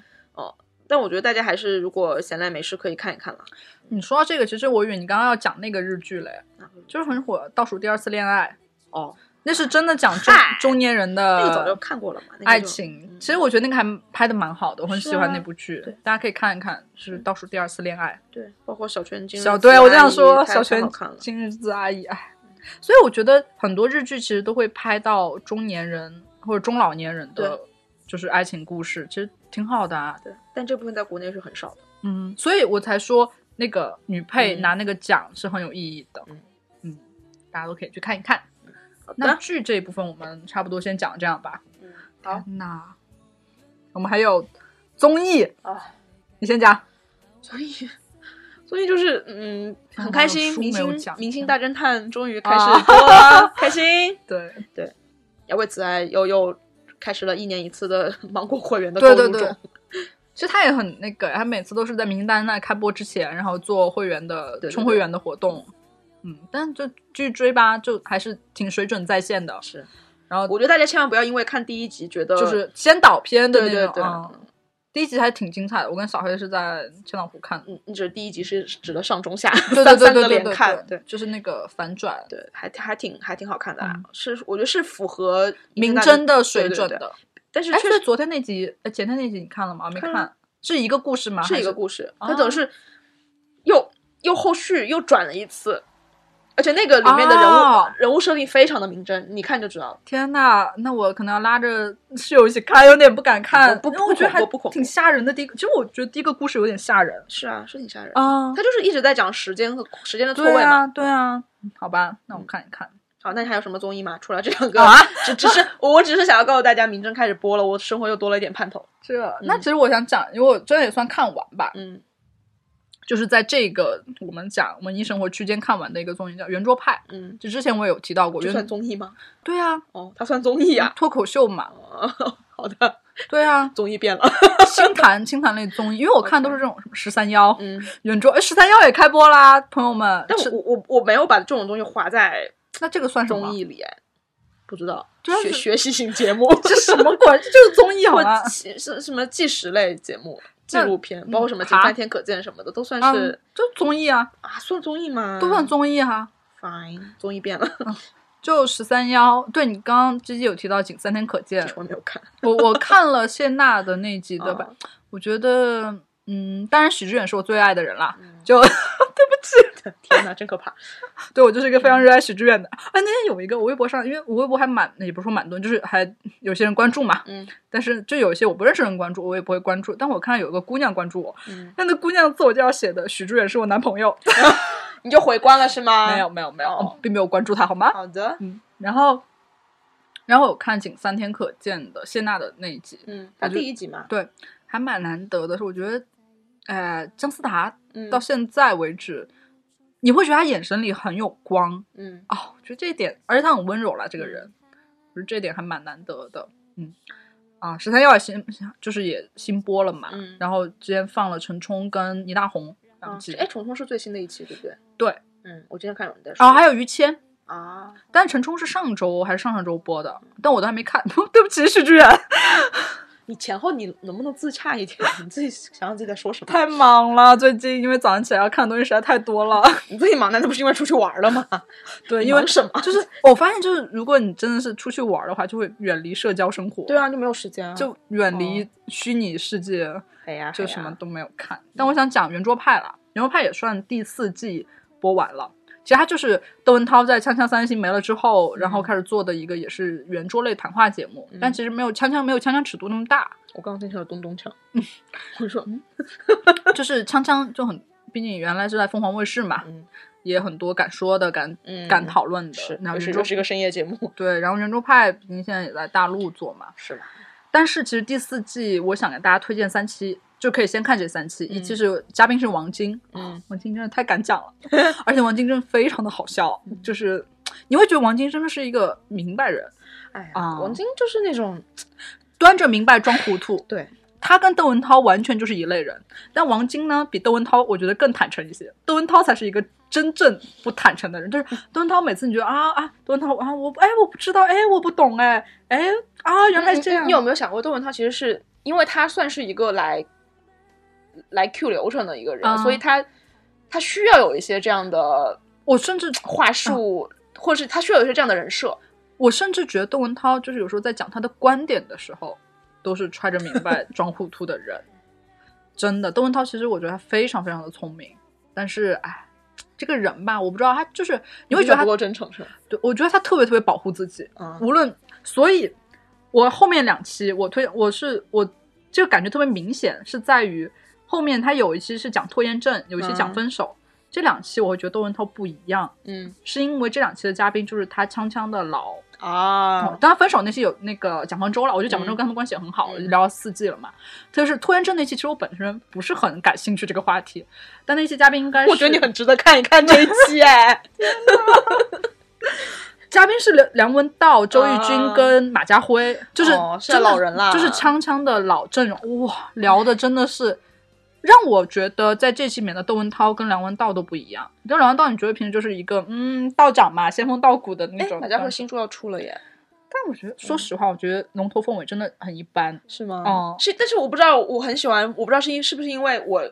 B: 但我觉得大家还是如果闲来没事可以看一看啦。
C: 你说到这个，其实我以为你刚刚要讲那个日剧嘞，
B: 啊
C: 就是很火，《倒数第二次恋爱》，
B: 哦，
C: 那是真的讲中
B: 嗨
C: 中年人
B: 那个早就
C: 的
B: 看过了嘛，那个就
C: 呃爱情。
B: 嗯
C: 其实我觉得那个还拍的蛮好的，我很
B: 是
C: 喜欢
B: 啊
C: 那部剧，
B: 对嗯
C: 大家可以看一看，是《倒数第二次恋爱
B: 对，包括小泉》今
C: 小
B: 对
C: 对啊我这样说，
B: 太
C: 小
B: 太
C: 泉
B: 好看了，嗯
C: 今日子阿姨，哎，所以我觉得很多日剧其实都会拍到中年人或者中老年人的
B: 对，
C: 就是爱情故事，其实挺好的啊。
B: 对，但这部分在国内是很少的。
C: 嗯，所以我才说那个女配
B: 嗯
C: 拿那个奖是很有意义的。
B: 嗯
C: 嗯，大家都可以去看一看。
B: 好
C: 那
B: 的，
C: 剧这一部分我们差不多先讲这样吧。
B: 嗯，好
C: 那我们还有综艺，
B: 啊，
C: 你先讲。
B: 所以，所以就是嗯，
C: 啊
B: 很开
C: 我
B: 心，
C: 书
B: 明
C: 没有
B: 星
C: 讲
B: 明星
C: 嗯
B: 大侦探终于开始
C: 啊
B: 播了，开心。
C: 对
B: 要为此爱又又开始了一年一次的芒果会员的
C: 对
B: 购
C: 对
B: 入
C: 对
B: 中，。
C: 其实他也很那个，他每次都是在名单那开播之前，然后做会员的
B: 对对
C: 冲
B: 对
C: 会员的活动。嗯，但就继续追吧，就还是挺水准在线的。
B: 是。
C: 然后
B: 我觉得大家千万不要因为看第一集觉得
C: 就是先导片的那
B: 对
C: 种。
B: 对对，
C: 嗯第一集还挺精彩的，我跟小黑是在千岛湖看的。
B: 嗯，你指的第一集是指的上中下
C: 对
B: 三
C: 对对
B: 三
C: 对
B: 个
C: 对
B: 连
C: 对，
B: 看，对
C: 就是那个反转，
B: 对，还还挺还挺好看的啊
C: 嗯，
B: 是我觉得是符合
C: 明
B: 大
C: 真的
B: 对
C: 水
B: 对
C: 准
B: 对
C: 的，
B: 但是
C: 哎，
B: 确
C: 所以
B: 实
C: 昨天那集，呃，前天那集你看了吗？没
B: 看
C: 看，
B: 了
C: 是一个故事吗？
B: 是一个
C: 还
B: 故事，
C: 哦
B: 它等于是又又后续又转了一次，而且那个里面的人物、
C: 哦
B: 人物设定非常的明真，你看就知道了。
C: 天呐，那我可能要拉着室友一起看，有点不敢看，
B: 啊不不
C: 因为我觉得
B: 不恐
C: 还
B: 怖不恐怖
C: 挺吓人的。第一个，其实我觉得第一个故事有点吓人
B: 是啊，是挺吓人。
C: 啊
B: 他就是一直在讲时间和时间的错
C: 对
B: 位嘛。
C: 啊，对啊，嗯好吧，那我看一看
B: 好，那你还有什么综艺吗？除了这两个，
C: 啊。
B: 只 只是我我只是想要告诉大家，明侦开始播了，我生活又多了一点盼头。
C: 这，那其实我想讲，因为我真的也算看完吧，
B: 嗯
C: 就是在这个我们讲文艺生活区间看完的一个综艺叫《圆桌派》，
B: 嗯，
C: 就之前我有提到过，
B: 这算
C: 圆
B: 综艺吗？
C: 对啊，
B: 哦，它算综艺呀、
C: 脱口秀嘛，
B: 好的，，
C: 对啊
B: 综艺变了。
C: 清谈清谈类综艺，因为我看都是这种什么十三幺、
B: 嗯，
C: 圆桌，哎，十三幺也开播啦，朋友们，
B: 但
C: 是
B: 我我我没有把这种东西划在
C: 那这个算什么
B: 综？艺里，哎不知道
C: 对啊
B: 学
C: 是
B: 学习型节目
C: 这什么鬼？这就是综艺 好
B: 或
C: 吗？
B: 纪是什么纪实类节目、纪
C: 那
B: 录片，包括什么《
C: 嗯
B: 今
C: 哈
B: 天天可见》什么的，都算
C: 啊
B: 是，
C: 就综艺啊，
B: 啊，算综艺吗？
C: 都算综艺哈、啊
B: fine，综艺变了，
C: 就十三幺，对你刚刚之前有提到《仅三天可见
B: 其实》我没有看。
C: 我，我看了谢娜的那集的版，
B: 哦
C: 我觉得，嗯，当然许志远是我最爱的人啦，
B: 嗯
C: 就
B: 哦天哪，真可 怕！
C: 对我就是一个
B: 嗯
C: 非常热爱许志远的。哎，那天有一个我微博上，因为我微博还蛮，也不是说蛮多，就是还有些人关注嘛，
B: 嗯
C: 但是就有一些我不认识的人关注，我也不会关注。但我看到有一个姑娘关注我，
B: 嗯，
C: 那那姑娘自我介绍写的许志远是我男朋友，
B: 你就回关了是吗？
C: 没有。没有没有、
B: 哦
C: 并没有关注他，好吗？
B: 好的，
C: 嗯，然后，然后我看《仅三天可见》的谢娜的那一集，
B: 嗯，它
C: 我就
B: 第一集嘛，
C: 对，还蛮难得的是，我觉得，呃，姜思达
B: 嗯
C: 到现在为止，你会觉得他眼神里很有光
B: 嗯
C: 哦，我觉得这一点，而且他很温柔啦，这个人，我觉得这一点还蛮难得的，嗯。啊，十三幺也新，就是也新播了嘛，
B: 嗯
C: 然后之前放了陈冲跟倪大红两
B: 啊
C: 集，
B: 哎，虫虫是最新的一期，对不对？
C: 对，
B: 嗯，我今天看有人在说
C: 然后还有于谦，
B: 啊，
C: 但陈冲是上周还是上上周播的，但我都还没看， 对不起，许志远，
B: 你前后你能不能自洽一点？你自己想想自己在说什么？
C: 太忙了，最近因为早上起来要看的东西实在太多了。
B: 你自己忙，难道不是 因为出去玩了 吗？
C: 对，
B: 你
C: 因为
B: 忙什么？
C: 就是我发现，就是如果你真的是出去玩的话，就会远离社交生活，
B: 对啊，就没有时间啊，
C: 就远离虚拟世界，
B: 哎呀，
C: 就
B: 哎呀
C: 什么都没有看。但我想讲圆桌派啦，圆桌派也算第四季播完了。其实它就是窦文涛在《锵锵三人行》没了之后，然后
B: 嗯
C: 开始做的一个也是圆桌类谈话节目，
B: 嗯
C: 但其实没有《锵锵》没有《锵锵》尺度那么大，
B: 我刚刚听到咚咚锵， 我说嗯
C: 就是锵锵就很，毕竟原来是在凤凰卫视嘛，
B: 嗯
C: 也很多敢说的、敢、
B: 嗯
C: 敢讨论的。
B: 是，
C: 然后
B: 又是
C: 圆
B: 又
C: 桌
B: 是一个深夜节 目，
C: 对，然后圆桌派毕竟现在也在大陆做嘛，
B: 是吧？
C: 但是其实第四季我想给大家推荐三期，就可以先看这三期。
B: 嗯
C: 一期是嘉宾是王晶，哦
B: 嗯，
C: 王晶真的太敢 讲了，而且王晶真的非常的好笑，
B: 嗯
C: 就是你会觉得王晶真的是一个明白人，
B: 哎呀，
C: 啊
B: 王晶就是那种
C: 端着明白装糊涂。
B: 对，
C: 他跟窦文涛完全就是一类人，但王晶呢，比窦文涛我觉得更坦诚一些。窦文涛才是一个真正不坦诚的人，
B: 嗯
C: 就是窦文涛每次你觉得啊啊，窦文涛啊，我哎我不知道，哎我不懂，哎哎啊原来是这
B: 嗯
C: 样。
B: 你你有没有想过，窦文涛其实是因为他算是一个来来 Q 流程的一个人，
C: 啊
B: 所以他他需要有一些这样的
C: 我甚至
B: 话术，或是他需要有一些这样的人设。
C: 我甚至觉得窦文涛就是有时候在讲他的观点的时候，都是揣着明 白装糊涂的人。真的，窦文涛其实我觉得他非常非常的聪明，但是哎，这个人吧，我不知道他就是你会觉得
B: 不
C: 他
B: 够真诚是吧？
C: 对，我觉得他特别特别保护自己，
B: 啊，
C: 无论所以，我后面两期我推我是我这个感觉特别明显，是在于后面他有一期是讲拖延症，有一期讲
B: 嗯
C: 分手，这两期我会觉得窦文涛不一样，
B: 嗯
C: 是因为这两期的嘉宾就是他锵锵的老
B: 啊
C: 哦，，当然分手那期有那个蒋方舟了，我觉得蒋方舟
B: 嗯
C: 跟他们关系也很好，
B: 嗯
C: 聊了四季了嘛。就是拖延症那期，其实我本身不是很感兴趣这个话题，但那期嘉宾应该是
B: 我觉得你很值得看一看这一期 哎。
C: 嘉宾是梁梁文道、周轶君
B: 啊
C: 跟马家辉，就是
B: 哦是
C: 真的
B: 老人啦
C: 就是锵锵的老阵容，哇，聊的真的是。让我觉得在这期里面的窦文涛跟梁文道都不一样。你知道梁文道，你觉得平时就是一个嗯道长嘛，仙风道骨的那
B: 哎
C: 种。，
B: 马家辉嗯新书要出了耶，
C: 但我觉得，说实话，我觉得龙头凤尾真的很一般。
B: 是吗？
C: 哦
B: 是，但是我不知道，我很喜欢，我不知道是因是不是因为我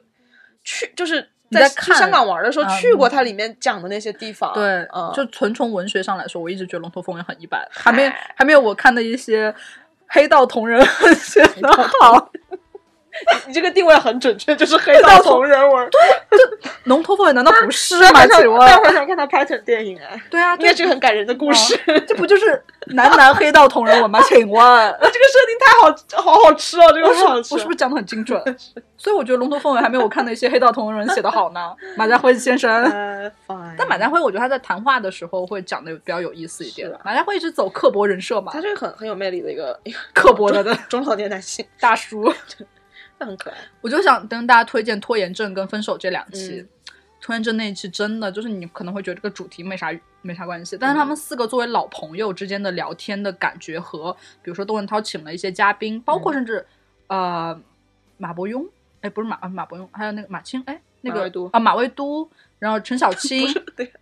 B: 去就是
C: 你在
B: 去
C: 看
B: 香港玩的时候
C: 嗯
B: 去过它里面讲的那些地方，
C: 对，
B: 嗯，
C: 就纯从文学上来说，我一直觉得《龙头凤尾》很一般，还没还没有我看的一些黑道同人 文学的好，
B: 你这个定位很准确，就是黑道同人文。
C: 龙头凤难道不是
B: 待
C: 吗？
B: 会儿
C: 请
B: 想待
C: 问，
B: 会儿想看他拍成电影 哦啊，
C: 啊对啊，
B: 应该
C: 这
B: 是个很感人的故事。
C: 这不就是男男黑道同人文 吗？请问，
B: 这个设定太好，好好吃哦，这
C: 我
B: 个
C: 是
B: 好
C: 我
B: 吃。
C: 是不是讲的很精准？所以我觉得龙头凤尾还没有我看的一些黑道同人文写的好呢。马家辉先生。
B: 呃，fine
C: 但马家辉，我觉得他在谈话的时候会讲的比较有意思一点
B: 是啊。
C: 马家辉是走刻薄人设嘛
B: 他，这个很很有魅力的一个一个
C: 刻薄的的
B: 中老年男性，
C: 大叔。
B: 他很可爱。
C: 我就想跟大家推荐《拖延症》跟《分手》这两期。
B: 嗯
C: 拖延症那一期真的就是你可能会觉得这个主题没啥没啥关系，
B: 嗯
C: 但是他们四个作为老朋友之间的聊天的感觉和，比如说窦文涛请了一些嘉宾，包
B: 嗯
C: 括甚至、呃马伯庸，哎不是马啊马伯庸，还有那个马青，哎那
B: 马
C: 个
B: 未都
C: 啊马未都，然后陈小青
B: 不，是对，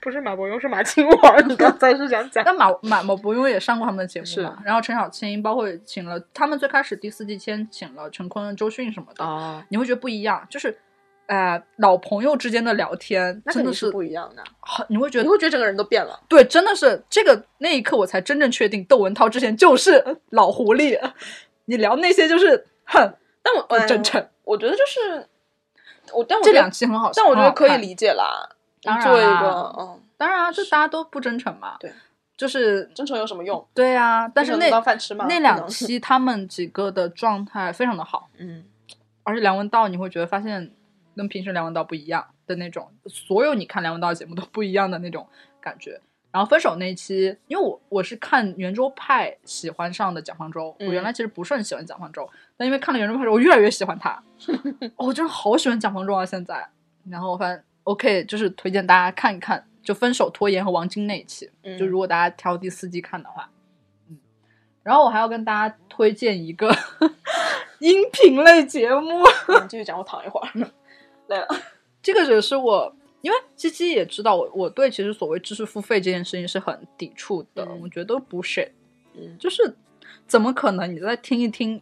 B: 不是马伯庸，是马清王。你刚才是想讲
C: 但马马马伯庸也上过他们的节目嘛
B: 是，
C: 然后陈小青，包括请了他们最开始第四季先请了陈坤、周迅什么的，
B: 哦，
C: 你会觉得不一样，就是，呃，老朋友之间的聊天
B: 那
C: 真
B: 肯
C: 的
B: 定是
C: 是
B: 不一样的。
C: 很，你会觉
B: 你
C: 得
B: 会觉得整个人都变了，
C: 对，真的是这个那一刻我才真正确定窦文涛之 前就是老狐狸，你聊那些就是哼
B: 但我
C: 不
B: 哎
C: 哦真诚，
B: 我觉得就是我，但我觉得
C: 这两期很好笑，
B: 但我觉得
C: 很好
B: 可以
C: 看
B: 理解啦。
C: 当然
B: 作为一
C: 啦
B: 个嗯，
C: 当然啊，就大家都不真诚嘛，
B: 对，
C: 就是
B: 真诚有什么用？
C: 对啊，但是
B: 真诚
C: 那
B: 能当饭吃吗？
C: 那
B: 不
C: 两
B: 能
C: 期他们几个的状态非常的好，
B: 嗯，
C: 而且梁文道你会觉得发现跟平时梁文道不一样的那种，所有你看梁文道的节目都不一样的那种感觉。然后分手那一期，因为我我是看圆桌派喜欢上的蒋方舟，我原
B: 嗯
C: 来其实不是很喜欢蒋方舟，但因为看了圆桌派之后，我越来越喜欢他，哦我真的好喜欢蒋方舟啊！现在，然后我发现 OK，就是推荐大家看一看，就分手拖延和王晶那一期，
B: 嗯
C: 就如果大家挑第四季看的话，嗯，然后我还要跟大家推荐一个 音频类节目，
B: 你嗯继续讲，我躺一会儿， 累了。
C: 这个也是我，因为鸡鸡也知道我，我对其实所谓知识付费这件事情是很抵触的，
B: 嗯
C: 我觉得都不是，
B: 嗯，
C: 就是怎么可能你在听一听，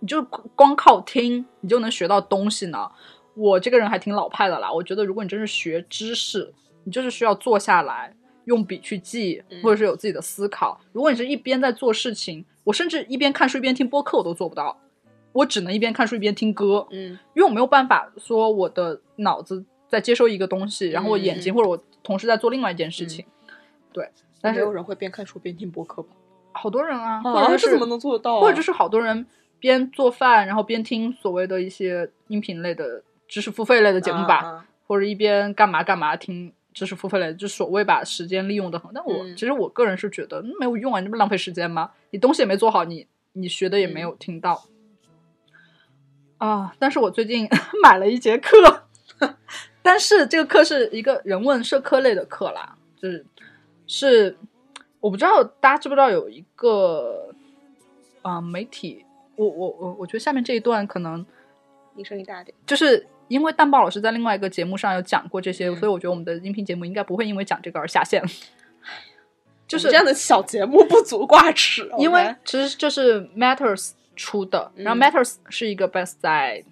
C: 你就光靠听你就能学到东西呢？我这个人还挺老派的啦，我觉得如果你真是学知识，你就是需要坐下来用笔去记，
B: 嗯
C: 或者是有自己的思考。如果你是一边在做事情，我甚至一边看书一边听播客我都做不到，我只能一边看书一边听歌。
B: 嗯
C: 因为我没有办法说我的脑子在接收一个东西，然后我眼睛
B: 嗯
C: 或者我同时在做另外一件事情。对，但
B: 没有
C: 是
B: 人会边看书边听播客吧？
C: 好多人啊，或
B: 啊，这
C: 者是、
B: 怎么能做得到啊？
C: 或者就是好多人边做饭，然后边听所谓的一些音频类的知识付费类的节目吧，
B: 啊啊
C: 或者一边干嘛干嘛听。知识付费类，就所谓把时间利用的很，但我、
B: 嗯
C: 其实我个人是觉得嗯没有用啊，你这不浪费时间吗？你东西也没做好，你你学的也没有听到、啊。但是我最近 买了一节课， 但是这个课是一个人文社科类的课啦，就是是我不知道大家知不知道有一个啊、媒体，我我我我觉得下面这一段可能
B: 你声音大点。
C: 就是因为蛋豹老师在另外一个节目上有讲过这些，
B: 嗯
C: 所以我觉得我们的音频节目应该不会因为讲这个而下线。
B: 哎就
C: 就
B: 是是这样的小节目不足挂齿，
C: 因为
B: OK？
C: 其实就是 Matters 出的，然后
B: 嗯
C: Matters 是一个 best 在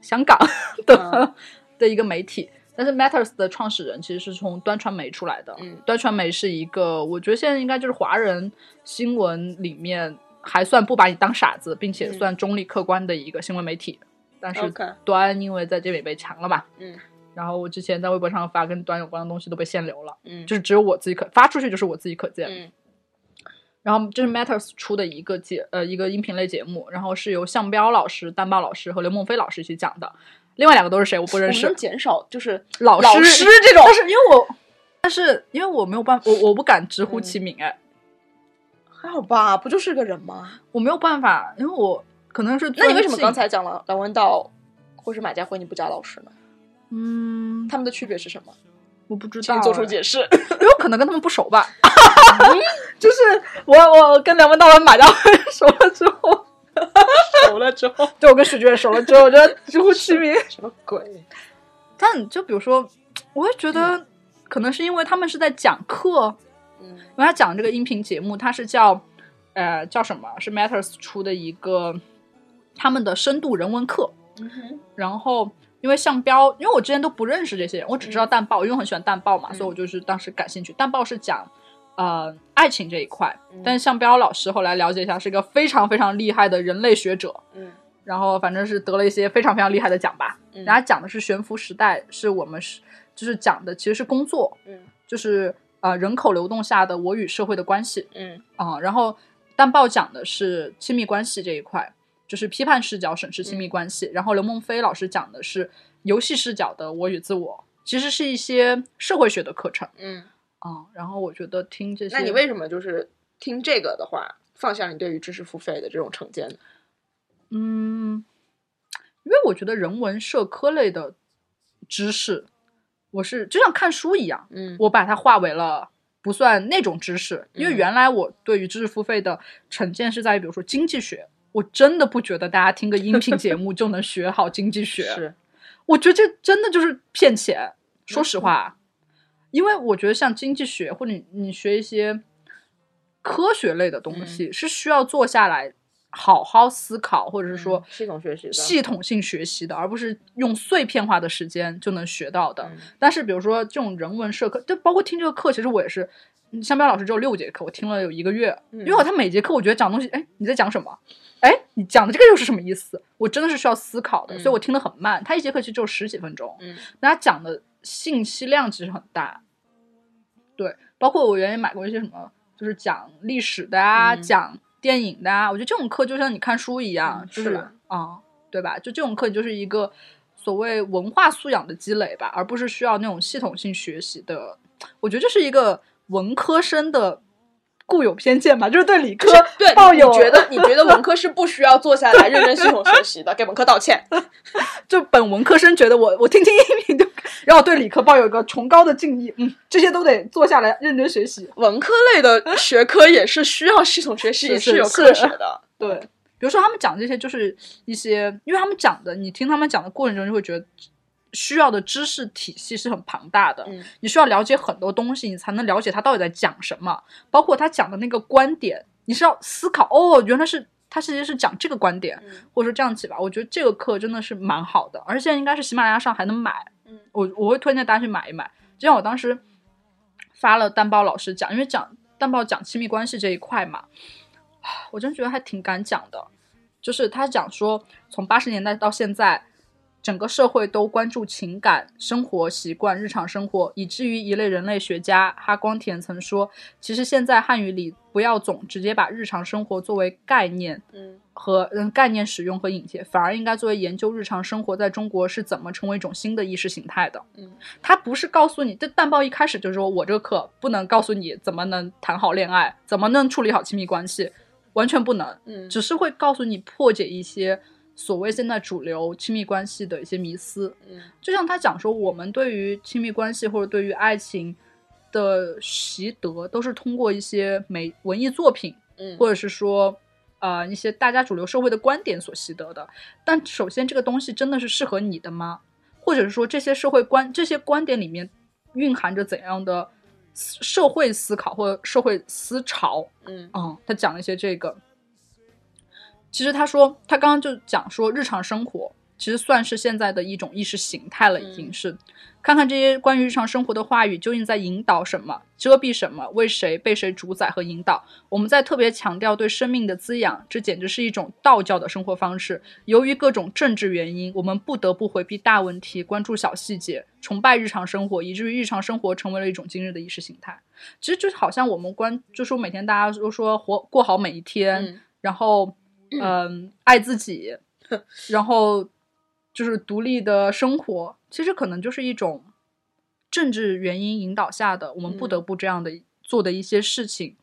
C: 香港的、
B: 嗯
C: 的一个媒体，但是 Matters 的创始人其实是从端传媒出来的。
B: 嗯
C: 端传媒是一个，我觉得现在应该就是华人新闻里面还算不把你当傻子，并且
B: 嗯
C: 算中立客观的一个新闻媒体。但是
B: OK
C: 端因为在这里被强了嘛，
B: 嗯
C: 然后我之前在微博上发跟端有关的东西都被限流了，
B: 嗯
C: 就是只有我自己可发出去，就是我自己可见。
B: 嗯
C: 然后这是 Matters 出的一个节呃一个音频类节目，然后是由向彪老师、丹豹老师和刘梦飞老师一起讲的，另外两个都是谁我不
B: 我
C: 认
B: 们
C: 识
B: 能。减少就是
C: 老师
B: 老师这种
C: 但是因为我但是因为我没有办我我不敢直呼
B: 嗯
C: 其名哎，
B: 还好吧？不就是个人吗？
C: 我没有办法，因为我可能是
B: 那你为什
C: 尊
B: 么
C: 敬
B: 刚才讲了梁文道或是马家辉，你不加老师呢？
C: 嗯
B: 他们的区别是什么？
C: 我不知道
B: 请你做出
C: 哎
B: 解 释。
C: 因为我可能跟他们不熟 吧，就是我我跟梁文道和马 家辉熟了之后，
B: 熟了之后
C: 对我跟许志远熟了之后，我觉得直呼其名。
B: 什么鬼？
C: 但就比如说，我会觉得可能是因为他们是在讲课，
B: 嗯
C: 因为他讲这个音频节目，它是叫呃叫什么？是 Matters 出的一个他们的深度人文课。
B: 嗯哼
C: 然后因为向彪，因为我之前都不认识这些人，我只知道
B: 嗯
C: 蛋豹，因为我很喜欢蛋豹嘛，
B: 嗯
C: 所以我就是当时感兴趣。蛋豹是讲呃爱情这一块
B: 嗯。
C: 但是向彪老师后来了解一下，是个非常非常厉害的人类学者，
B: 嗯
C: 然后反正是得了一些非常非常厉害的奖吧。
B: 嗯
C: 然后讲的是悬浮时代，是我们是就是讲的其实是工作，
B: 嗯
C: 就是呃人口流动下的我与社会的关系
B: 嗯
C: 啊、然后但报讲的是亲密关系这一块，就是批判视角审视
B: 嗯
C: 亲密关系。然后刘梦飞老师讲的是游戏视角的我与自我，其实是一些社会学的课程
B: 嗯。
C: 啊、然后我觉得听这些，
B: 那你为什么就是听这个的话，放下你对于知识付费的这种成见呢？
C: 嗯，因为我觉得人文社科类的知识，我是就像看书一样。
B: 嗯
C: 我把它化为了不算那种知识，因为
B: 嗯
C: 原来我对于知识付费的成见是在于，比如说经济学，我真的不觉得大家听个音频节目就能学好经济学，
B: 是
C: 我觉得这真的就是骗钱。说
B: 嗯
C: 实话，因为我觉得像经济学或者你你学一些科学类的
B: 嗯
C: 东西，是需要坐下来好好思考，或者是说。
B: 嗯系统学习的
C: 系统性学习的，而不是用碎片化的时间就能学到的。
B: 嗯
C: 但是比如说这种人文社科，就包括听这个课，其实我也是，嗯向彪老师只有六节课，我听了有一个月，
B: 嗯
C: 因为我他每节课我觉得讲东西，哎，你在讲什么？哎，你讲的这个又是什么意思？我真的是需要思考的，
B: 嗯
C: 所以我听得很慢。他一节课其实只有十几分钟，
B: 嗯
C: 那他讲的信息量其实很大。对，包括我原来买过一些什么，就是讲历史的啊，
B: 嗯
C: 讲电影的啊，我觉得这种课就像你看书一样，
B: 嗯
C: 就是是
B: 吧
C: 啊、对吧？就这种课就是一个所谓文化素养的积累吧，而不是需要那种系统性学习的。我觉得这是一个文科生的固有偏见吧，就是对理科
B: 对，你
C: 抱有
B: 你觉 得你觉得文科是不需要坐下来认真系统学习的，给文科道歉。
C: 就本文科生觉得我我听听音频就，然后对理科抱有一个崇高的敬意，嗯，这些都得坐下来认真学习。
B: 文科类的学科也是需要系统学习，
C: 是
B: 也
C: 是
B: 有
C: 是
B: 科学的。
C: 对，比如说他们讲这些，就是一些，因为他们讲的，你听他们讲的过程中，就会觉得需要的知识体系是很庞大的，
B: 嗯
C: 你需要了解很多东西，你才能了解他到底在讲什么，包括他讲的那个观点，你是要思考，哦，原来是他其实是讲这个观点，
B: 嗯
C: 或者说这样子吧，我觉得这个课真的是蛮好的，而且现在应该是喜马拉雅上还能买，
B: 嗯
C: 我我会推荐大家去买一买。就像我当时发了蛋包老师讲，因为讲蛋包讲亲密关系这一块嘛，唉我真觉得还挺敢讲的，就是他讲说从八十年代到现在。整个社会都关注情感、生活习惯、日常生活，以至于一类人类学家哈光田曾说，其实现在汉语里不要总直接把日常生活作为概念，
B: 嗯
C: 和嗯概念使用和引介，反而应该作为研究日常生活在中国是怎么成为一种新的意识形态的。
B: 嗯，
C: 它不是告诉你，这蛋报一开始就说我这个课不能告诉你怎么能谈好恋爱，怎么能处理好亲密关系，完全不能，
B: 嗯
C: 只是会告诉你破解一些所谓现在主流亲密关系的一些迷思。
B: 嗯
C: 就像他讲说，我们对于亲密关系或者对于爱情的习得，都是通过一些美文艺作品，
B: 嗯
C: 或者是说。呃，一些大家主流社会的观点所习得的，但首先这个东西真的是适合你的吗？或者是说这些社会观、这些观点里面蕴含着怎样的思社会思考或者社会思潮？
B: 嗯
C: 嗯，他讲了一些这个。其实他说，他刚刚就讲说，日常生活其实算是现在的一种意识形态了，已经是。看看这些关于日常生活的话语究竟在引导什么、遮蔽什么、为谁、被谁主宰和引导。我们在特别强调对生命的滋养，这简直是一种道教的生活方式。由于各种政治原因，我们不得不回避大问题，关注小细节，崇拜日常生活，以至于日常生活成为了一种今日的意识形态。其实就好像我们关，就说每天大家都说活过好每一天，
B: 嗯
C: 然后嗯、爱自己，然后就是独立的生活，其实可能就是一种政治原因引导下的，我们不得不这样的、做的一些事情。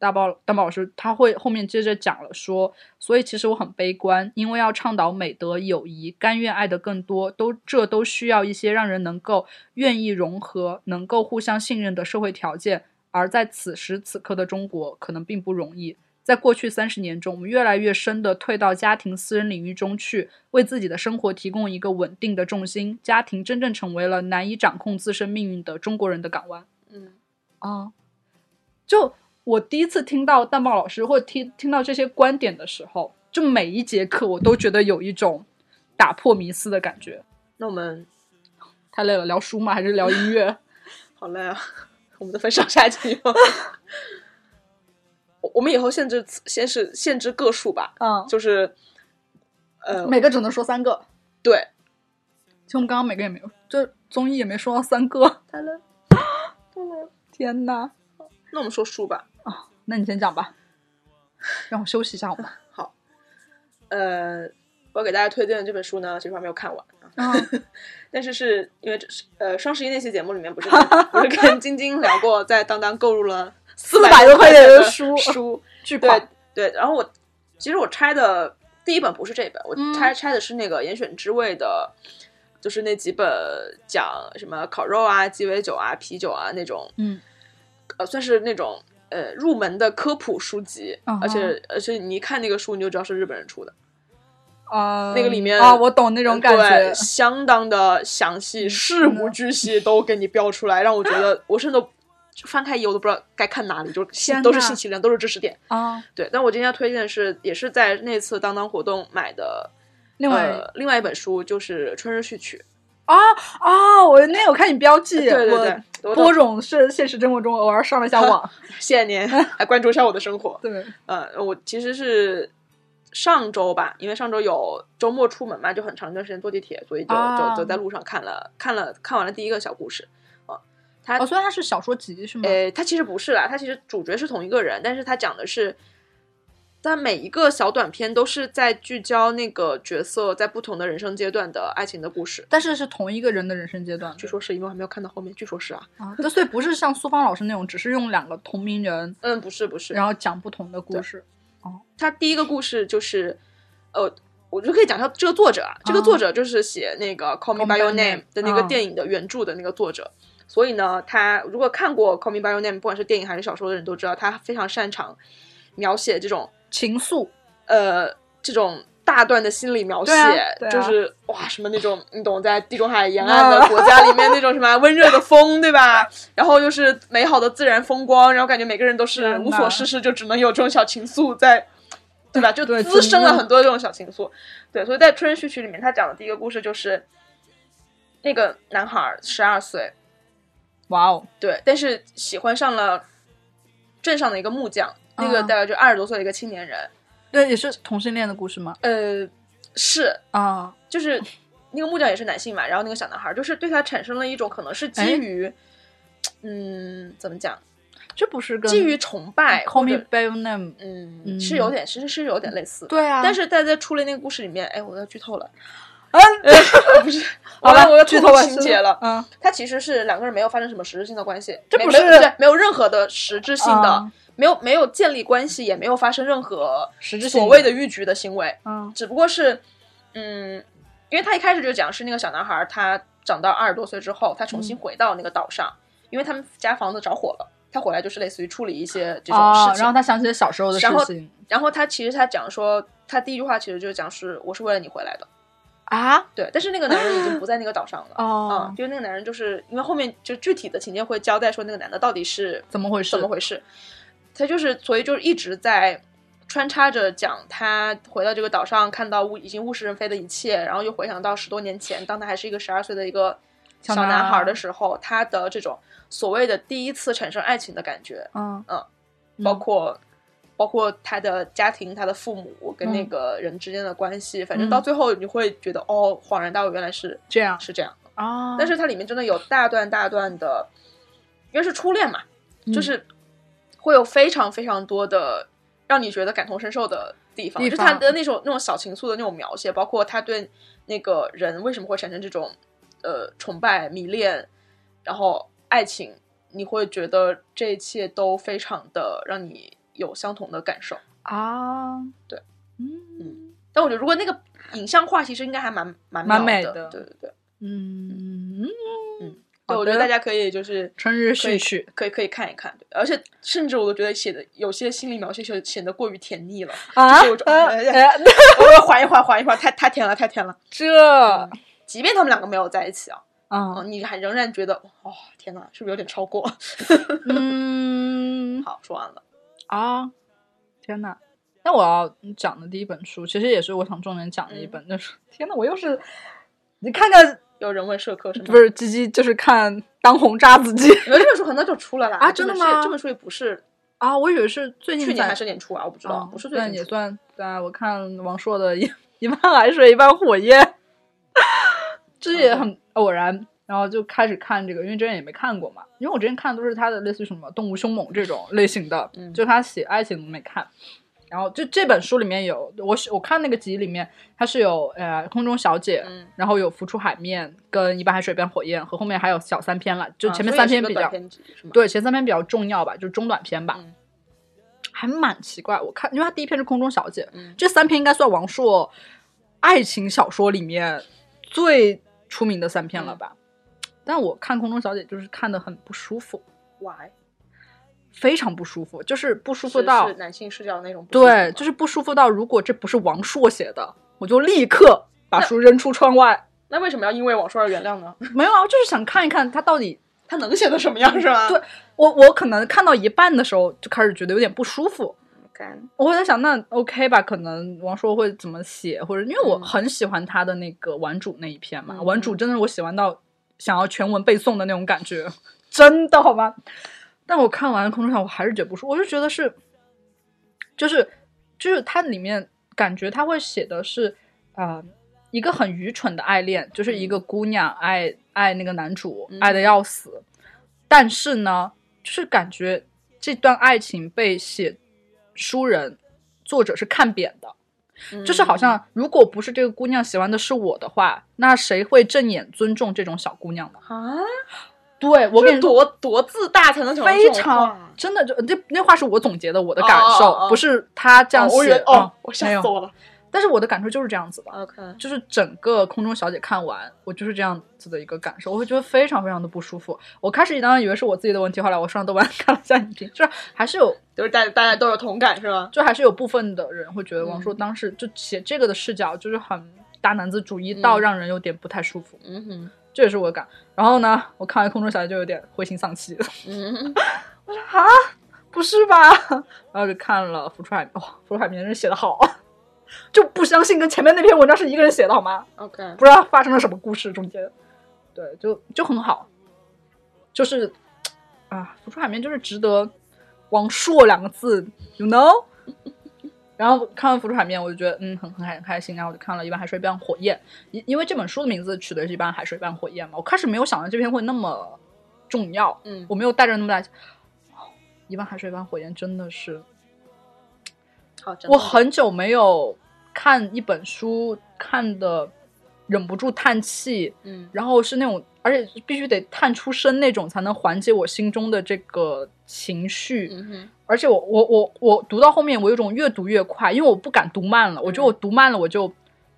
C: 大宝大宝老师他会后面接着讲了说，所以其实我很悲观，因为要倡导美德、友谊，甘愿爱的更多，都这都需要一些让人能够愿意融合、能够互相信任的社会条件，而在此时此刻的中国，可能并不容易。在过去三十年中，我们越来越深地退到家庭私人领域中去，为自己的生活提供一个稳定的重心。家庭真正成为了难以掌控自身命运的中国人的港湾。
B: 嗯
C: 啊、就我第一次听到蛋豹老师或听听到这些观点的时候，就每一节课我都觉得有一种打破迷思的感觉。
B: 那我们
C: 太累了，聊书吗？还是聊音乐？
B: 好累啊。我们都分上下集吗？ 我我们以后限制先是限制个数吧，
C: 嗯，
B: 就是呃，
C: 每个只能说三个。
B: 对，
C: 其实我们刚刚每个也没有，这综艺也没说到三个。
B: 太 了，太了。
C: 天哪！
B: 那我们说书吧，
C: 那你先讲吧，让我休息一下 好吗？
B: 呃，我要给大家推荐的这本书呢，其实还没有看完啊，
C: 嗯
B: 但是是因为这是呃双十一那期节目里面不是不是跟晶晶聊过，在当当购入了
C: 400
B: 块
C: 多块钱的
B: 的
C: 书
B: 书，
C: 巨
B: 对
C: 棒，
B: 对，然后我其实我拆的第一本不是这本，我
C: 嗯
B: 拆、拆的是那个《严选之味》的，就是那几本讲什么烤肉啊、鸡尾酒啊、啤酒啊那种，
C: 嗯，
B: 呃，算是那种呃入门的科普书籍，
C: 嗯哼
B: 而且而且你一看那个书，你就知道是日本人出的，
C: 啊，
B: 呃那个里面
C: 啊，我懂那种感
B: 对
C: 觉，嗯
B: 相当的详细，事无巨细都给你标出来，让我觉得我甚至都翻开一页我都不知道该看哪里，就是信
C: 天
B: 都是
C: 呐
B: 信息量，都是知识点。
C: 啊，
B: 对，但我今天要推荐的是，也是在那次当当活动买的，
C: 另外
B: 呃、另外一本书就是《春日序曲
C: 啊啊，我那我看你标记，》。
B: 对对对，
C: 我
B: 我
C: 播种是现实生活中偶尔上了一下 网，
B: 谢谢 您，还关注一下我的生活。
C: 对，
B: 呃，我其实是上周吧，因为上周有周末出门嘛，就很长一段时间坐地铁，所以就、
C: 啊
B: 就就在路上看了看了看完了第一个小故事。啊、它
C: 哦，所以它是小说集是吗？
B: 呃，它其实不是啦，它其实主角是同一个人，但是它讲的是，它每一个小短片都是在聚焦那个角色在不同的人生阶段的爱情的故事。
C: 但是是同一个人的人生阶段
B: 据说是因为我还没有看到后面，据说是啊，
C: 啊，那所以不是像苏芳老师那种，只是用两个同 名人，
B: 嗯，不是不是，
C: 然后讲不同的故事。
B: 他第一个故事就是，呃，我就可以讲一下这个作者啊，这个作者就是写那个《Call Me
C: Call Me
B: by Your
C: by Your
B: Name
C: Name》
B: 的那个
C: 嗯
B: 电影的原著的那个作者。所以呢，他如果看过《Call Me by Your Name》，不管是电影还是小说的人都知道，他非常擅长描写这种
C: 情愫，
B: 呃这种大段的心理描写，
C: 对啊嗯对啊
B: 就是哇什么那种你懂在地中海沿岸 的国家里面那种什么温热的风，对吧？然后又是美好的自然风光，然后感觉每个人都是
C: 天
B: 无
C: 哪
B: 所事事，就只能有这种小情愫在。对吧？就
C: 对
B: 滋生
C: 情
B: 了
C: 愫
B: 很多这种小情愫，对，所以在《春日序曲》里面，他讲的第一个故事就是，那个男孩十二岁，
C: 哇哦，
B: 对，但是喜欢上了镇上的一个木匠，那个
C: 啊
B: 大概就二十多岁的一个青年人，
C: 对，也是同性恋的故事吗？
B: 呃，是
C: 啊，
B: 就是那个木匠也是男性嘛，然后那个小男孩就是对他产生了一种可能是基
C: 哎
B: 于，嗯，怎么讲，
C: 这不是跟
B: 基于崇拜
C: Call
B: 或
C: Me
B: 者
C: by Your Name，
B: 嗯，
C: 嗯
B: 是有点，其实是有点类似。
C: 对啊，
B: 但是在在初恋那个故事里面，哎，我要剧透了，
C: 啊，
B: 不是，
C: 好
B: 了，
C: 了，
B: 我要
C: 剧
B: 剧
C: 透
B: 透
C: 吧
B: 情节了。
C: 嗯，
B: 他其实是两个人没有发生什么实质性的关系，
C: 这
B: 没
C: 不
B: 没有
C: 是
B: 对没有任何的实质性的
C: 啊，
B: 没有没有建立关系，也没有发生任何
C: 实质
B: 所
C: 性的
B: 谓的逾矩的行为。
C: 嗯
B: 只不过是，嗯，因为他一开始就讲是那个小男孩儿，他长到二十多岁之后，他
C: 嗯
B: 重新回到那个岛上，因为他们家房子着火了，他回来就是类似于处理一些这种
C: 啊
B: 事，情。
C: 然后他想起了小时候的事
B: 然后
C: 情
B: 然后他其实他讲说，他第一句话其实就是讲是我是为了你回来的，
C: 啊，
B: 对，但是那个男人已经不在那个岛上了。嗯
C: 哦，，
B: 就是那个男人，就是因为后面就具体的情节会交代说那个男的到底是
C: 怎么回事？
B: 怎么回事？他就是，所以就是一直在穿插着讲他回到这个岛上看到物已经物是人非的一切，然后又回想到十多年前，当他还是一个十二岁的一个小
C: 小男
B: 男孩
C: 孩
B: 的时候，他的这种所谓的第一次产生爱情的感觉，
C: 嗯
B: 嗯
C: 嗯
B: 包括、包括他的家庭、他的父母跟那
C: 嗯
B: 个人之间的关系，反正
C: 嗯
B: 到最后你会觉得哦，恍然大悟，原来是
C: 这样
B: 是这样。
C: 啊，
B: 但是它里面真的有大段大段的，因为是初恋嘛，
C: 嗯
B: 就是会有非常非常多的让你觉得感同身受的地方，
C: 地
B: 就是他
C: 方
B: 的那种那种小情愫的那种描写，包括他对那个人为什么会产生这种呃崇拜、迷恋，然后爱情，你会觉得这一切都非常的让你有相同的感受。
C: 啊，
B: 对，
C: 嗯
B: 但我觉得如果那个影像化，其实应该还蛮蛮
C: 蛮
B: 妙
C: 美
B: 的，
C: 的
B: 对对对。
C: 嗯，
B: 对，
C: 好
B: 我觉得
C: 的
B: 大家可以就是
C: 春日
B: 可以
C: 序曲
B: 可以可以看一看，对而且甚至我都觉得写的有些心理描写显显得过于甜腻 了，
C: 啊
B: 就是我就
C: 呃
B: 哎
C: 哎
B: 我要缓一缓，缓一缓，太太甜了，太甜了。
C: 这
B: 即便他们两个没有在一起啊，
C: 啊
B: 嗯，你还仍然觉得哦，天哪，是不是有点超过？
C: 嗯
B: 好，说完了，
C: 啊，天哪！那我要
B: 嗯
C: 讲的第一本书，其实也是我想重点讲的一本，就是天哪，我又是你看看
B: 有人文社科什么的
C: 不。是鸡鸡，就是看当红炸子鸡
B: 原来这本书很早就出了啦
C: 啊
B: 这本
C: 真的
B: 书也
C: 吗
B: 这本书也不是
C: 啊！我以为是最近
B: 去年
C: 才
B: 还是年初啊，我不知道，
C: 啊
B: 不是最
C: 但
B: 近
C: 也
B: 出
C: 算对啊。我看王朔的一一半海水一半火焰，这也
B: 嗯
C: 很偶然，然后就开始看这个，因为之前也没看过嘛。因为我之前看都是他的类似于什么《动物凶猛》这种类型的，
B: 嗯
C: 就他写爱情的没看。然后就这本书里面有我是我看那个集里面，它是有呃空中小姐，
B: 嗯
C: 然后有浮出海面跟一半海水一半火焰和后面还有小三篇了，就
B: 啊
C: 前面
B: 所以也
C: 三
B: 是
C: 篇
B: 个
C: 比
B: 短
C: 较、
B: 篇集是吗？
C: 对，前三篇比较重要吧，就是中短篇吧，
B: 嗯
C: 还蛮奇怪。我看，因为他第一篇是《空中小姐》，
B: 嗯
C: 这三篇应该算王朔爱情小说里面最出名的三篇
B: 嗯
C: 了吧？但我看《空中小姐》就是看的很不舒服，
B: ，why
C: 非常不舒服，就是不舒
B: 是
C: 服到
B: 是男性视角的那种不舒服吗，
C: 对，就是不舒服到如果这不是王朔写的，我就立刻把书扔出窗外。
B: 那为什么要因为王朔而原谅呢？
C: 没有啊，就是想看一看他到底
B: 他能写的什么样是吧？
C: 对我我可能看到一半的时候就开始觉得有点不舒服，
B: 干，
C: 我会在想那 OK 吧，可能王朔会怎么写，或者因为我
B: 嗯
C: 很喜欢他的那个《玩主》那一篇嘛，
B: 嗯
C: 玩主》真的是我喜欢到想要全文背诵的那种感觉，真的好吗？但我看完《空中上》，我还是觉得不舒服，我就觉得是，就是就是它里面感觉他会写的是啊、呃一个很愚蠢的爱恋，就是一个姑娘爱、爱那个男主，
B: 嗯
C: 爱的要死，但是呢，就是感觉这段爱情被写书人作者是看扁的，
B: 嗯
C: 就是好像如果不是这个姑娘喜欢的是我的话，那谁会正眼尊重这种小姑娘呢？
B: 啊，
C: 对我跟
B: 这
C: 你说。
B: 多多自大才能讲出这
C: 非
B: 种
C: 常
B: 话
C: 真的就这那话是我总结的我的感受，
B: 哦哦哦
C: 不是他这样
B: 哦我以
C: 写
B: 为哦
C: 嗯，
B: 我
C: 没
B: 吓
C: 有
B: 死我了。
C: 但是我的感受就是这样子的，
B: OK，
C: 就是整个空中小姐看完，我就是这样子的一个感受，我会觉得非常非常的不舒服。我开始当然以为是我自己的问题，后来我上豆瓣看了一下影评， 就是还是有，
B: 就是大大家都有同感是吧？
C: 就还是有部分的人会觉得王朔
B: 嗯
C: 当时就写这个的视角就是很大男子主义到
B: 嗯
C: 让人有点不太舒服，
B: 嗯哼，
C: 这也是我的感。然后呢，我看完空中小姐就有点灰心丧气， 啊
B: 嗯哼。
C: 不是吧？ 然后就看了《浮出海面》，哇，《浮出海面》真写的好， 就不相信跟前面那篇文章是一个人写的好吗？
B: OK，
C: 不知道发生了什么故事中间，对，就就很好，就是啊，浮出海面就是值得王朔两个字，you know。然后看完《浮出海面》，我就觉得嗯，很很开很开心。然后我就看了一半海水一半火焰，因因为这本书的名字取的是一半海水一半火焰嘛。我开始没有想到这篇会那么重要，
B: 嗯
C: 我没有带着那么大。哦一半海水一半火焰真的是
B: 好，真的
C: 我很久没有看一本书看的忍不住叹气，
B: 嗯
C: 然后是那种，而且必须得叹出声那种，才能缓解我心中的这个情绪。
B: 嗯哼，
C: 而且我我我我读到后面，我有种越读越快，因为我不敢读慢了，我觉得我读慢了我就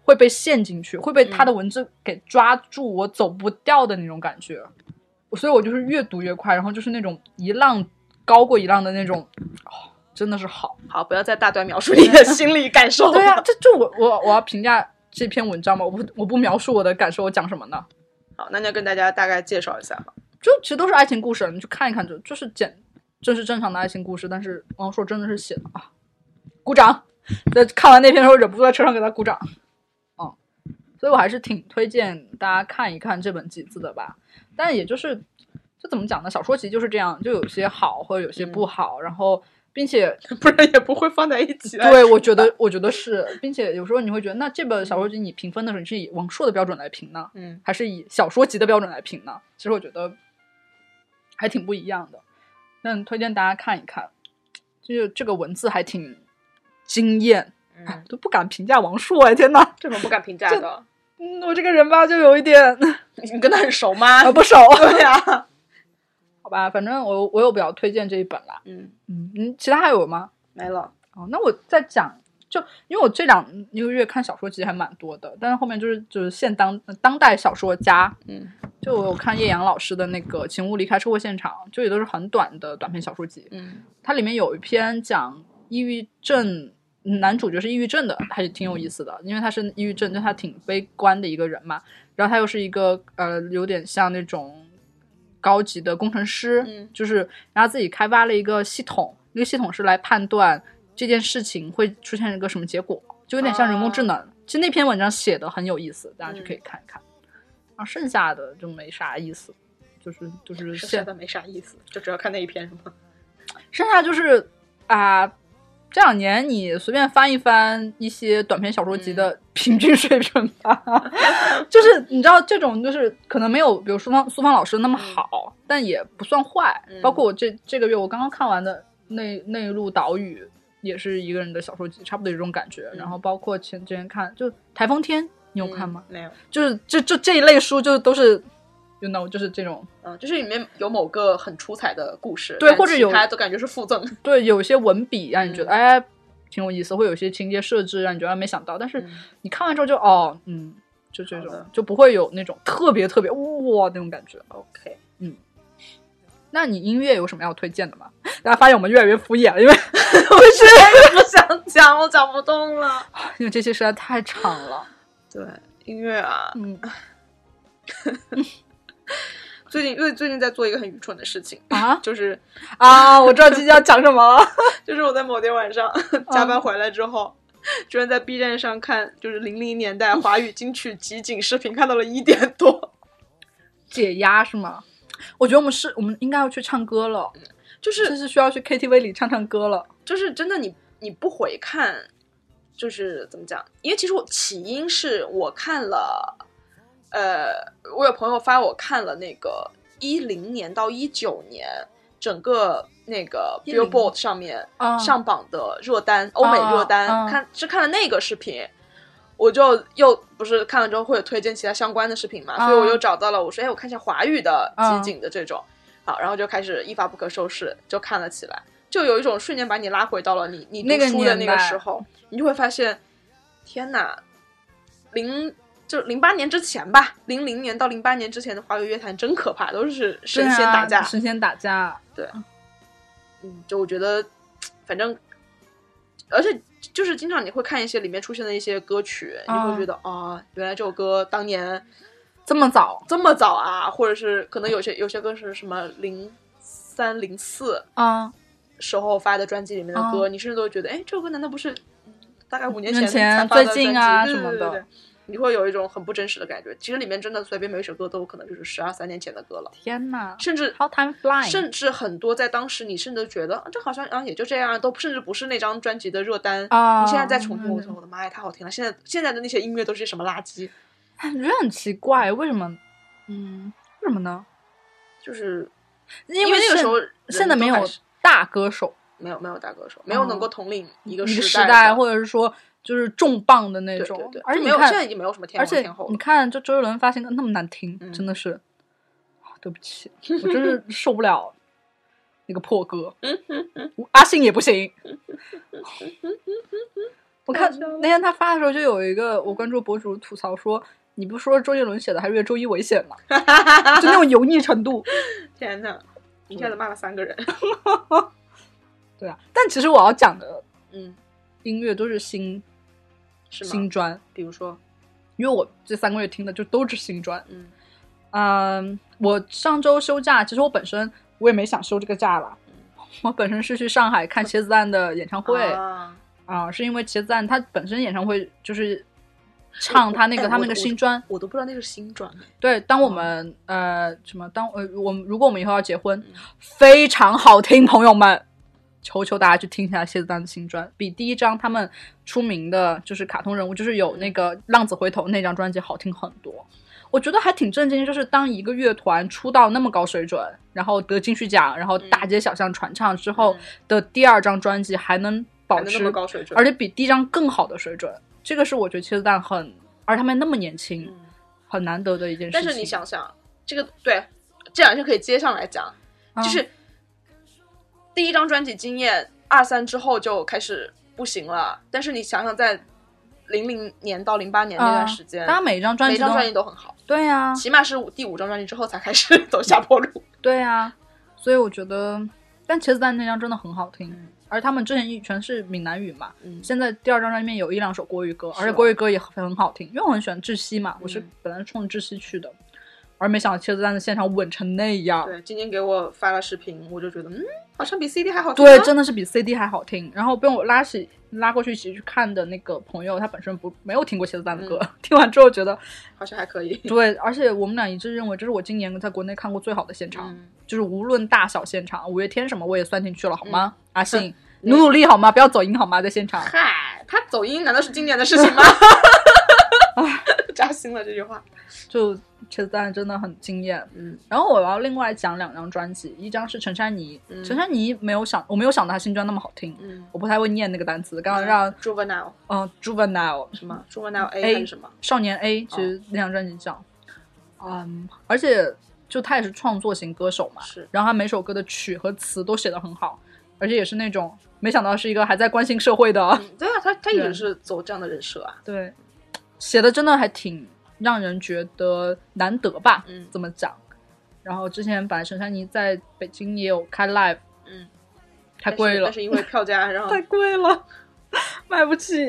C: 会被陷进去，会被他的文字给抓住，我走不掉的那种感觉。所以我就是越读越快，然后就是那种一浪高过一浪的那种，哦，真的是好。
B: 好，不要再大段描述你的心理感受。
C: 对啊 呀、这就我我我要评价这篇文章嘛，我不我不描述我的感受，我讲什么呢？
B: 好，那就跟大家大概介绍一下吧。
C: 就其实都是爱情故事，你去看一看就就是简，这是正常的爱情故事，但是王朔真的是写的啊，鼓掌！在看完那篇的时候，忍不住在车上给他鼓掌。嗯，所以我还是挺推荐大家看一看这本集子的吧。但也就是，这怎么讲呢？小说集就是这样，就有些好或者有些不好，然后并且
B: 不然也不会放在一起。
C: 对，我觉得，我觉得是，并且有时候你会觉得，那这本小说集你评分的时候，你是以王朔的标准来评呢，
B: 嗯，
C: 还是以小说集的标准来评呢？其实我觉得还挺不一样的。但推荐大家看一看，就是这个文字还挺惊艳，哎， 都不敢评价王朔哎，天呐，
B: 嗯这种不敢评价的，
C: 嗯，我这个人吧，就有一点
B: 你跟他很熟吗？
C: 呃不熟，
B: 对呀，
C: 好吧，反正我我有比较推荐这一本啦，
B: 嗯，
C: 嗯，嗯，其他还有吗？
B: 没了。
C: 哦，那我再讲，就因为我这两一个月看小说集还蛮多的，但是后面就是就是现当当代小说家，
B: 嗯
C: 就我有看叶阳老师的那个《请勿离开车祸现场》，就也都是很短的短篇小说集。
B: 嗯
C: 它里面有一篇讲抑郁症，男主角是抑郁症的，还是挺有意思的，因为他是抑郁症，就他挺悲观的一个人嘛。然后他又是一个呃，有点像那种高级的工程师，
B: 嗯
C: 就是然后他自己开发了一个系统，那个系统是来判断这件事情会出现一个什么结果，就有点像人工智能。其实那篇文章写的很有意思，大家去可以看一看。啊，剩下的就没啥意思，就是就是
B: 剩下
C: 现
B: 的没啥意思，就只要看那一篇是吗？
C: 剩下就是啊、这两年你随便翻一翻一些短篇小说集
B: 嗯
C: 的 平均水平吧， 就是你知道这种就是可能没有比如苏芳苏芳老师那么好，但也不算坏。
B: 嗯
C: 包括我这这个月我刚刚看完的那那一路岛屿。也是一个人的小说集，差不多有这种感觉。
B: 嗯
C: 然后包括前之前看，就《台风天》，你有看吗？
B: 嗯？没有，
C: 就是这这这一类书，就都是，you know，就是这种
B: 嗯，就是里面有某个很出彩的故事，
C: 对
B: 但
C: 或者
B: 其
C: 有
B: 他都感觉是附赠，
C: 对，有些文笔让你觉
B: 嗯
C: 得、哎挺有意思，会有些情节设置让你觉得哎没想到，但是
B: 嗯
C: 你看完之后就哦，嗯，就这
B: 好
C: 种
B: 的
C: 就不会有那种特别特别哇那种感觉。
B: OK，
C: 那你音乐有什么要推荐的吗？大家发现我们越来越敷衍了，因为我是
B: 不想讲，我讲不动了。
C: 因为这期实在太长了。
B: 对，音乐啊，
C: 嗯
B: 最近因为最近在做一个很愚蠢的事情，
C: 啊
B: 就是
C: 啊，我知道今天要讲什么了。
B: 就是我在某天晚上
C: 嗯
B: 加班回来之后，居然在 B 站上看就是零零年代华语金曲集锦视频，看到了一点多。
C: 解压是吗？我觉得我们是，我们应该要去唱歌了，
B: 就是
C: 这是需要去 KTV 里唱唱歌了。
B: 就是真的你你不回看，就是怎么讲？因为其实我起因是我看了，呃，我有朋友发我看了那个一零年到一九年整个那个
C: 10
B: Billboard 上面
C: 啊
B: 上榜的热单，欧美热单，
C: 啊
B: 看是看了那个视频。我就又不是看了之后会有推荐其他相关的视频嘛，
C: 啊
B: 所以我又找到了，我说哎，我看一下华语的
C: 啊
B: 集锦的这种，好，然后就开始一发不可收拾，就看了起来。就有一种瞬间把你拉回到了你你
C: 那个
B: 读书的那
C: 年
B: 个
C: 代
B: 时候，你就会发现，天哪，零就零八年之前吧，零零年到零八年之前的华语乐坛真可怕，都是神仙打架。
C: 对啊神仙打架，
B: 嗯，就我觉得，反正，而且就是经常你会看一些里面出现的一些歌曲，你
C: 啊
B: 会觉得啊、哦原来这首歌当年
C: 这么早
B: 这么早啊，或者是可能有些有些歌是什么零三零四，04,
C: 啊？
B: 时候发的专辑里面的歌，你甚至都会觉得，哎，这首歌难道不是嗯大概五年
C: 年前
B: 才发的专辑
C: 最近啊
B: 对
C: 什么
B: 对
C: 的
B: 对对对你会有一种很不真实的感觉。其实里面真的随便每一首歌都有可能就是十二三年前的歌了，
C: 天哪
B: 甚至
C: ，How time flies！
B: 甚至很多在当时你甚至觉得、啊、这好像啊也就这样，都甚至不是那张专辑的热单。
C: 啊，
B: 你现在再重听，我
C: 嗯
B: 操，我的妈呀，太好听了！现在现在的那些音乐都是些什么垃圾？
C: 哎觉得很奇怪，为什么？嗯，为什么呢？
B: 就是
C: 因
B: 为那个
C: 现
B: 时候人
C: 现在没有
B: 都还是
C: 大歌手，
B: 没有没有大歌手，没有能够统领一个
C: 一个时
B: 代的
C: 代，或者是说就是重磅的那
B: 对
C: 种
B: 对对，，
C: 而且
B: 就没
C: 你
B: 有现在
C: 看
B: 已，经没有什么天
C: 而
B: 王
C: 且
B: 天后
C: 你
B: 了。
C: 看，就周杰伦发行的那么难听，
B: 嗯
C: 真的是，啊对 不起，我真是受不了那个 破歌，阿信也不行。我 看
B: 太笑了
C: 那天他发的时候，就有一个我关注博主吐槽说：“你不说周杰伦写的，还是周一围写的吗？”就那种油腻程度。
B: 天呐，一
C: 嗯
B: 下子骂了三 个人。
C: 对啊，但其实我要讲的
B: 嗯，
C: 音乐都是新
B: 是
C: 新
B: 吗？
C: 专，
B: 比如说，
C: 因为我这三个月听的就都是新专。
B: 嗯
C: 嗯，我上周休假，其实我本身我也没想休这个假了，我本身是去上海看茄子蛋的演唱会啊、
B: 嗯啊
C: 是因为茄子蛋他本身演唱会就是唱他那个
B: 哎
C: 他
B: 我
C: 那个
B: 我
C: 新专，
B: 我都不知道那是新专，
C: 对，当
B: 嗯
C: 我们、呃什么当呃我们如果我们以后要结婚
B: 嗯，
C: 非常好听，朋友们。求求大家去听一下谢子丹的新专，比第一张他们出名的就是卡通人物，就是
B: 嗯
C: 有那个《浪子回头》那张专辑好听很多。我觉得还挺震惊，就是当一个乐团出到那么高水准，然后得金曲奖，然后大街小巷传唱之后
B: 嗯
C: 的第二张专辑还能保
B: 还能那
C: 持
B: 么高水准，
C: 而且比第一张更好的水准，这个是我觉得茄子蛋很，而且他们那么年轻，
B: 嗯
C: 很难得的一件事情。
B: 但是你，想想，这个对，这两件可以接上来讲，
C: 啊
B: 就、是第一张专辑《经验》，二三之后就开始不行了。但是你想想，在零零年到零八年那段时间，
C: 啊大家每一张专
B: 每
C: 辑都
B: 张专辑都很好，
C: 对啊呀、
B: 起码是五第五张专辑之后才开始 走下坡路。
C: 对呀、所以我觉得，但茄子蛋那张真的很好听，
B: 嗯
C: 而他们之前一全是闽南语嘛，
B: 嗯
C: 现在第二张专辑里面有一两首国语歌，
B: 是
C: 而且国语歌也很好听，因为我很喜欢窒息嘛，我是
B: 嗯
C: 本来是冲着窒息去的，而没想到茄子蛋的现场稳成那样，
B: 对，今天给我发了视频，我就觉得，嗯，好像比 CD 还好听、啊。
C: 对，真的是比 CD 还好听。然后被我拉起拉过去一起去看的那个朋友，他本身不没有听过茄子蛋的
B: 嗯
C: 歌， 听完之后觉得
B: 好像还可 以。
C: 对，而且我们俩一致认为这是我今年在国内看过最好的现场，
B: 嗯
C: 就是无论大小现场，五月天什么我也算进去了，好吗？阿信，努努力好吗？不要走音好吗？在现场，
B: 嗨，他走音难道是今年的事情 吗？扎心了这句话。
C: 就茄子蛋真的很惊艳。
B: 嗯
C: 然后我要另外讲两张专辑，一张是陈珊妮，
B: 嗯
C: 陈珊妮没有想，我没有想到她新专那么好听，
B: 嗯，
C: 我不太会念那个单词。刚刚让
B: Juvenile
C: 嗯、呃 Juvenile
B: 什么 Juvenile A
C: A
B: 还是什么？
C: 少年 A，其实那张专辑叫，嗯，而且就他也是创作型歌手嘛，
B: 是
C: 然后他每首歌的曲和词都写得很好，而且也是那种没想到是一个还在关心社会的，
B: 嗯对啊，他他一直
C: 对
B: 是走这样的人设啊。
C: 对，写的真的还挺让人觉得难得吧，
B: 嗯
C: 这么讲。然后之前本来陈珊妮在北京也有开 live，
B: 嗯，
C: 太贵
B: 但是
C: 了
B: 但，是嗯因为票 价，然后
C: 太贵了，买不起，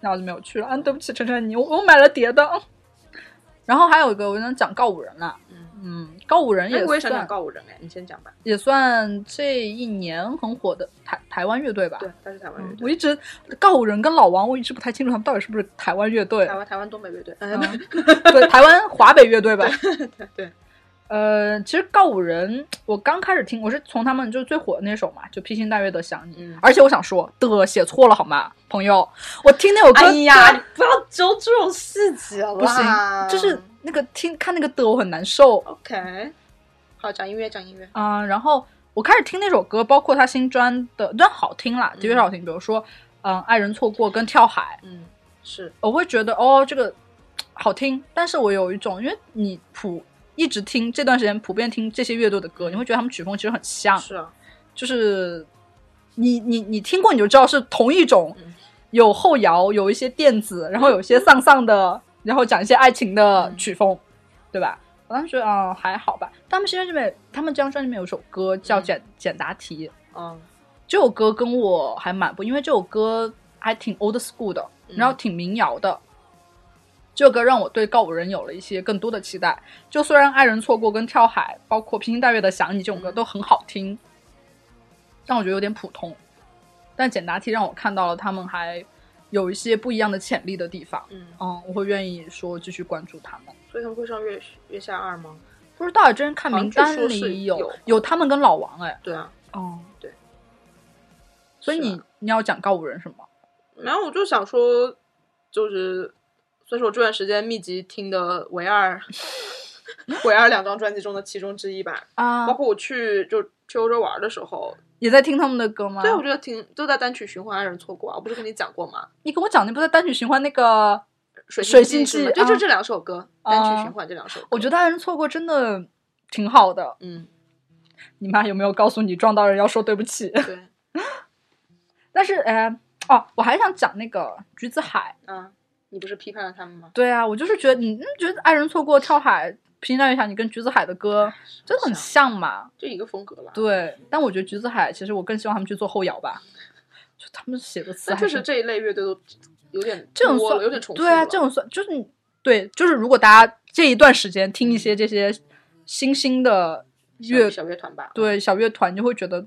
C: 然后就没有去了。啊，对不起，陈珊妮，我我买了碟的。然后还有一个，我想讲告五人啦，
B: 嗯，
C: 嗯，告五人
B: 哎
C: 也
B: 我也想讲
C: 算
B: 告五人哎，你先讲吧。
C: 也算这一年很火的台台湾乐队吧。
B: 对，他是台湾乐
C: 嗯
B: 队，
C: 我一直告五人跟老王，我一直不太清楚他们到底是不是台湾乐队
B: 台。湾台湾东北乐队。
C: 嗯 对，台湾华北乐队吧。
B: 对，
C: 呃，其实告五人，我刚开始听，我是从他们就是最火的那首嘛，就《披星戴月的想你》
B: 嗯
C: 而且我想说的写错了好吗，朋友？我听那首歌，
B: 哎呀，不要揪这种细节啦！
C: 不行，就是那个听看那个的我很难受
B: OK。好，讲音乐，讲音乐。
C: 啊、然后我开始听那首歌，包括他新专的，但好听啦，的确是好听。比如说，嗯、爱人错过跟跳海，
B: 嗯，是
C: 我会觉得哦，这个好听，但是我有一种，因为你普一直听这段时间普遍听这些乐队的歌，你会觉得他们曲风其实很像，
B: 是啊，
C: 就是你你你听过你就知道是同一种
B: 嗯，
C: 有后摇，有一些电子，然后有一些丧丧的，然后讲一些爱情的
B: 嗯
C: 曲风，对吧？我当时觉得嗯还好吧，他们现在这边他们这张专辑里面有首歌叫
B: 嗯
C: 简、简答题，
B: 嗯
C: 这首歌跟我还蛮不，因为这首歌还挺 old school 的，
B: 嗯
C: 然后挺民谣的。这首歌让我对告五人有了一些更多的期待。就虽然《爱人错过》跟《跳海》，包括《披星戴月的想你》这种歌
B: 嗯
C: 都很好听，但我觉得有点普通。但简答题让我看到了他们还有一些不一样的潜力的地方。
B: 嗯，
C: 嗯，我会愿意说继续关注他们。
B: 所以他们会上月月下二吗？
C: 不知道，真看
B: 好像
C: 名
B: 据
C: 单
B: 说是
C: 里有
B: 有
C: 有他们跟老王哎，
B: 对啊，
C: 哦，
B: 对，
C: 所以
B: 是啊
C: 你你要讲告五人什么？
B: 然后我就想说，就是，所以说我这段时间密集听的唯二 唯二两张专辑中的其中之一吧。
C: 啊
B: 包括我去就去欧洲玩的时候，
C: 也在听他们的歌吗？
B: 对，我觉得挺都在单曲循环《爱人错过》啊，我不是跟你讲过吗？
C: 你跟我讲那不在单曲循环那个，
B: 水
C: 水
B: 星
C: 星
B: 记
C: 记
B: 对，就
C: 啊嗯
B: 这两首歌，单曲循环这两首歌。
C: 我觉
B: 得，
C: 得爱人错过真的挺好的。
B: 嗯，
C: 你妈有没有告诉你撞到人要说对不起？
B: 对，
C: 但是呃，哦，我还想讲那个橘子海。
B: 啊，你不是批判了他们吗？
C: 对啊，我就是觉得你嗯觉得爱人错过跳海。评价一下你跟橘子海的歌 真的很
B: 像
C: 像嘛？
B: 啊就一个风格吧。，
C: 对，但我觉得橘子海其实我更希望他们去做后摇吧，就他们写的词
B: 但
C: 还
B: 确
C: 是
B: 实这一类乐队都有点
C: 这种
B: 多
C: 算
B: 了，有点重复
C: 对啊，
B: 了
C: 这种算就是你对，就是如果大家这一段时间听一些这些新兴的
B: 小
C: 乐
B: 小乐团吧。
C: 对小乐团，就会觉得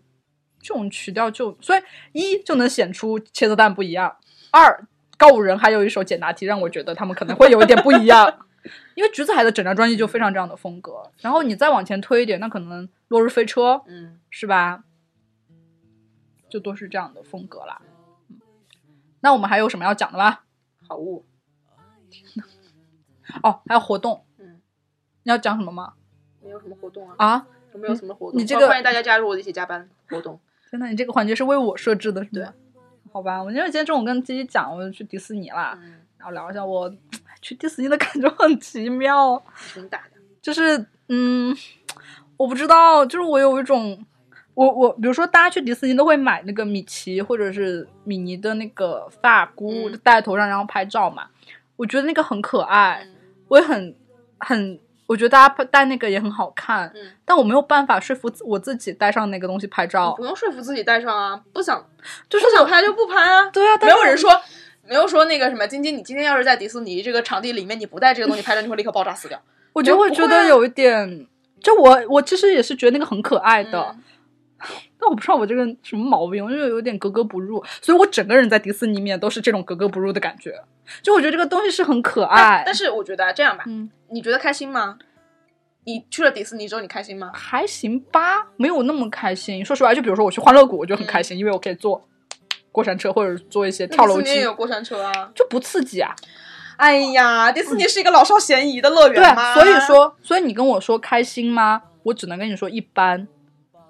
C: 这种曲调就所以一就能显出茄子蛋不一样，二告五人还有一首简答题让我觉得他们可能会有一点不一样，因为橘子海的整张专辑就非常这样的风格。然后你再往前推一点，那可能落日飞车
B: 嗯，
C: 是吧？就都是这样的风格啦。嗯那我们还有什么要讲的吗？
B: 好物，
C: 哦，还有活动，
B: 嗯，
C: 你要讲什么吗？
B: 没有什么活动啊？
C: 啊，
B: 有没有什么活动？哦
C: 你这个
B: 欢迎大家加入我的一起加班活动。
C: 天呐，你这个环节是为我设置的，是吗？好吧，我因为今天中午跟自己讲，我就去迪士尼啦，
B: 嗯，
C: 然后聊一下我唉去迪士尼的感觉很奇妙，
B: 挺打的。
C: 就是嗯，我不知道，就是我有一种，我我比如说大家去迪士尼都会买那个米奇或者是米妮的那个发箍
B: 嗯
C: 戴在头上，然后拍照嘛，我觉得那个很可
B: 哎
C: 爱，
B: 嗯
C: 我也很很，我觉得大家戴那个也很好看，
B: 嗯，
C: 但我没有办法说服自我自己戴上那个东西拍
B: 你
C: 照
B: 不，用说服自己带上啊，不想
C: 就是
B: 不想
C: 我
B: 拍就不拍啊。
C: 对啊，但
B: 没
C: 是
B: 有人说，没有说那个什么，晶晶，你今天要是在迪士尼这个场地里面，你不带这个东西拍照，你会立刻爆炸死掉。
C: 我就
B: 没有
C: 会
B: 不会
C: 觉
B: 啊
C: 得有一点，就我我其实也是觉得那个很可爱的，
B: 嗯
C: 但我不知道我这个人什么毛病，我就有点格格不入，所以我整个人在迪士尼面都是这种格格不入的感觉。就我觉得这个东西是很可爱
B: 但，但是我觉得啊这样吧，
C: 嗯，
B: 你觉得开心吗？你去了迪士尼之后，你开心吗？
C: 还行吧，没有那么开心。说实话，就比如说我去欢乐谷，我就很开心，因为我可以坐过山车或者坐一些
B: 嗯那
C: 跳
B: 迪士
C: 楼
B: 尼也
C: 机，
B: 有过山车啊！
C: 就不刺激啊。
B: 哎呀，迪士尼是一个老少咸宜的乐园吗？
C: 所以说，所以你跟我说开心吗？我只能跟你说一般，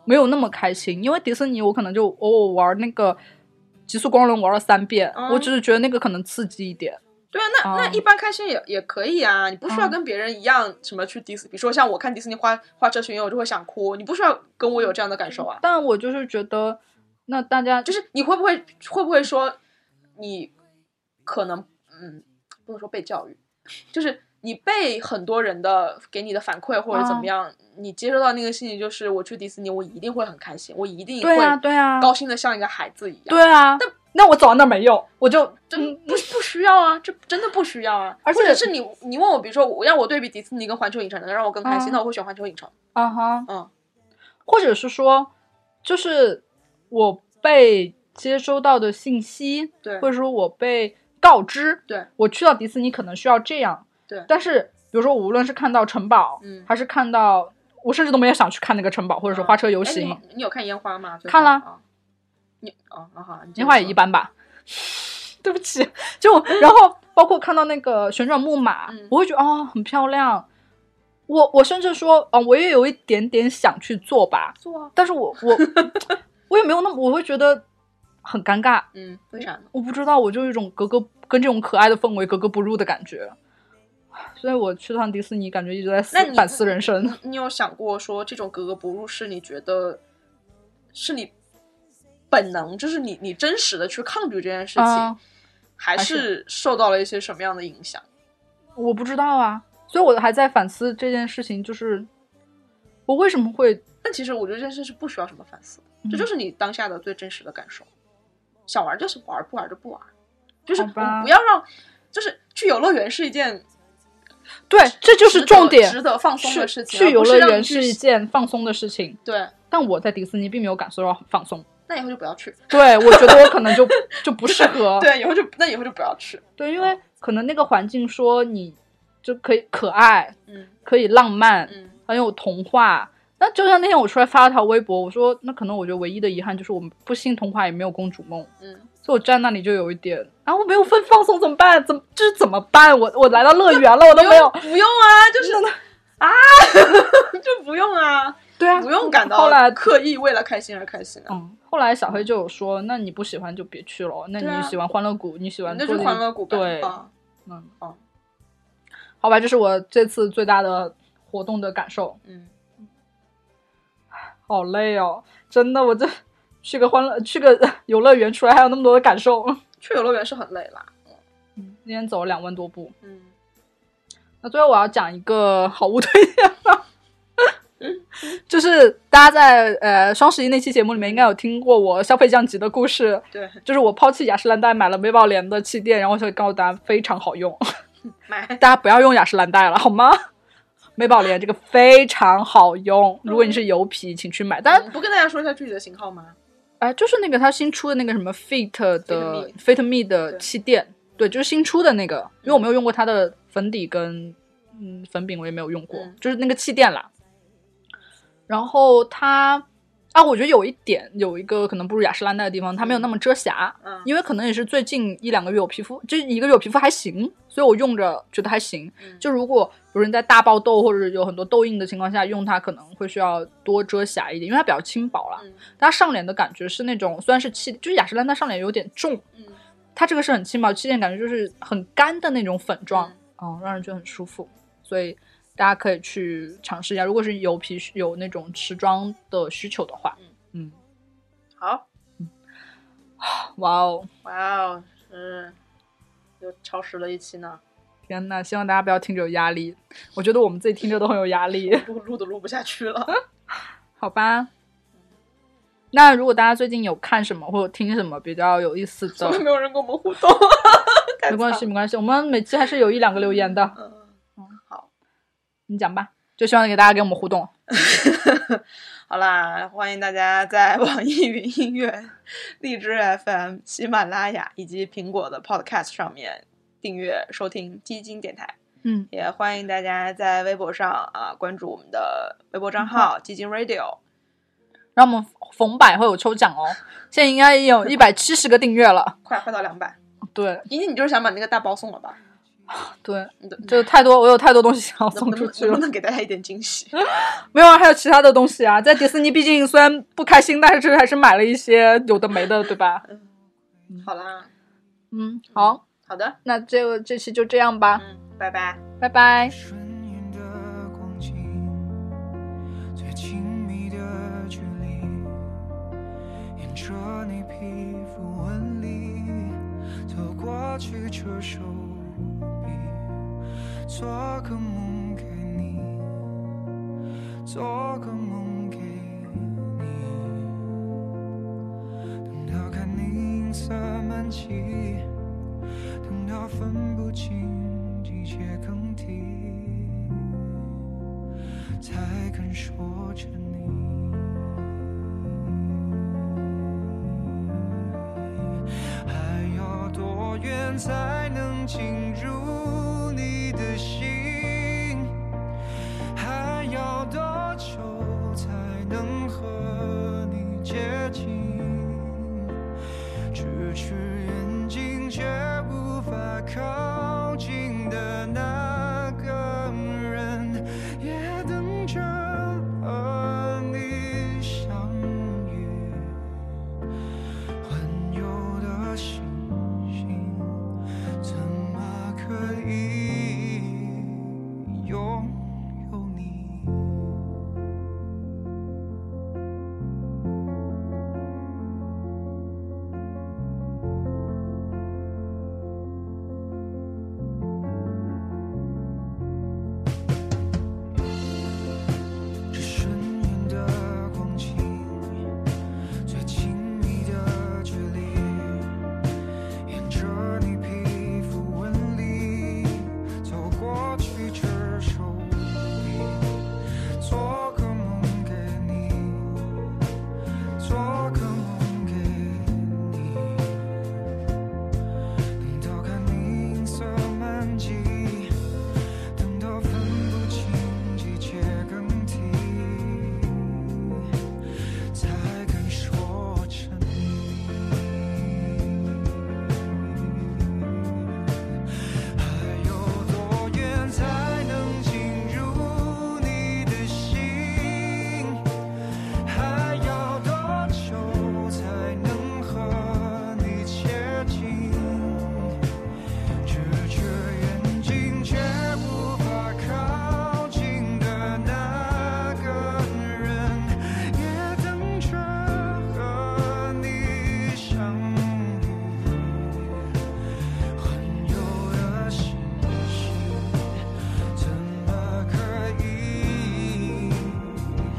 C: 没有那么开心。因为迪士尼，我可能就偶尔玩那个极速光轮玩了三遍，
B: 嗯
C: 我只是觉得那个可能刺激一点。
B: 对啊，那、那
C: 嗯
B: 一般开心也也可以啊，你不需要跟别人一样什么去迪士尼，比如说像我看迪士尼花花车巡游，我就会想哭，你不需要跟我有这样的感受啊。
C: 但我就是觉得，那大家
B: 就是你会不会会不会说你可能嗯不能说被教育，就是你被很多人的给你的反馈或者
C: 哦
B: 怎么样，你接收到那个信息就是我去迪士尼，我一定会很开心，我一定
C: 对啊，
B: 会
C: 对啊，
B: 高兴的像一个孩子一样。
C: 对啊。那我走到那儿没用，我就
B: 真不不需要啊，这真的不需要啊。
C: 嗯而且
B: 或者是你你问我，比如说我让我对比迪士尼跟环球影城，能让我更开心，
C: 嗯
B: 那我会选环球影城。
C: 啊哈，
B: 嗯，
C: 或者是说，就是我被接收到的信息，
B: 对
C: 或者说我被告知，
B: 对
C: 我去到迪士尼可能需要这样，
B: 对
C: 但是比如说，我无论是看到城堡，
B: 嗯
C: 还是看到我甚至都没有想去看那个城堡，或者说花车游
B: 哎
C: 行，
B: 你你有看烟花吗？最后
C: 看了
B: 啊。你哦，那好，你接
C: 烟
B: 着
C: 花也
B: 说
C: 一。般吧。对不起，就然后包括看到那个旋转木马，
B: 嗯
C: 我会觉得哦很漂亮。我我甚至说，哦，我也有一点点想去做吧，
B: 做啊，
C: 但是我 我我也没有那么，我会觉得很尴尬。
B: 嗯，为啥呢？
C: 我不知道，我就有一种格格跟这种可爱的氛围格格不入的感觉。所以我去趟迪士尼，感觉一直在思
B: 那你
C: 反思人生。
B: 你你有想过说这种格格不入是你觉得是你本能，就是你你真实的去抗拒这件事情，
C: 啊
B: 还
C: 还
B: 是受到了一些什么样的影响？
C: 我不知道啊，所以我还在反思这件事情，就是我为什么会
B: 但其实我觉得这件事是不需要什么反思的，
C: 嗯
B: 这就是你当下的最真实的感受。想玩就是玩，不玩就不玩，就是我
C: 好吧
B: 们不要让，就是去游乐园是一件
C: 对，哎这就
B: 值
C: 是
B: 得
C: 重点。
B: 值得放松
C: 去
B: 的事情，
C: 去
B: 而
C: 游
B: 不
C: 乐
B: 让
C: 园
B: 你
C: 是一
B: 去
C: 件放松的事情，
B: 对，
C: 但我在迪士尼并没有感受到放松。
B: 那以后就不要去，
C: 对，我觉得我可 能就就不适合。
B: 对，以后就那以后就不要 去，
C: 对，因为可能那个环境说你就可以可爱，
B: 嗯
C: 可以浪漫，
B: 嗯。
C: 很有童话。那就像那天我出来发了条微博，我说那可能我觉得唯一的遗憾就是我们不信童话，也没有公主梦。
B: 嗯，
C: 所以我站那里就有一点，然、啊、后没有分放松怎么办？怎么这是怎么办？我我来到乐园了，我都没有。
B: 不用啊，就是啊， 就不用啊，
C: 对啊，
B: 不用感
C: 后来
B: 到刻意为了开心而开心啊。
C: 嗯，后来小黑就有说，那你不喜欢就别去了，那
B: 对啊
C: 你喜欢欢乐谷，你喜欢
B: 你就去
C: 做
B: 欢乐谷吧。
C: 对，
B: 啊，
C: 嗯，
B: 哦，
C: 好吧，这是我这次最大的活动的感受，
B: 嗯，
C: 好累哦，真的，我这去个欢乐去个 游乐园出来还有那么多的感受，
B: 去游乐园是很累啦。
C: 嗯，今天走了两万多步。
B: 嗯，
C: 那最后我要讲一个好物推荐了， 就是大家在呃双十一那期节目里面应该有听过我消费降级的故事，
B: 对，
C: 就是我抛弃雅诗兰黛买了美宝莲的气垫，然后就告诉大家非常好用，
B: 买
C: 大家不要用雅诗兰黛了好吗？ 美宝莲这个非常好用，
B: 嗯
C: 如果你是油皮，请去买。但
B: 你不跟大家说一下具体的型号吗？
C: 哎，就是那个他新出的那个什么 Fit 的 Fit Me 的
B: 对
C: 气垫，对，就是新出的那个，因为我没有用过它的粉底跟嗯粉饼，我也没有用过，
B: 嗯
C: 就是那个气垫啦。然后它啊，我觉得有一点有一个可能不如雅诗兰黛的地方，它没有那么遮瑕，
B: 嗯，
C: 因为可能也是最近一两个月我皮肤，这一个月我皮肤还行，所以我用着觉得还行。
B: 嗯
C: 就如果有人在大爆痘或者有很多痘印的情况下用它，可能会需要多遮瑕一点，因为它比较轻薄啦。
B: 嗯
C: 它上脸的感觉是那种虽然是气，就是雅诗兰黛上脸有点重，
B: 嗯，
C: 它这个是很轻薄，气垫感觉就是很干的那种粉状，
B: 嗯
C: 哦，让人觉得很舒服，所以大家可以去尝试一下。如果是油皮有那种持妆的需求的话，嗯，
B: 好，
C: 哇哦，
B: 哇哦，嗯，又超时了一期呢，
C: 天呐，希望大家不要听着有压力，我觉得我们自己听着都很有压力。
B: 录录都录不下去
C: 嗯
B: 了。
C: 好吧。那如果大家最近有看什么或者听什么比较有意思
B: 怎
C: 的
B: 么， 没有人跟我们互 动？太
C: 没关
B: 惨
C: 系，没关系，我们每期还是有一两个留言 的，
B: 了。嗯，好。
C: 你讲吧。就希望给大家跟我们互动。
D: 好啦，欢迎大家在网易云音乐、荔枝 FM、喜马拉雅以及苹果的 Podcast 上面订阅收听基金电台。
C: 嗯，
D: 也欢迎大家在微博上啊关注我们的微博账号基金 Radio。
C: 然后我们逢百会有抽奖哦，现在应该也有一百七十个订阅了。
D: 快快到两百，
C: 对
D: 莹莹，你就是想把那个大包送了吧？
C: 对，
D: 你的
C: 就太多，我有太多东西想要
D: 能
C: 送
D: 不
C: 出
D: 能
C: 去
D: 能不
C: 了。
D: 能给大家一点惊喜？
C: 没有啊，还有其他的东西啊，在迪士尼，毕竟虽然不开心，但是还是买了一些有的没的，对吧？
D: 好啦，
C: 嗯，好，
D: 好的，
C: 那这这期就这样吧，
D: 嗯，拜拜。
C: 拜拜。
E: 顺眼的光景，最亲密的距离，沿着你皮肤纹理走过去，这手臂做个梦给你，做个梦给你，等到看你银色满际。等到分不清季节更替，才肯说着你。还要多远才能进入你的心？还要多久才能和你接近？咫尺远近却无法靠近的那个人，也等着和你相遇。环游的星星，怎么可以拥有你？这瞬间的光景，最亲密的距离，沿着你皮肤纹理走过去，这手臂做个梦给你，做个梦给你，等到看你银色满际。等到分不清季节更替，才肯说着你。还有多远才能进入你的心？还要多久才能和你接近？咫尺远近却无法靠近的那个人，也等着和你相遇。环游的星星，怎么可以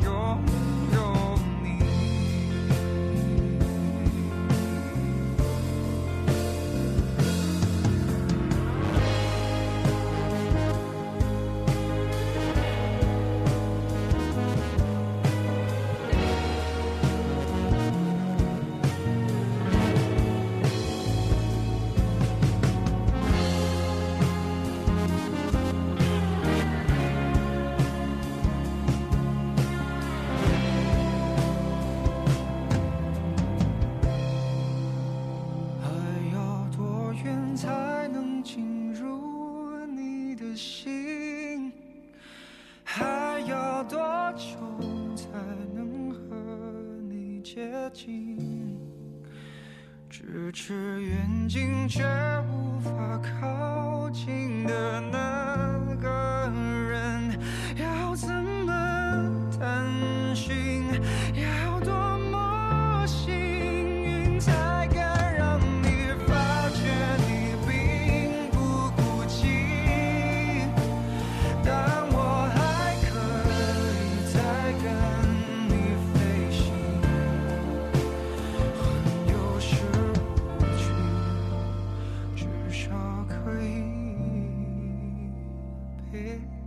E: 拥有你？还要多远才能进入你的心？还要多久才能和你接近？咫尺远近却无法靠近的那个人，要怎么探寻？要多么幸运才敢让你发觉你并不孤寂？但我还可以再跟你飞行，环游是无趣，至少可以陪。